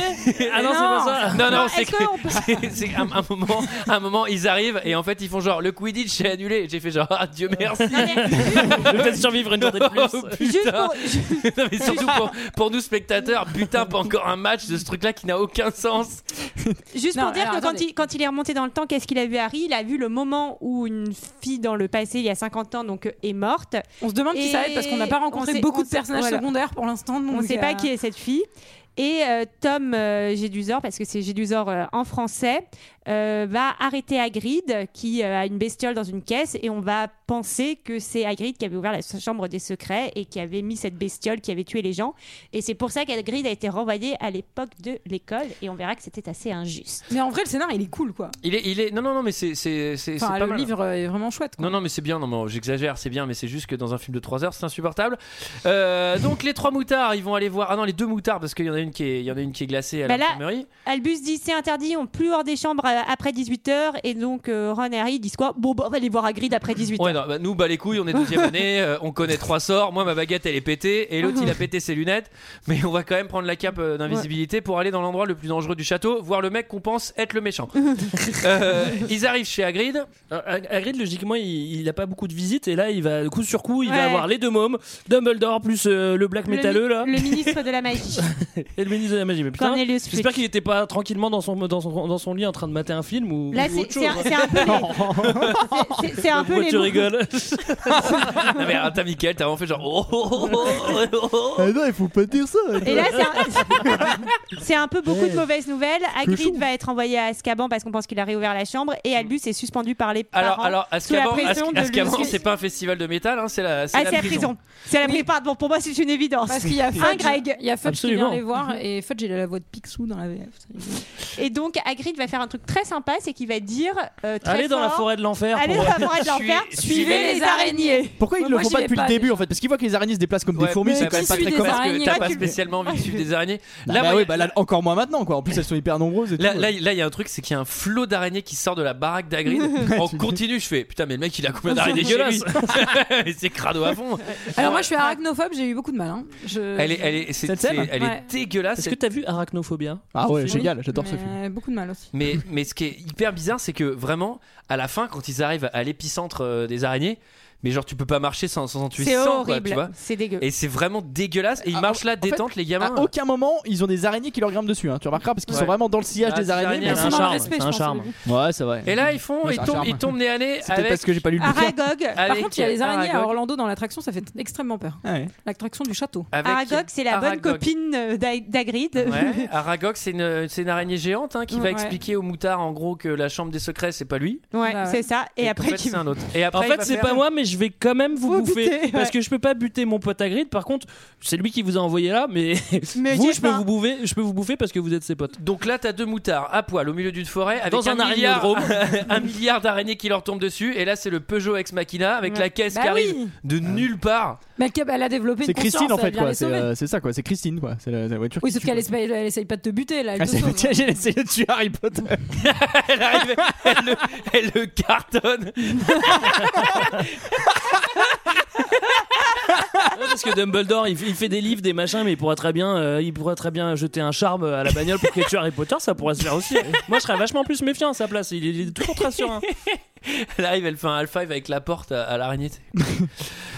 Ah non, c'est Non. pas ça Non, non, Non, c'est est-ce que qu'on c'est- c'est qu'à un, un moment, à un moment, ils arrivent et en fait, ils font genre le Quidditch c'est annulé. Et J'ai fait genre ah, Dieu merci. Je vais peut-être survivre une journée de plus. Oh, putain. Non, mais surtout pour, pour nous spectateurs, putain, pas encore un match de ce truc-là qui n'a aucun sens. Juste Non, pour dire alors, que quand attendez. il, quand il est remonté dans le temps, qu'est-ce qu'il a vu Harry Il a vu le moment où une fille dans le passé, il y a 50 ans, donc euh, est morte. On se demande qui Et ça va être parce qu'on n'a pas on rencontré sait- beaucoup on de sait- personnages voilà. secondaires pour l'instant. euh, On ne sait pas qui est cette fille. Et euh, Tom euh, Jedusor, parce que c'est Jedusor euh, en français, euh, va arrêter Hagrid qui euh, a une bestiole dans une caisse et on va penser que c'est Hagrid qui avait ouvert la chambre des secrets et qui avait mis cette bestiole qui avait tué les gens. Et c'est pour ça qu'Hagrid a été renvoyé à l'époque de l'école et on verra que c'était assez injuste. Mais en vrai, le scénar il est cool quoi. Il est, il est. Non, non, non, mais c'est, c'est, c'est, c'est Enfin, pas le mal. livre euh, est vraiment chouette. Non, non, mais c'est bien, non, mais j'exagère, c'est bien, mais c'est juste que dans un film de 3 heures, c'est insupportable. Euh, donc, les trois moutards, ils vont aller voir. Ah non, les deux moutards, parce qu'il y en a une qui est, il y en a une qui est glacée à Bah là- l'infirmerie. Albus dit c'est interdit, on plus hors des chambres euh, après 18h et donc euh, Ron et Harry disent quoi Bon, bah, on va aller voir Hagrid après 18h. Ouais, non, bah, nous, bah les couilles, on est deuxième année, euh, on connaît trois sorts. Moi, ma baguette, elle est pétée, et l'autre, il a pété ses lunettes. Mais on va quand même prendre la cape euh, d'invisibilité pour aller dans l'endroit le plus dangereux du château, voir le mec qu'on pense être le méchant. Euh, ils arrivent chez Hagrid. Hagrid, logiquement, il, il a pas beaucoup de visites et là, il va coup sur coup, il Ouais. va avoir les deux mômes, Dumbledore plus euh, le black Le métalleux mi- là, Le ministre de la magie. et le ministre de la magie. Mais putain, Cornelius Fudge. j'espère qu'il était pas tranquillement dans son dans son dans son lit en train de mater un film ou. ou Là, c'est autre chose, c'est un, hein. c'est un peu les- c'est- c'est- c'est un peu Pourquoi les tu mots- rigoles Non, mais attends, Michael, t'as vraiment fait genre. Oh, oh, oh, oh, oh, oh. Ah non, il faut pas dire ça. Et là, c'est un- c'est un peu beaucoup de mauvaises nouvelles. Hagrid Cochon. va être envoyé à Azkaban parce qu'on pense qu'il a réouvert la chambre et Albus Mm. est suspendu par les parents. Alors, alors, sous la Azkaban, pression Azk- de Azkaban, Lucius. c'est pas un festival de métal, hein, c'est la, c'est Ah, la c'est la prison. prison. C'est la prison. Pardon, pour moi, c'est une évidence. Parce qu'il y a Fudge, Hein, Greg il y a Fudge qui Absolument. vient les voir et Fudge il a la voix de Picsou dans la VF. ça, il est- Et donc, Hagrid va faire un truc très sympa, c'est qu'il va dire euh, très Allez dans la fort, forêt de l'enfer. Allez dans pour- la forêt de l'enfer. Suivez les araignées. Pourquoi ils Moi, le moi, font j'y pas vais depuis pas, le début déjà. en fait Parce qu'ils voient que les araignées se déplacent comme Ouais, des fourmis, mais c'est quand même qui pas suit très des correct. Parce que Araignée, t'as là, pas tu- spécialement envie de suivre des araignées. Bah, Là, bah moi, oui, bah là, encore moins maintenant quoi. En plus, elles sont hyper nombreuses. Et Là, tout, là, là, il y a un truc, c'est qu'il y a un flot d'araignées qui sort de la baraque d'Agrid. On continue, je fais putain, mais le mec, il a combien d'araignées chez lui C'est crado à fond. Alors moi je suis arachnophobe, j'ai eu beaucoup de mal. hein. Je- Elle est, elle est, c'est- Ça te sème c'est- elle est Ouais. dégueulasse. Est-ce que cette- t'as vu Arachnophobia Ah ouais, Ce film génial, j'adore ce Mais film. Beaucoup de mal aussi. Mais, mais ce qui est hyper bizarre, c'est que vraiment, à la fin, quand ils arrivent à l'épicentre euh, des araignées, mais genre, tu peux pas marcher sans, sans en tuer C'est 100, quoi, tu horrible. vois. C'est dégueu. Et c'est vraiment dégueulasse. Et ils marchent là, détente, les Ah, À Ah, gamins. aucun moment, ils ont des araignées qui leur grimpent dessus. hein. Tu remarqueras parce qu'ils sont Ouais. vraiment dans le sillage Ah, des ces araignées. araignées, mais elles elles ont sont- un charme, respect, je c'est un pense, au charme. début. Ouais, c'est vrai. Et là, ils font, Ouais, ils c'est un tombent, charme. ils tombent nez à nez C'était avec. parce que j'ai pas lu le bouquin. Aragog. Par contre, il y a les araignées à Aragog. Orlando dans l'attraction, ça fait extrêmement peur. Ouais. L'attraction du château. Avec- Aragog, c'est la bonne Aragog. copine euh, d'A- d'Hagrid. Ouais, Aragog, c'est une, c'est une araignée géante hein, qui va Ouais. expliquer au moutard en gros que la chambre des secrets, c'est pas lui. Ouais, Bah ouais. c'est ça. Et, qu'en après, fait, qui- c'est un autre. Et après, en il fait, va c'est faire- pas moi, mais je vais quand même vous, Vous bouffer buter, ouais. parce que je peux pas buter mon pote Hagrid. Par contre, c'est lui qui vous a envoyé là, mais, Mais vous, j'ai je peux faim. vous bouffer, je peux vous bouffer parce que vous êtes ses potes. Donc là, t'as deux moutards à poil au milieu d'une forêt avec Dans un un, milliard, araignéodrome. un milliard d'araignées qui leur tombent dessus. Et là, c'est le Peugeot Ex Machina avec Ouais. la caisse Bah qui oui. arrive de nulle part. Mais elle, elle a développé. C'est une conscience, Christine en elle fait vient quoi. les C'est sauver. euh, c'est ça quoi. C'est Christine quoi. C'est la, la voiture. Oui, qui sauf tue, qu'elle quoi. essaye, elle essaye pas de te buter là. Elle Ah, te c'est- sauve. Tiens, j'ai essayé de tuer Harry Potter. Elle arrive, elle le, elle le cartonne. Ouais, parce que Dumbledore, il, il fait des livres, des machins, mais il pourrait très bien, euh, il pourrait très bien jeter un charme à la bagnole pour qu'elle tue Harry Potter. Ça pourrait se faire aussi. Moi, je serais vachement plus méfiant à sa place. Il est, il est toujours très serein. Elle arrive, elle fait un high-five avec la porte à, à l'araignée. tu sais.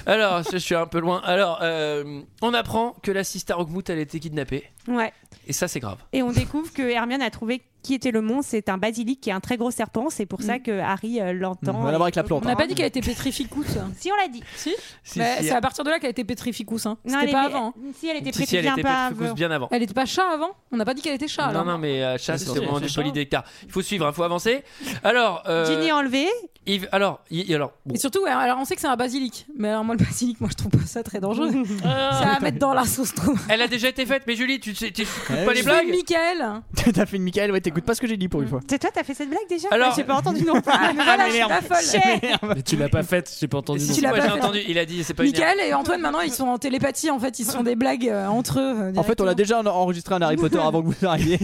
Alors, je, je suis un peu loin. Alors, euh, on apprend que la sister Hogmout, elle a été kidnappée. Ouais. Et ça, c'est grave. Et on découvre que Hermione a trouvé qui était le monstre. C'est un basilic qui est un très gros serpent. C'est pour ça que Harry euh, l'entend. Rien à voir avec la plante, Mm. On n'a pas dit qu'elle était pétrificousse. si, on l'a dit. Si. Si, Mais si. c'est à partir de là qu'elle était pétrificousse. Hein. Non, C'était elle pas était- avant. Si, elle était Si, si, elle était pétrificousse euh, bien avant. Elle était pas chat avant On n'a pas dit qu'elle était chat. Non, alors. non, mais euh, chat, c'est si, au moment c'est du chat. polydectar. Il faut suivre, il faut avancer. Alors. euh, Ginny enlevé. Yves- alors, y- alors bon. Et surtout, ouais, alors on sait que c'est un basilic. Mais alors moi, le basilic, moi, je trouve pas ça très dangereux. ça à mettre dans la sauce trop. elle a déjà été faite, mais Julie, tu Eh sais- tu écoutes pas oui. les Je blagues fais Michael. T'as fait une Michael, ouais, t'écoutes pas ce que j'ai dit pour une fois. C'est toi, t'as fait cette blague déjà Alors- Ouais, J'ai pas entendu non plus. Ah, mais voilà, je suis merde. pas folle. Mais tu l'as pas faite, j'ai pas entendu. Si, non si, plus. moi, j'ai entendu, il a dit, c'est pas une Michael et Antoine, maintenant, ils sont en télépathie. En fait, ils se font des blagues euh, entre eux. euh, En fait, on a déjà en- enregistré un Harry Potter avant que vous arriviez.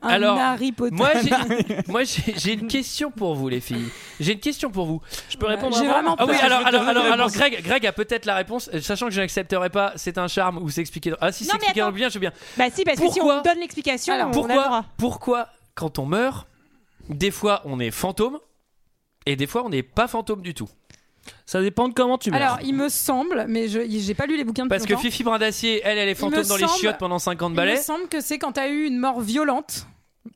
un Alors, Harry Potter. Moi, j'ai- moi, j'ai j'ai une question pour vous, les filles. J'ai une question pour vous. Je peux répondre J'ai avant vraiment Ah oui, peur. alors, Je te alors, donne alors, la alors, réponse. Greg, Greg a peut-être la réponse, euh, sachant que je n'accepterai pas. C'est un charme ou s'expliquer. dans- Ah si, Non, mais s'expliquer dans le attends. bien, je veux bien. Bah si, parce que si Pourquoi on donne l'explication, on a le droit. Pourquoi, pourquoi, quand on meurt, des fois on est fantôme et des fois on n'est pas fantôme du tout Ça dépend de comment tu meurs. Alors, il me semble, mais je j'ai pas lu les bouquins de Parce que Fifi Brin d'Acier, elle, elle est Il fantôme me dans les semble- chiottes pendant 50 Il me balais. semble que c'est quand t'as eu une mort violente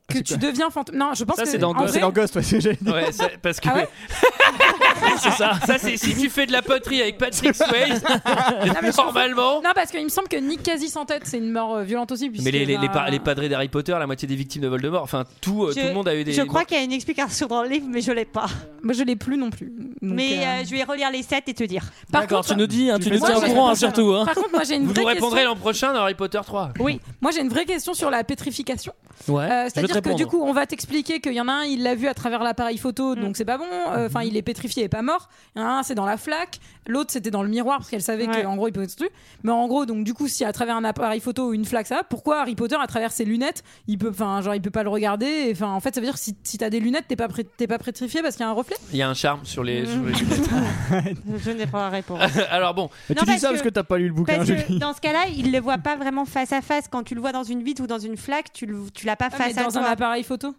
que tu Ah, quoi deviens fantôme. Non, je pense Ça, que c'est dans en Ghost. vrai- C'est dans Ghost, ouais, c'est Ouais, c'est- parce que. Ah ouais c'est ça. Ça, c'est si tu fais de la poterie avec Patrick Swayze, Ah, normalement. Non, parce qu'il me semble que Nick quasi sans tête, c'est une mort euh, violente aussi. Mais puisque, les, les, les, bah, par- les padrés d'Harry Potter, la moitié des victimes de Voldemort, enfin tout, euh, Je- tout le monde a eu des. Je crois qu'il y a une explication dans le livre, mais je l'ai pas. Moi, je l'ai plus non plus. mais euh, euh, je vais relire les 7 et te dire. D'accord, tu nous dis, hein, tu nous Moi, tiens au j'ai- courant hein, surtout. hein. Par contre, moi j'ai une Vous vraie nous répondrez question. l'an prochain dans Harry Potter 3. Oui, moi j'ai une vraie question sur la pétrification. Ouais, Euh, C'est-à-dire que du coup, on va t'expliquer qu'il y en a un, il l'a vu à travers l'appareil photo, Mm. donc c'est pas bon. Euh, Enfin, il est pétrifié et pas mort. Il y en a un, c'est dans la flaque. L'autre, c'était dans le miroir parce qu'elle savait qu'en gros, il pouvait se tuer. Mais en gros, donc du coup, si à travers un appareil photo ou une flaque, ça, va, pourquoi Harry Potter, à travers ses lunettes, il peut, enfin, genre, il peut pas le regarder. Et, Enfin, en fait, ça veut dire que si, si t'as des lunettes, t'es pas, pré- t'es pas pétrifié parce qu'il y a un reflet. Il y a un charme sur les. Mm. sur les- Je n'ai pas la réponse. Alors bon. Mais tu Non, dis parce ça parce que- que t'as pas lu le bouquin, Parce que Julie. dans ce cas-là, il le voit pas vraiment face à face. Quand tu le vois dans une vitre ou dans une flaque, tu, le- tu l'as pas Ah, face mais à dans toi. un appareil photo,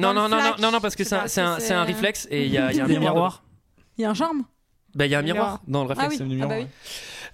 Dans non, le non, non, flash, non, non, parce que c'est un, parce c'est que un- c'est- c'est un réflexe et il y a, il y a un Des miroir. miroirs. il y a un charme. Bah, il y a un miroir miroir. dans le réflexe. ah oui. Ah bah oui.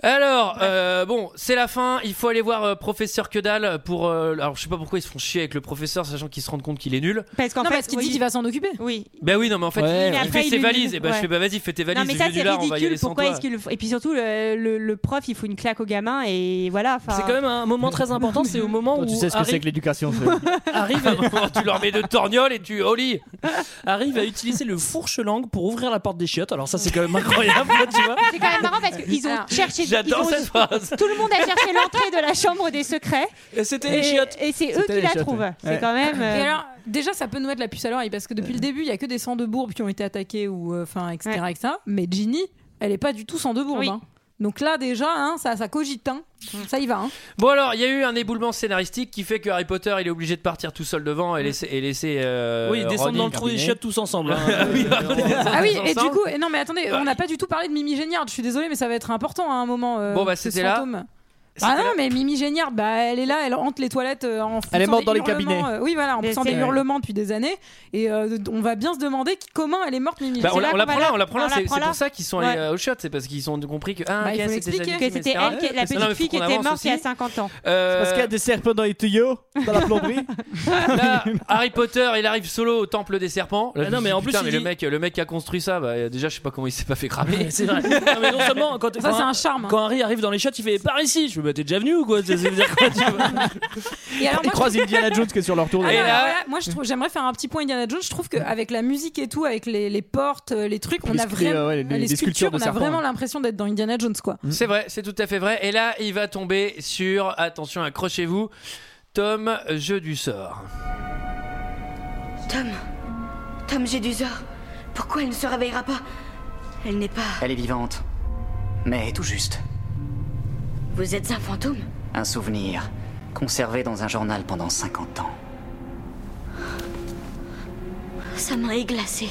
Alors, euh, bon, c'est la fin. Il faut aller voir euh, Professeur Que dalle pour. euh, alors, je sais pas pourquoi ils se font chier avec le professeur, sachant qu'ils se rendent compte qu'il est nul. Parce qu'en non, fait, parce qu'il oui. dit qu'il va s'en occuper. Oui. Bah oui, non, mais en fait, Oui, il, mais il après, fait il ses lui- valises. Et bah, ouais. je fais, bah, vas-y, fais tes valises. non, mais les ça, yeux du c'est lard, on va y aller ridicule. sans Pourquoi toi. est-ce qu'il le f- Et puis surtout, le, le- le prof, il fout une claque au gamin et voilà. enfin- C'est quand même un moment très important, c'est au moment où Tu sais ce que Harry c'est que l'éducation, c'est- arrive, tu leur mets de torgnoles et tu. Oli arrive à utiliser le fourche-langue pour ouvrir la porte des chiottes. Alors ça c'est quand même incroyable, tu vois. C'est quand même marrant parce qu'ils ont cherché. J'adore ils ont- cette phrase. Tout le monde a cherché l'entrée de la chambre des secrets. Et C'était Et, les chiottes. et c'est eux C'était qui les la chiottes, trouvent. ouais. C'est quand même. euh, Et alors, déjà, ça peut nous mettre la puce à l'oreille parce que depuis le début, il y a que des sans de bourbe qui ont été attaqués ou euh, enfin, etc., etc. Mais Ginny, elle est pas du tout sans de bourbe. Oui. hein. Donc là, déjà, hein, ça, ça cogite. hein. Ça y va. hein. Bon alors, il y a eu un éboulement scénaristique qui fait que Harry Potter, il est obligé de partir tout seul devant et laisser, et laisser. euh, Oui, ils descendent Ron dans le trou des terminer. chiottes tous ensemble. hein. Ah oui, et du ensemble. coup, et non, mais attendez, on n'a pas du tout parlé de Mimi Géniard. Je suis désolée, mais ça va être important à un moment. euh, Bon, bah, ce c'était là. fantôme. Bah non, mais Mimi Géniard, bah, elle est là, elle hante les toilettes euh, en Elle est poussant morte des dans les hurlements, cabinets. euh, oui, voilà, en Mais poussant c'est- des hurlements depuis des années. Et euh, on va bien se demander qui- comment elle est morte, Mimi Bah, on, Géniard. la- on la prend là, on la prend là, c'est prend c'est pour ça qu'ils sont allés Ouais. euh, aux chiottes, c'est parce qu'ils ont compris que. Ah, ok, Bah, il faut c'était l'expliquer. Janine, Que etc. c'était elle qui- la Non, mais petite faut fille qui qu'on était avance morte il y a aussi. 50 ans. Euh, Parce qu'il y a des serpents dans les tuyaux, dans la plomberie. Là, Harry Potter, il arrive solo au temple des serpents. Là, Ah je non, me mais dis, en plus, putain, il mais dit- le mec, le mec qui a construit ça, bah, euh, déjà, je sais pas comment il s'est pas fait cramer. Mais C'est vrai. Non, mais non seulement quand, Ça, quand- c'est un charme, hein. Quand Harry arrive dans les chiottes, il fait par ici. Je me bah, t'es déjà venu ou quoi Ça veut dire quoi tu vois Et alors, Ils moi, croisent Indiana Jones que sur leur Ah non, tournée. alors voilà, moi je trouve- Mm. j'aimerais faire un petit point Indiana Jones. Je trouve qu'avec la musique et tout, avec les, les portes, euh, les trucs, on Les a sculptures, vraiment ouais, les- les sculptures de on a serpents, vraiment ouais. l'impression d'être dans Indiana Jones quoi. C'est vrai, c'est tout à fait vrai. Et là, il va tomber sur, attention, accrochez-vous, Tom, jeu du sort. Tom Tom, j'ai du sort. Pourquoi elle ne se réveillera pas Elle n'est pas. Elle est vivante. Mais tout juste. Vous êtes un fantôme Un souvenir conservé dans un journal pendant 50 ans. Sa main est glacée.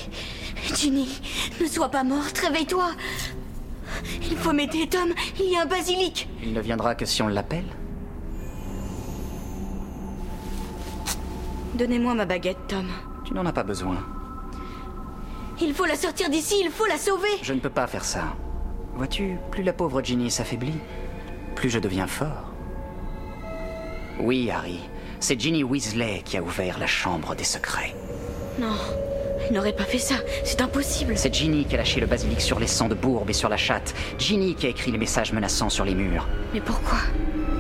Ginny, ne sois pas morte, réveille-toi Il faut m'aider, Tom, il y a un basilic Il ne viendra que si on l'appelle. Donnez-moi ma baguette, Tom. Tu n'en as pas besoin. Il faut la sortir d'ici, il faut la sauver Je ne peux pas faire ça. Vois-tu, plus la pauvre Ginny s'affaiblit, plus je deviens fort. Oui, Harry. C'est Ginny Weasley qui a ouvert la chambre des secrets. Non, elle n'aurait pas fait ça. C'est impossible. C'est Ginny qui a lâché le basilic sur les sangs de bourbe et sur la chatte. Ginny qui a écrit les messages menaçants sur les murs. Mais pourquoi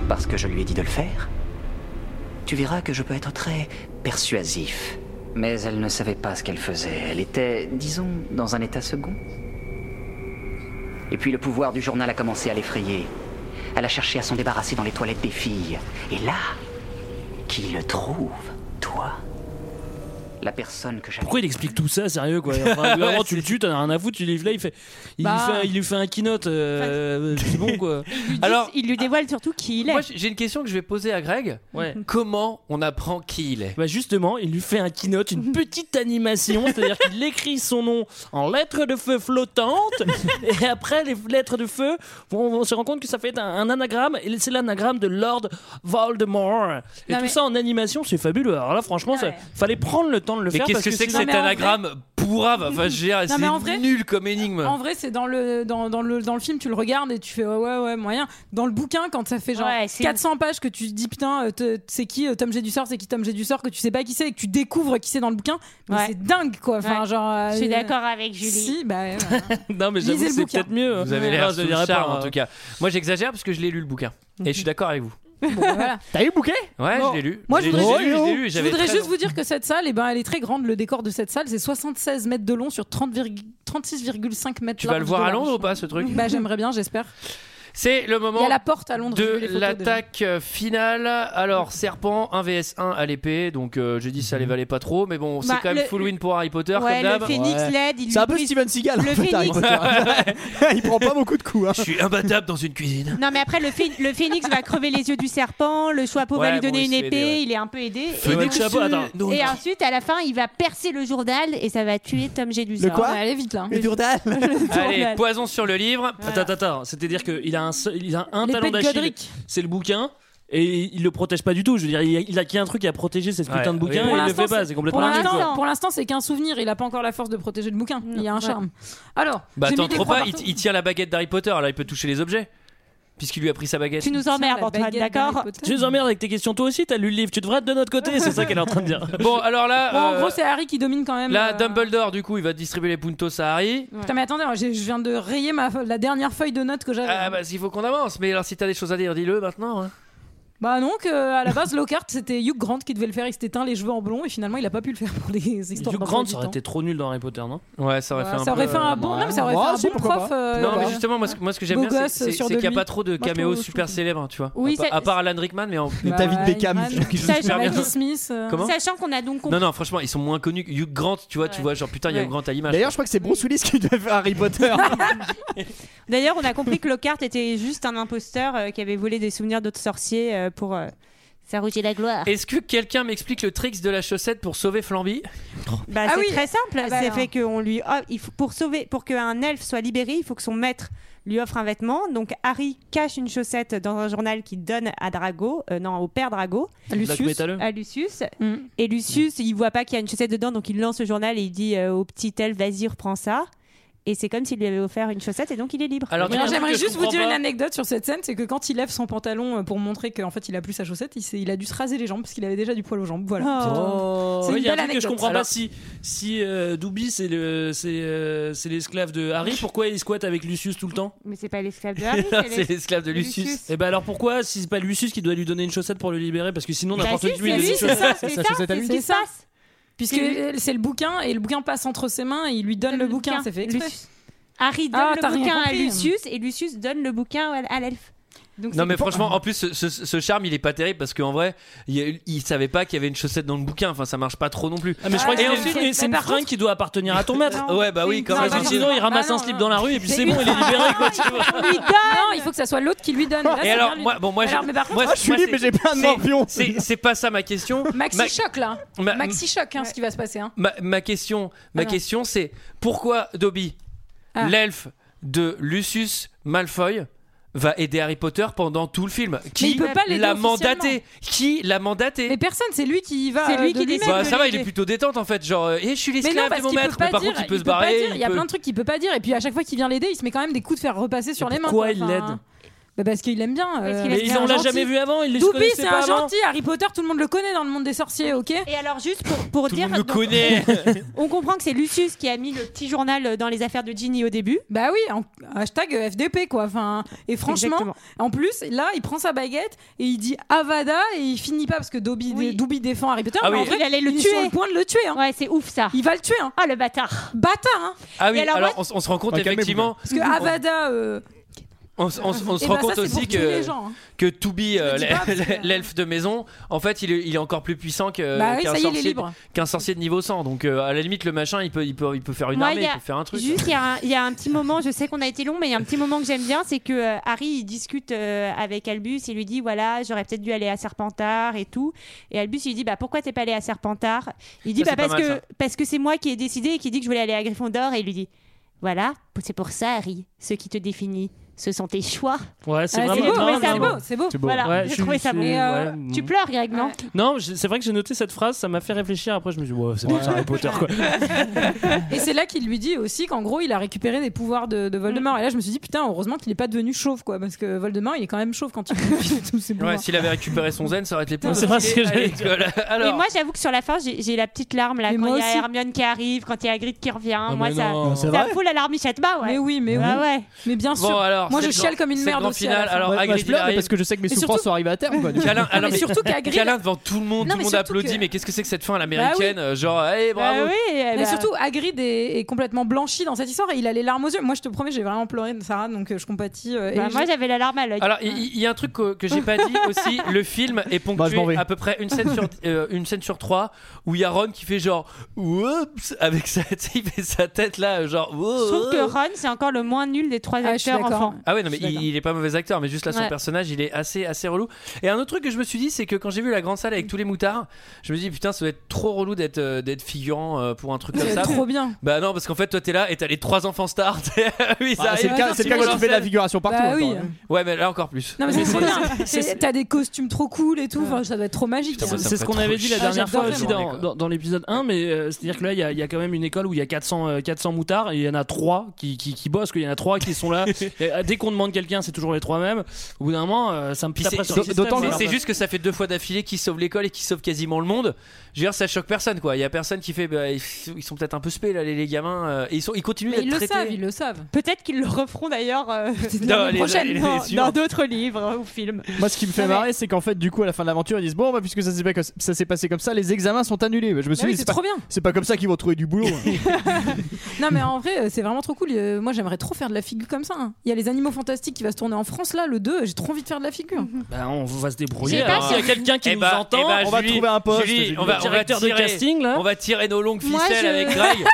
Parce que je lui ai dit de le faire. Tu verras que je peux être très persuasif. Mais elle ne savait pas ce qu'elle faisait. Elle était, disons, dans un état second. Et puis le pouvoir du journal a commencé à l'effrayer. Elle a cherché à s'en débarrasser dans les toilettes des filles. Et là, qui le trouve Toi La personne que j'avais. Pourquoi il explique tout ça, sérieux quoi Enfin, au bout d'un moment, tu le tues, t'en as rien à foutre, tu livres là, il fait, il, Bah. lui, fait, un- il lui fait un keynote, euh, c'est bon quoi. Alors, il lui dévoile surtout qui il est. Moi, j'ai j'ai une question que je vais poser à Greg. Ouais. Comment on apprend qui il est Bah justement, il lui fait un keynote, une petite animation, c'est-à-dire qu'il écrit son nom en lettres de feu flottantes, et après les lettres de feu, on, on se rend compte que ça fait un, un anagramme, et c'est l'anagramme de Lord Voldemort. Et Non, tout mais- Ah ça en animation, c'est fabuleux. Alors là, franchement, ça- fallait prendre le temps de le Mais faire. qu'est-ce parce que c'est que sinon- cet anagramme pourrave Enfin, je veux dire, Non, mais en c'est vrai- nul comme énigme. En vrai, c'est dans le, dans, dans le, dans le film, tu le regardes et tu fais ouais, ouais, ouais, moyen. Dans le bouquin, quand ça fait genre Ouais, c'est 400 pages que tu te dis putain, euh, te- c'est qui euh, Tom G. Dussor, c'est qui Tom G. Dussor, que tu sais pas qui c'est et que tu découvres qui c'est dans le bouquin, mais Ouais. c'est dingue quoi. Enfin, Ouais. genre, euh, Je suis d'accord avec Julie. Si, bah, ouais, ouais. non, mais j'avoue Lisez que le c'est bouquin. peut-être mieux. hein. Vous avez Non, l'air je sous dirais le pas, charme euh, hein. en tout cas. Moi j'exagère parce que je l'ai lu le bouquin et je suis d'accord avec vous. T'as eu le bouquet Ouais, Mhm. Bon. je l'ai lu. Moi, Je je l'ai voudrais, lu, je l'ai lu, je j'avais voudrais très juste envie. vous dire que cette salle, eh ben, elle est très grande. Le décor de cette salle, c'est 76 mètres de long sur 30 virg- 36,5 mètres Tu vas le voir à Londres ou pas ce truc Bah, j'aimerais bien, j'espère. C'est le moment Il y a la porte à Londres. j'ai vu les de photos l'attaque euh, finale. Alors serpent 1 vs 1 à l'épée, donc euh, j'ai dit ça Mhm. les valait pas trop, mais bon Bah, c'est quand même le- full win pour Harry Potter Ouais, comme le d'hab. phénix LED, il C'est un lui peu brise- Steven Seagal. Le en fait, Harry phénix- Potter. Il prend pas beaucoup de coups. hein. Je suis imbattable dans une cuisine. Non mais après le, phé- le phénix va crever les yeux du serpent, le chapeau Ouais, va lui bon, donner il une se fait épée, aider, ouais. il est un peu aidé. Euh, Phénix et, ensuite- chapeau, attends, non, et non. ensuite à la fin il va percer le journal et ça va tuer Tom G. Le quoi Ouais, allez vite là. Le journal. Allez poison sur le livre. Attends, attends, attends. C'est-à-dire qu'il a un, seul- il a un L'épée talent de d'Achille, Godric. c'est le bouquin. Et il le protège pas du tout. Je veux dire, il a, il a qu'il y a un truc à protéger, c'est ce Ouais, putain de oui. bouquin, et Pour il le l'instant, fait pas. c'est- C'est Pour complètement l'instant, ridicule. pour l'instant, c'est qu'un souvenir. Il a pas encore la force de protéger le bouquin. Il y a un charme. Alors, Bah j'ai mis attends des trop croix pas, il, partout. il tient la baguette d'Harry Potter, alors il peut toucher les objets puisqu'il lui a pris sa baguette. Tu nous emmerdes Antoine, d'accord Tu nous emmerdes avec tes questions, toi aussi, t'as lu le livre, tu devrais être de notre côté, c'est ça qu'elle est en train de dire. Bon alors là. Bon, en euh, gros, c'est Harry qui domine quand même. Là, euh, Dumbledore, du coup, il va distribuer les puntos à Harry. Putain, mais attendez, moi, j'ai- je viens de rayer ma, la dernière feuille de notes que j'avais. Ah, bah, il faut qu'on avance. Mais alors, si t'as des choses à dire, dis-le maintenant. hein. Bah donc, euh, à la base, Lockhart, c'était Hugh Grant qui devait le faire. Il s'était teint les cheveux en blond et finalement, il a pas pu le faire pour des histoires Hugh d'emploi Grant, du ça aurait temps. été trop nul dans Harry Potter, non Ouais, ça aurait Ouais, fait un ça aurait peu, fait un euh, bon, non, mais ça aurait Ouais, fait si, un bon pourquoi prof. pas. euh, Non, mais ouais. justement, moi, ce que- moi, ce que j'aime Beau bien, c'est- gosse, c'est sur c'est de qu'il n'y a lui. pas trop de Moi, je caméos trouve- super célèbres, hein, tu vois. Oui, à, part- c'est- à part Alan Rickman, mais en. Bah, David Beckham, Iron Man. qui joue super bien. Maggie Smith. euh, Comment Sachant qu'on a donc compris. Non, non, franchement, ils sont moins connus. que Hugh Grant, tu vois, tu vois, genre putain, il y a Hugh Grant à l'image. D'ailleurs, je crois que c'est Bruce Willis qui devait faire Harry Potter. D'ailleurs on a compris que Lockhart était juste un imposteur euh, qui avait volé des souvenirs d'autres sorciers euh, pour euh, s'arroger la gloire. Est-ce que quelqu'un m'explique le tricks de la chaussette pour sauver Flamby Bah, Ah c'est oui. très simple. Ah bah c'est alors. fait qu'on lui oh, il faut, pour sauver pour qu'un elfe soit libéré, il faut que son maître lui offre un vêtement. Donc Harry cache une chaussette dans un journal qu'il donne à Drago, euh, non au père Drago, À Lucius. Black métalleux. à Lucius. Mm. Et Lucius, il voit pas qu'il y a une chaussette dedans, donc il lance le journal et il dit euh, au petit elfe vas-y reprends ça. Et c'est comme s'il lui avait offert une chaussette et donc il est libre. Alors, Mais tu vois, un truc j'aimerais que je juste vous comprends dire une pas. anecdote sur cette scène, c'est que quand il lève son pantalon euh, pour montrer qu'en fait il a plus sa chaussette, il, s'est- il a dû se raser les jambes parce qu'il avait déjà du poil aux jambes. Voilà. C'est tout. Oh, C'est ouais, une il y a un belle truc que je anecdote. comprends pas Alors- si si euh, Doobie c'est le c'est euh, c'est l'esclave de Harry, pourquoi il squatte avec Lucius tout le temps Mais c'est pas l'esclave de Ah Harry, C'est l'esclave de Lucius. Et ben alors pourquoi si c'est pas Lucius qui doit lui donner une chaussette pour le libérer parce que sinon Bah n'importe si, qui lui c'est donne lui, une c'est ça, chaussette. c'est ça, c'est ce qui se ça. passe. Puisque C'est lui. euh, c'est le bouquin et le bouquin passe entre ses mains et il lui donne le, bouquin. bouquin. C'est fait exprès. Lucius. Harry donne Ah, le t'as rien bouquin à compris. Lucius et Lucius donne le bouquin à, à l'elfe. Donc Non c'est- mais franchement, en plus ce, ce- ce charme il est pas terrible parce qu'en vrai il, y a eu- il savait pas qu'il y avait une chaussette dans le bouquin, enfin ça marche pas trop non plus. Ah, mais je crois que Et c'est une- ensuite- et c'est une fringue qui doit appartenir à ton maître. Euh, Ouais bah oui quand Parce que même. sinon il ramasse Bah non, un slip non. dans la rue et puis C'est c'est bon, une- il est libéré quoi. tu vois. On lui donne Non, il faut que ça soit l'autre qui lui donne. Là, Et c'est alors bien, lui. moi bon moi Alors, mais par contre, moi, Ah, je suis moi, libre, c'est- mais j'ai plein de c'est- morpions. C'est c'est pas ça ma question. Maxi Ma- choc là. Bah, Ma- mm. Maxi choc, hein, ce qui va se passer. hein. Ma, ma question, ma Alors. question c'est pourquoi Dobby, Ah. l'elfe de Lucius Malfoy, va aider Harry Potter pendant tout le film Mais Qui il peut pas l'aider l'a officiellement. mandaté Qui l'a mandaté Mais personne, c'est lui qui y va. C'est euh, lui de qui lui-même. décide. Bah, de ça va, il l'aider. est plutôt détente en fait. Genre, euh, Eh, je suis Mais non, l'esclave de parce mon qu'il peut maître. Mais pas par dire, contre, il peut se peut pas barrer. dire, Il y a peut- plein de trucs qu'il peut pas dire. Et puis à chaque fois qu'il vient l'aider, il se met quand même des coups de fer repasser sur les mains. Pourquoi quoi, il enfin, l'aide Bah, parce qu'il aime bien. euh, qu'il aime Mais bien ils en l'ont gentil. jamais vu avant, ils les Doopy, connaissaient c'est pas un avant. gentil. Harry Potter, tout le monde le connaît dans le monde des sorciers, ok Et alors, juste pour, pour dire. donc, On comprend que c'est Lucius qui a mis le petit journal dans les affaires de Ginny au début. Bah oui, en- hashtag euh, FDP quoi. Enfin, et franchement, Exactement. en plus, là, il prend sa baguette et il dit Avada et il finit pas parce que Dobby, dé- Dobby défend Harry Potter. Ah mais oui. en vrai, Il allait le est sur tuer. le point de le tuer. hein. Ouais, c'est ouf ça. Il va le tuer. Hein. Ah, le bâtard. Bâtard. Hein. Ah oui, Et alors, moi, on, s- on se rend compte Ouais, calmez-vous, effectivement. parce que Avada. euh, On, s- on s- on se Eh rend ben, ça, compte c'est pour aussi tuer que, les gens, hein. que Toubi, euh, dis pas, parce que- l'elfe de maison, en fait, il est, il est encore plus puissant que- Bah oui, euh, qu'un ça y est, il est sorcier, libre. qu'un sorcier de niveau 100. Donc, euh, à la limite, le machin, il peut, il peut, il peut faire une Moi, armée, il y a- il peut faire un truc. Juste, il y, a un- il y a un petit moment, je sais qu'on a été long, mais il y a un petit moment que j'aime bien, c'est que euh, Harry il discute euh, avec Albus, il lui dit voilà, j'aurais peut-être dû aller à Serpentard et tout. Et Albus il lui dit bah pourquoi t'es pas allé à Serpentard Il dit Ça, bah c'est pas mal, parce que ça. parce que c'est moi qui ai décidé et qui dit que je voulais aller à Gryffondor et il lui dit voilà, c'est pour ça Harry, ce qui te définit, ce sont tes choix. Ouais, c'est Ah, vraiment beau, bien, mais hein. c'est vraiment. beau, c'est beau. C'est beau. Voilà, Ouais, j'ai je trouvé suis- ça beau. Euh, c'est- ouais, Tu mm. pleures Greg, non Non, je- c'est vrai que j'ai noté cette phrase, ça m'a fait réfléchir. Après, je me suis dit, ouais, c'est pas Ouais. Harry Potter quoi. Et c'est là qu'il lui dit aussi qu'en gros, il a récupéré des pouvoirs de, de Voldemort. Et là, je me suis dit putain, heureusement qu'il est pas devenu chauve quoi, parce que Voldemort, il est quand même chauve quand il confie tous ses pouvoirs. Ouais, s'il avait récupéré son zen, ça aurait été les c'est vrai, c'est ce que j'allais Mais Alors, moi, j'avoue que sur la fin, j'ai j'ai la petite larme là. quand moi il y a aussi. Hermione qui arrive, quand il y a Hagrid qui revient, Ah, moi mais ça, non. C'est ça vrai fout la larmichette bas. Ouais. Mais oui, mais Ah oui. ouais. Mais bien sûr. Bon, alors, Moi, je cette chiale grande- comme une cette merde grande aussi. à la finale, fin. alors, Moi, moi, Hagrid, je pleure, il mais arrive. parce que je sais que mes Et souffrances surtout- sont arrivées à terme. quoi. Câlin, mais surtout qu'Hagrid- câlin devant tout le monde, Non, tout le mais monde surtout applaudit. que- Mais qu'est-ce que c'est que cette fin à l'américaine euh, Genre, hey, bravo. Bah oui, eh mais ben. bah- surtout Hagrid est, est complètement blanchi dans cette histoire et il a les larmes aux yeux. Moi, je te promets, j'ai vraiment pleuré, Sarah, donc euh, je compatis. euh, et Bah, je- moi, j'avais la larme à l'œil. Alors, il- il il y a un truc que, que j'ai pas dit aussi. Le film est Bah, je m'en ponctué vais. à peu près une scène sur euh, une scène sur trois où il y a Ron qui fait genre oups avec sa, il fait sa tête là genre. Je trouve Oups. que Ron, c'est encore le moins nul des trois je suis acteurs d'accord. enfants. Oh. Ah ouais, non, mais il, il est pas mauvais acteur, mais juste là, son Ouais. personnage, il est assez, assez relou. Et un autre truc que je me suis dit, c'est que quand j'ai vu la grande salle avec tous les moutards, je me suis dit, putain, ça doit être trop relou d'être euh, d'être figurant euh, pour un truc comme C'est ça. trop bien. Bah non, parce qu'en fait, toi, t'es là et t'as les trois enfants stars. oui, ça Bah, c'est arrive. le cas, c'est le cas quand tu fais de la figuration partout. Bah oui. attends, hein. Ouais, mais là, encore plus. Non, mais c'est trop bien. c'est- Et T'as des costumes trop cool et tout. Enfin, ça doit être trop magique. Putain, moi, ça C'est ce me qu'on fait avait trop dit la chier. dernière Ah, fois j'adore aussi vraiment, dans, quoi. dans- dans l'épisode 1, mais euh, c'est-à-dire que là, il y, a- il y a quand même une école où il y a 400, euh, 400 moutards et il y en a 3 qui, qui, qui bossent, qu'il y en a 3 qui sont là. Et, euh, dès qu'on demande quelqu'un, c'est toujours les 3 mêmes. Au bout d'un moment, euh, ça me Puis pisse après c'est- sur le c'est- système, hein. d'autant que alors. c'est juste que ça fait deux fois d'affilée qu'ils sauvent l'école et qu'ils sauvent quasiment le monde. Je veux dire, ça choque personne quoi. Il y a personne qui fait. bah, ils ils sont peut-être un peu spé là, les, les gamins. euh, et ils, sont, ils continuent Mais d'être ils le traités. savent, ils le savent. Peut-être qu'ils le referont d'ailleurs euh, Non, les- les- les prochainement suivants. dans d'autres livres ou films. Moi, ce qui me fait Non, mais- marrer, c'est qu'en fait, du coup, à la fin de l'aventure, ils disent Bon, bah, puisque ça s'est pas- ça s'est passé comme ça, les examens sont annulés. Bah, Je me suis Bah oui, dit, c'est pas- trop bien. C'est pas comme ça qu'ils vont trouver du boulot. hein. Non, mais en vrai, euh, c'est vraiment trop cool. Euh, Moi, j'aimerais trop faire de la figure comme ça. hein. Il y a les animaux fantastiques qui va se tourner en France là, le 2. J'ai trop envie de faire de la figure. Bah, on va se débrouiller. hein. J'ai pas alors. sûr. S'il y a quelqu'un qui Eh nous bah, entend, eh bah, on va Julie, trouver un poste. Julie, Julie. on va, on va directeur tirer, de casting là. On va tirer nos longues Hein Moi, ficelles je- avec Greg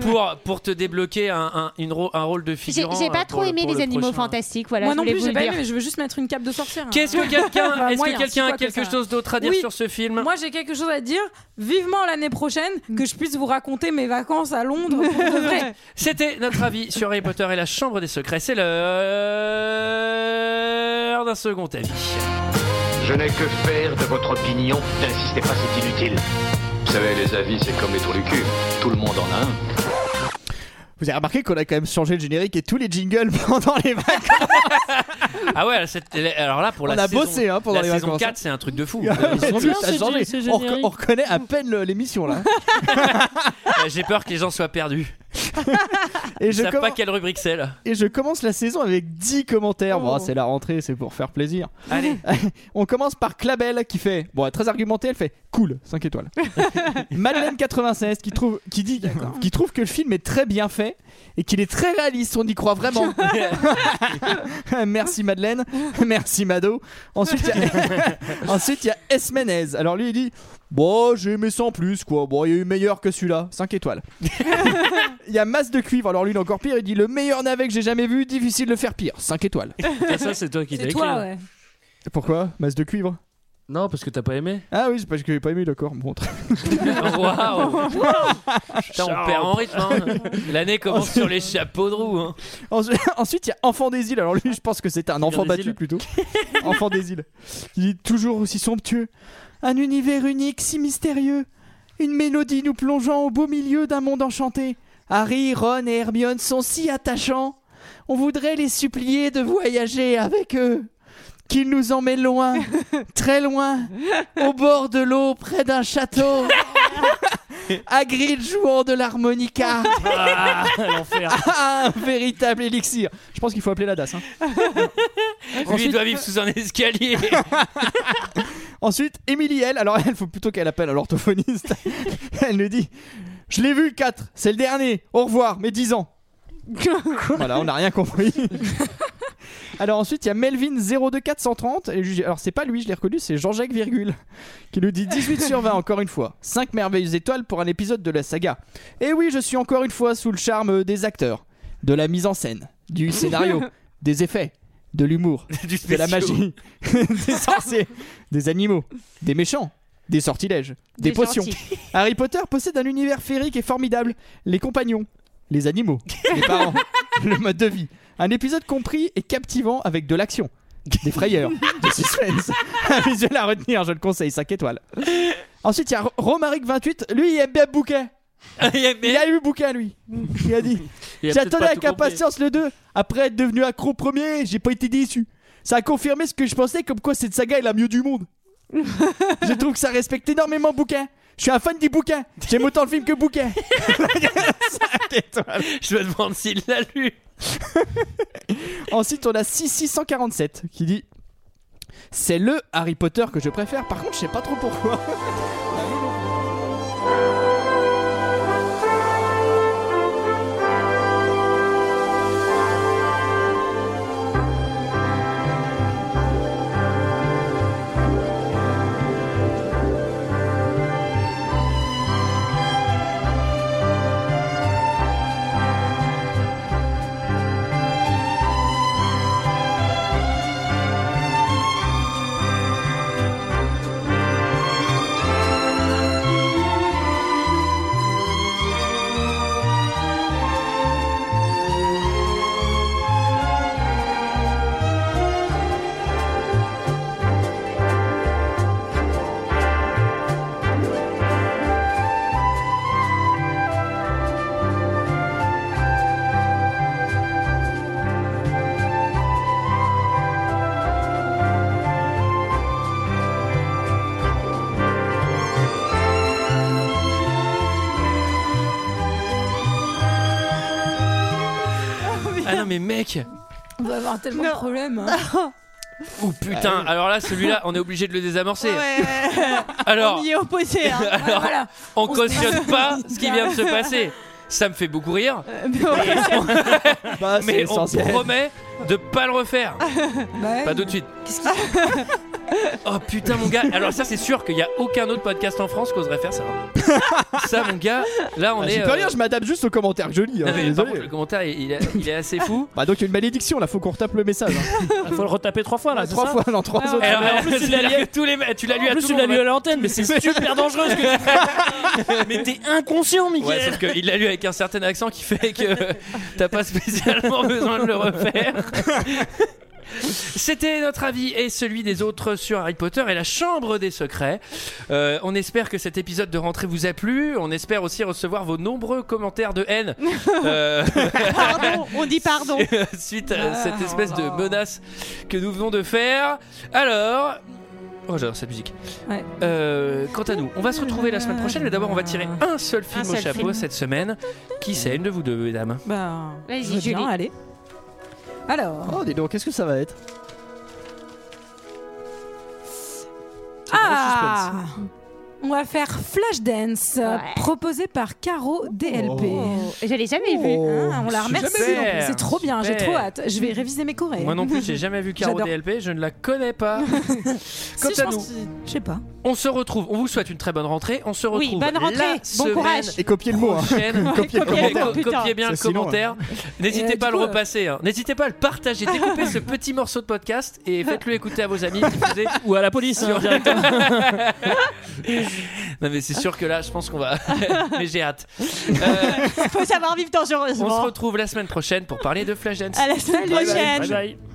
pour, pour te débloquer un, un, une ro- un rôle de J'ai figurant. j'ai euh, pas pour trop le- aimé pour les le animaux prochain. fantastiques. Voilà, Moi je non voulais plus, vous j'ai le pas dire. aimé, mais je veux juste mettre une cape de sorcière. hein. Qu'est-ce que quelqu'un, Enfin, est-ce que moyen, quelqu'un a quoi que quelque ça. chose d'autre à dire Oui. sur ce film Moi, j'ai quelque chose à dire. Vivement l'année prochaine Mm. que je puisse vous raconter mes vacances à Londres pour de vrai. C'était notre avis sur Harry Potter et la Chambre des Secrets. C'est l'heure d'un second avis. Je n'ai que faire de votre opinion. N'insistez pas, c'est inutile. Vous savez, les avis, c'est comme les trous du cul. Tout le monde en a un. Vous avez remarqué qu'on a quand même changé le générique et tous les jingles pendant les vacances. Ah ouais, cette- alors là pour la On a saison, bossé, hein, pendant la les saison vacances. 4, c'est un truc de fou. Ça Euh, a changé. On reco- on reconnaît à peine le- l'émission là. J'ai peur que les gens soient perdus. Et Ils je savent pas commence- quelle rubrique c'est là. Et je commence la saison avec 10 commentaires. Bon, c'est la rentrée, c'est pour faire plaisir. Allez. On commence par Clabel qui fait, bon, très argumentée, elle fait cool, 5 étoiles. Madeleine96 qui trouve, qui dit, qui trouve que le film est très bien fait et qu'il est très réaliste, on y croit vraiment. Merci Madeleine, merci Mado. Ensuite, il y a- ensuite il y a Esmenez. Alors lui il dit, bon, j'ai aimé sans plus quoi. Bon, il y a eu meilleur que celui-là, 5 étoiles. Il y a masse de cuivre. Alors lui, il est encore pire. Il dit le meilleur navet que j'ai jamais vu. Difficile de le faire pire. 5 étoiles. Ah, ça, c'est toi qui t'as C'est écrit. toi, ouais. Pourquoi Masse de cuivre Non, parce que t'as pas aimé. Ah oui, c'est parce que j'ai pas aimé le corps. Bon, très- Waouh Putain, on perd en rythme. hein. L'année commence sur les chapeaux de roue. hein. Ensuite- Ensuite, il y a Enfant des îles. Alors lui, je pense que c'était un enfant Ah. des battu îles. plutôt. enfant des îles. Il est toujours aussi somptueux. Un univers unique, si mystérieux. Une mélodie nous plongeant au beau milieu d'un monde enchanté. Harry, Ron et Hermione sont si attachants. On voudrait les supplier de voyager avec eux. Qu'ils nous emmènent loin, très loin, au bord de l'eau, près d'un château. Hagrid jouant de l'harmonica. Ah, l'enfer. Ah, un véritable élixir. Je pense qu'il faut appeler la DAS. hein. Lui, il Ensuite- doit vivre sous un escalier. Ensuite, Émilie, elle, alors elle, faut plutôt qu'elle appelle à l'orthophoniste. elle nous dit Je l'ai vu le 4, c'est le dernier, au revoir, mais 10 ans. voilà, on n'a rien compris. alors ensuite, il y a Melvin024130. et je dis- Alors c'est pas lui, je l'ai reconnu, c'est Jean-Jacques Virgule, qui nous dit 18 sur 20, encore une fois. 5 merveilleuses étoiles pour un épisode de la saga. Et oui, je suis encore une fois sous le charme des acteurs, de la mise en scène, du scénario, des effets, de l'humour, de la spéciaux. magie, des sorciers, des animaux, des méchants, des sortilèges, des, Des potions. gentils. Harry Potter possède un univers féerique et formidable. Les compagnons, les animaux, les parents, le mode de vie. Un épisode compris et captivant avec de l'action, des frayeurs, du suspense. Un visuel à retenir, je le conseille, 5 étoiles. Ensuite, il y a Ro- Romaric28, lui, il aime bien Bouquet. Il a eu Bouquet, lui. Il a dit Il a peut-être J'attendais pas avec tout compris. impatience le 2. Après être devenu accro au premier, j'ai pas été déçu. Ça a confirmé ce que je pensais, comme quoi cette saga est la mieux du monde. je trouve que ça respecte énormément Bouquet. Je suis un fan du bouquin. J'aime autant le film que Bouquet. Je me demande s'il l'a lu. Ensuite, on a 6647 qui dit C'est le Harry Potter que je préfère. Par contre, je sais pas trop pourquoi. Ah non, mais mec. On va avoir tellement de problèmes. hein. Ou putain, alors là, celui-là, on est obligé de le désamorcer. Alors, On y est opposé. hein. Alors, Voilà. on On se- cautionne pas ce qui vient de se passer. Ça me fait beaucoup rire. mais on Mais cautionne on- Bah, c'est mais on essentiel. promet de pas le refaire. Pas tout de suite. Oh putain mon gars, alors ça c'est sûr qu'il n'y a aucun autre podcast en France qui oserait faire ça. hein. ça mon gars, là on Ah, est... J'y peux euh, rien, je m'adapte juste aux commentaires que je lis. hein, Ah non, mais par désolé. contre, le commentaire il, il est, il est assez fou. Bah donc il y a une malédiction là, faut qu'on retape le message. hein. Il Ah, faut le retaper trois fois là. Trois fois, non, trois autres. Alors, en plus, tu l'as c'est-à-dire lu- que tous les- tu l'as lu en à plus, tout tu le l'as monde, lu à l'antenne, mais c'est super dangereux ce que tu fais. Mais t'es inconscient, Ouais, Michael. sauf qu'il l'a lu avec un certain accent qui fait que t'as pas spécialement besoin de le refaire. C'était notre avis et celui des autres sur Harry Potter et la Chambre des Secrets. Euh, on espère que cet épisode de rentrée vous a plu. On espère aussi recevoir vos nombreux commentaires de haine. Euh, Pardon, on dit pardon. suite à Ah. cette espèce de menace que nous venons de faire. Alors. Oh, j'adore cette musique. Euh, quant à nous, on va se retrouver la semaine prochaine, mais d'abord, on va tirer un seul film Ah. Un seul au chapeau film. cette semaine. Qui c'est Une de vous deux, mesdames Bah, Vas-y, je veux bien, Julie. allez. Alors. Oh dis donc, qu'est-ce que ça va être Oh, Ah On va faire Flashdance, euh, proposé par Caro DLP. Je l'ai jamais vu. Ah, on la remercie. en plus. C'est trop bien, j'ai trop hâte. Je vais réviser mes coréens. Moi non plus, j'ai jamais vu Caro J'adore. DLP, je ne la connais pas. Quant Si, je à pense nous, que- Je sais pas. on se retrouve. On vous souhaite une très bonne rentrée. On se Oui, retrouve. bonne rentrée, la bon semaine courage. Et copier le mot. hein. prochaine. copier le commentaire. co- copiez bien le C'est sinon, commentaire. hein. N'hésitez Et, pas à du le coup, euh, repasser. hein. N'hésitez pas à le partager. Découpez ce petit morceau de podcast et faites-le écouter à vos amis. diffusez. Ou à la police, hein, directement. non mais c'est sûr que là, je pense qu'on va. mais j'ai hâte. Faut savoir vivre On se dangereusement. retrouve la semaine prochaine pour parler de Flashdance. À la semaine Bye bye. prochaine. Bye bye.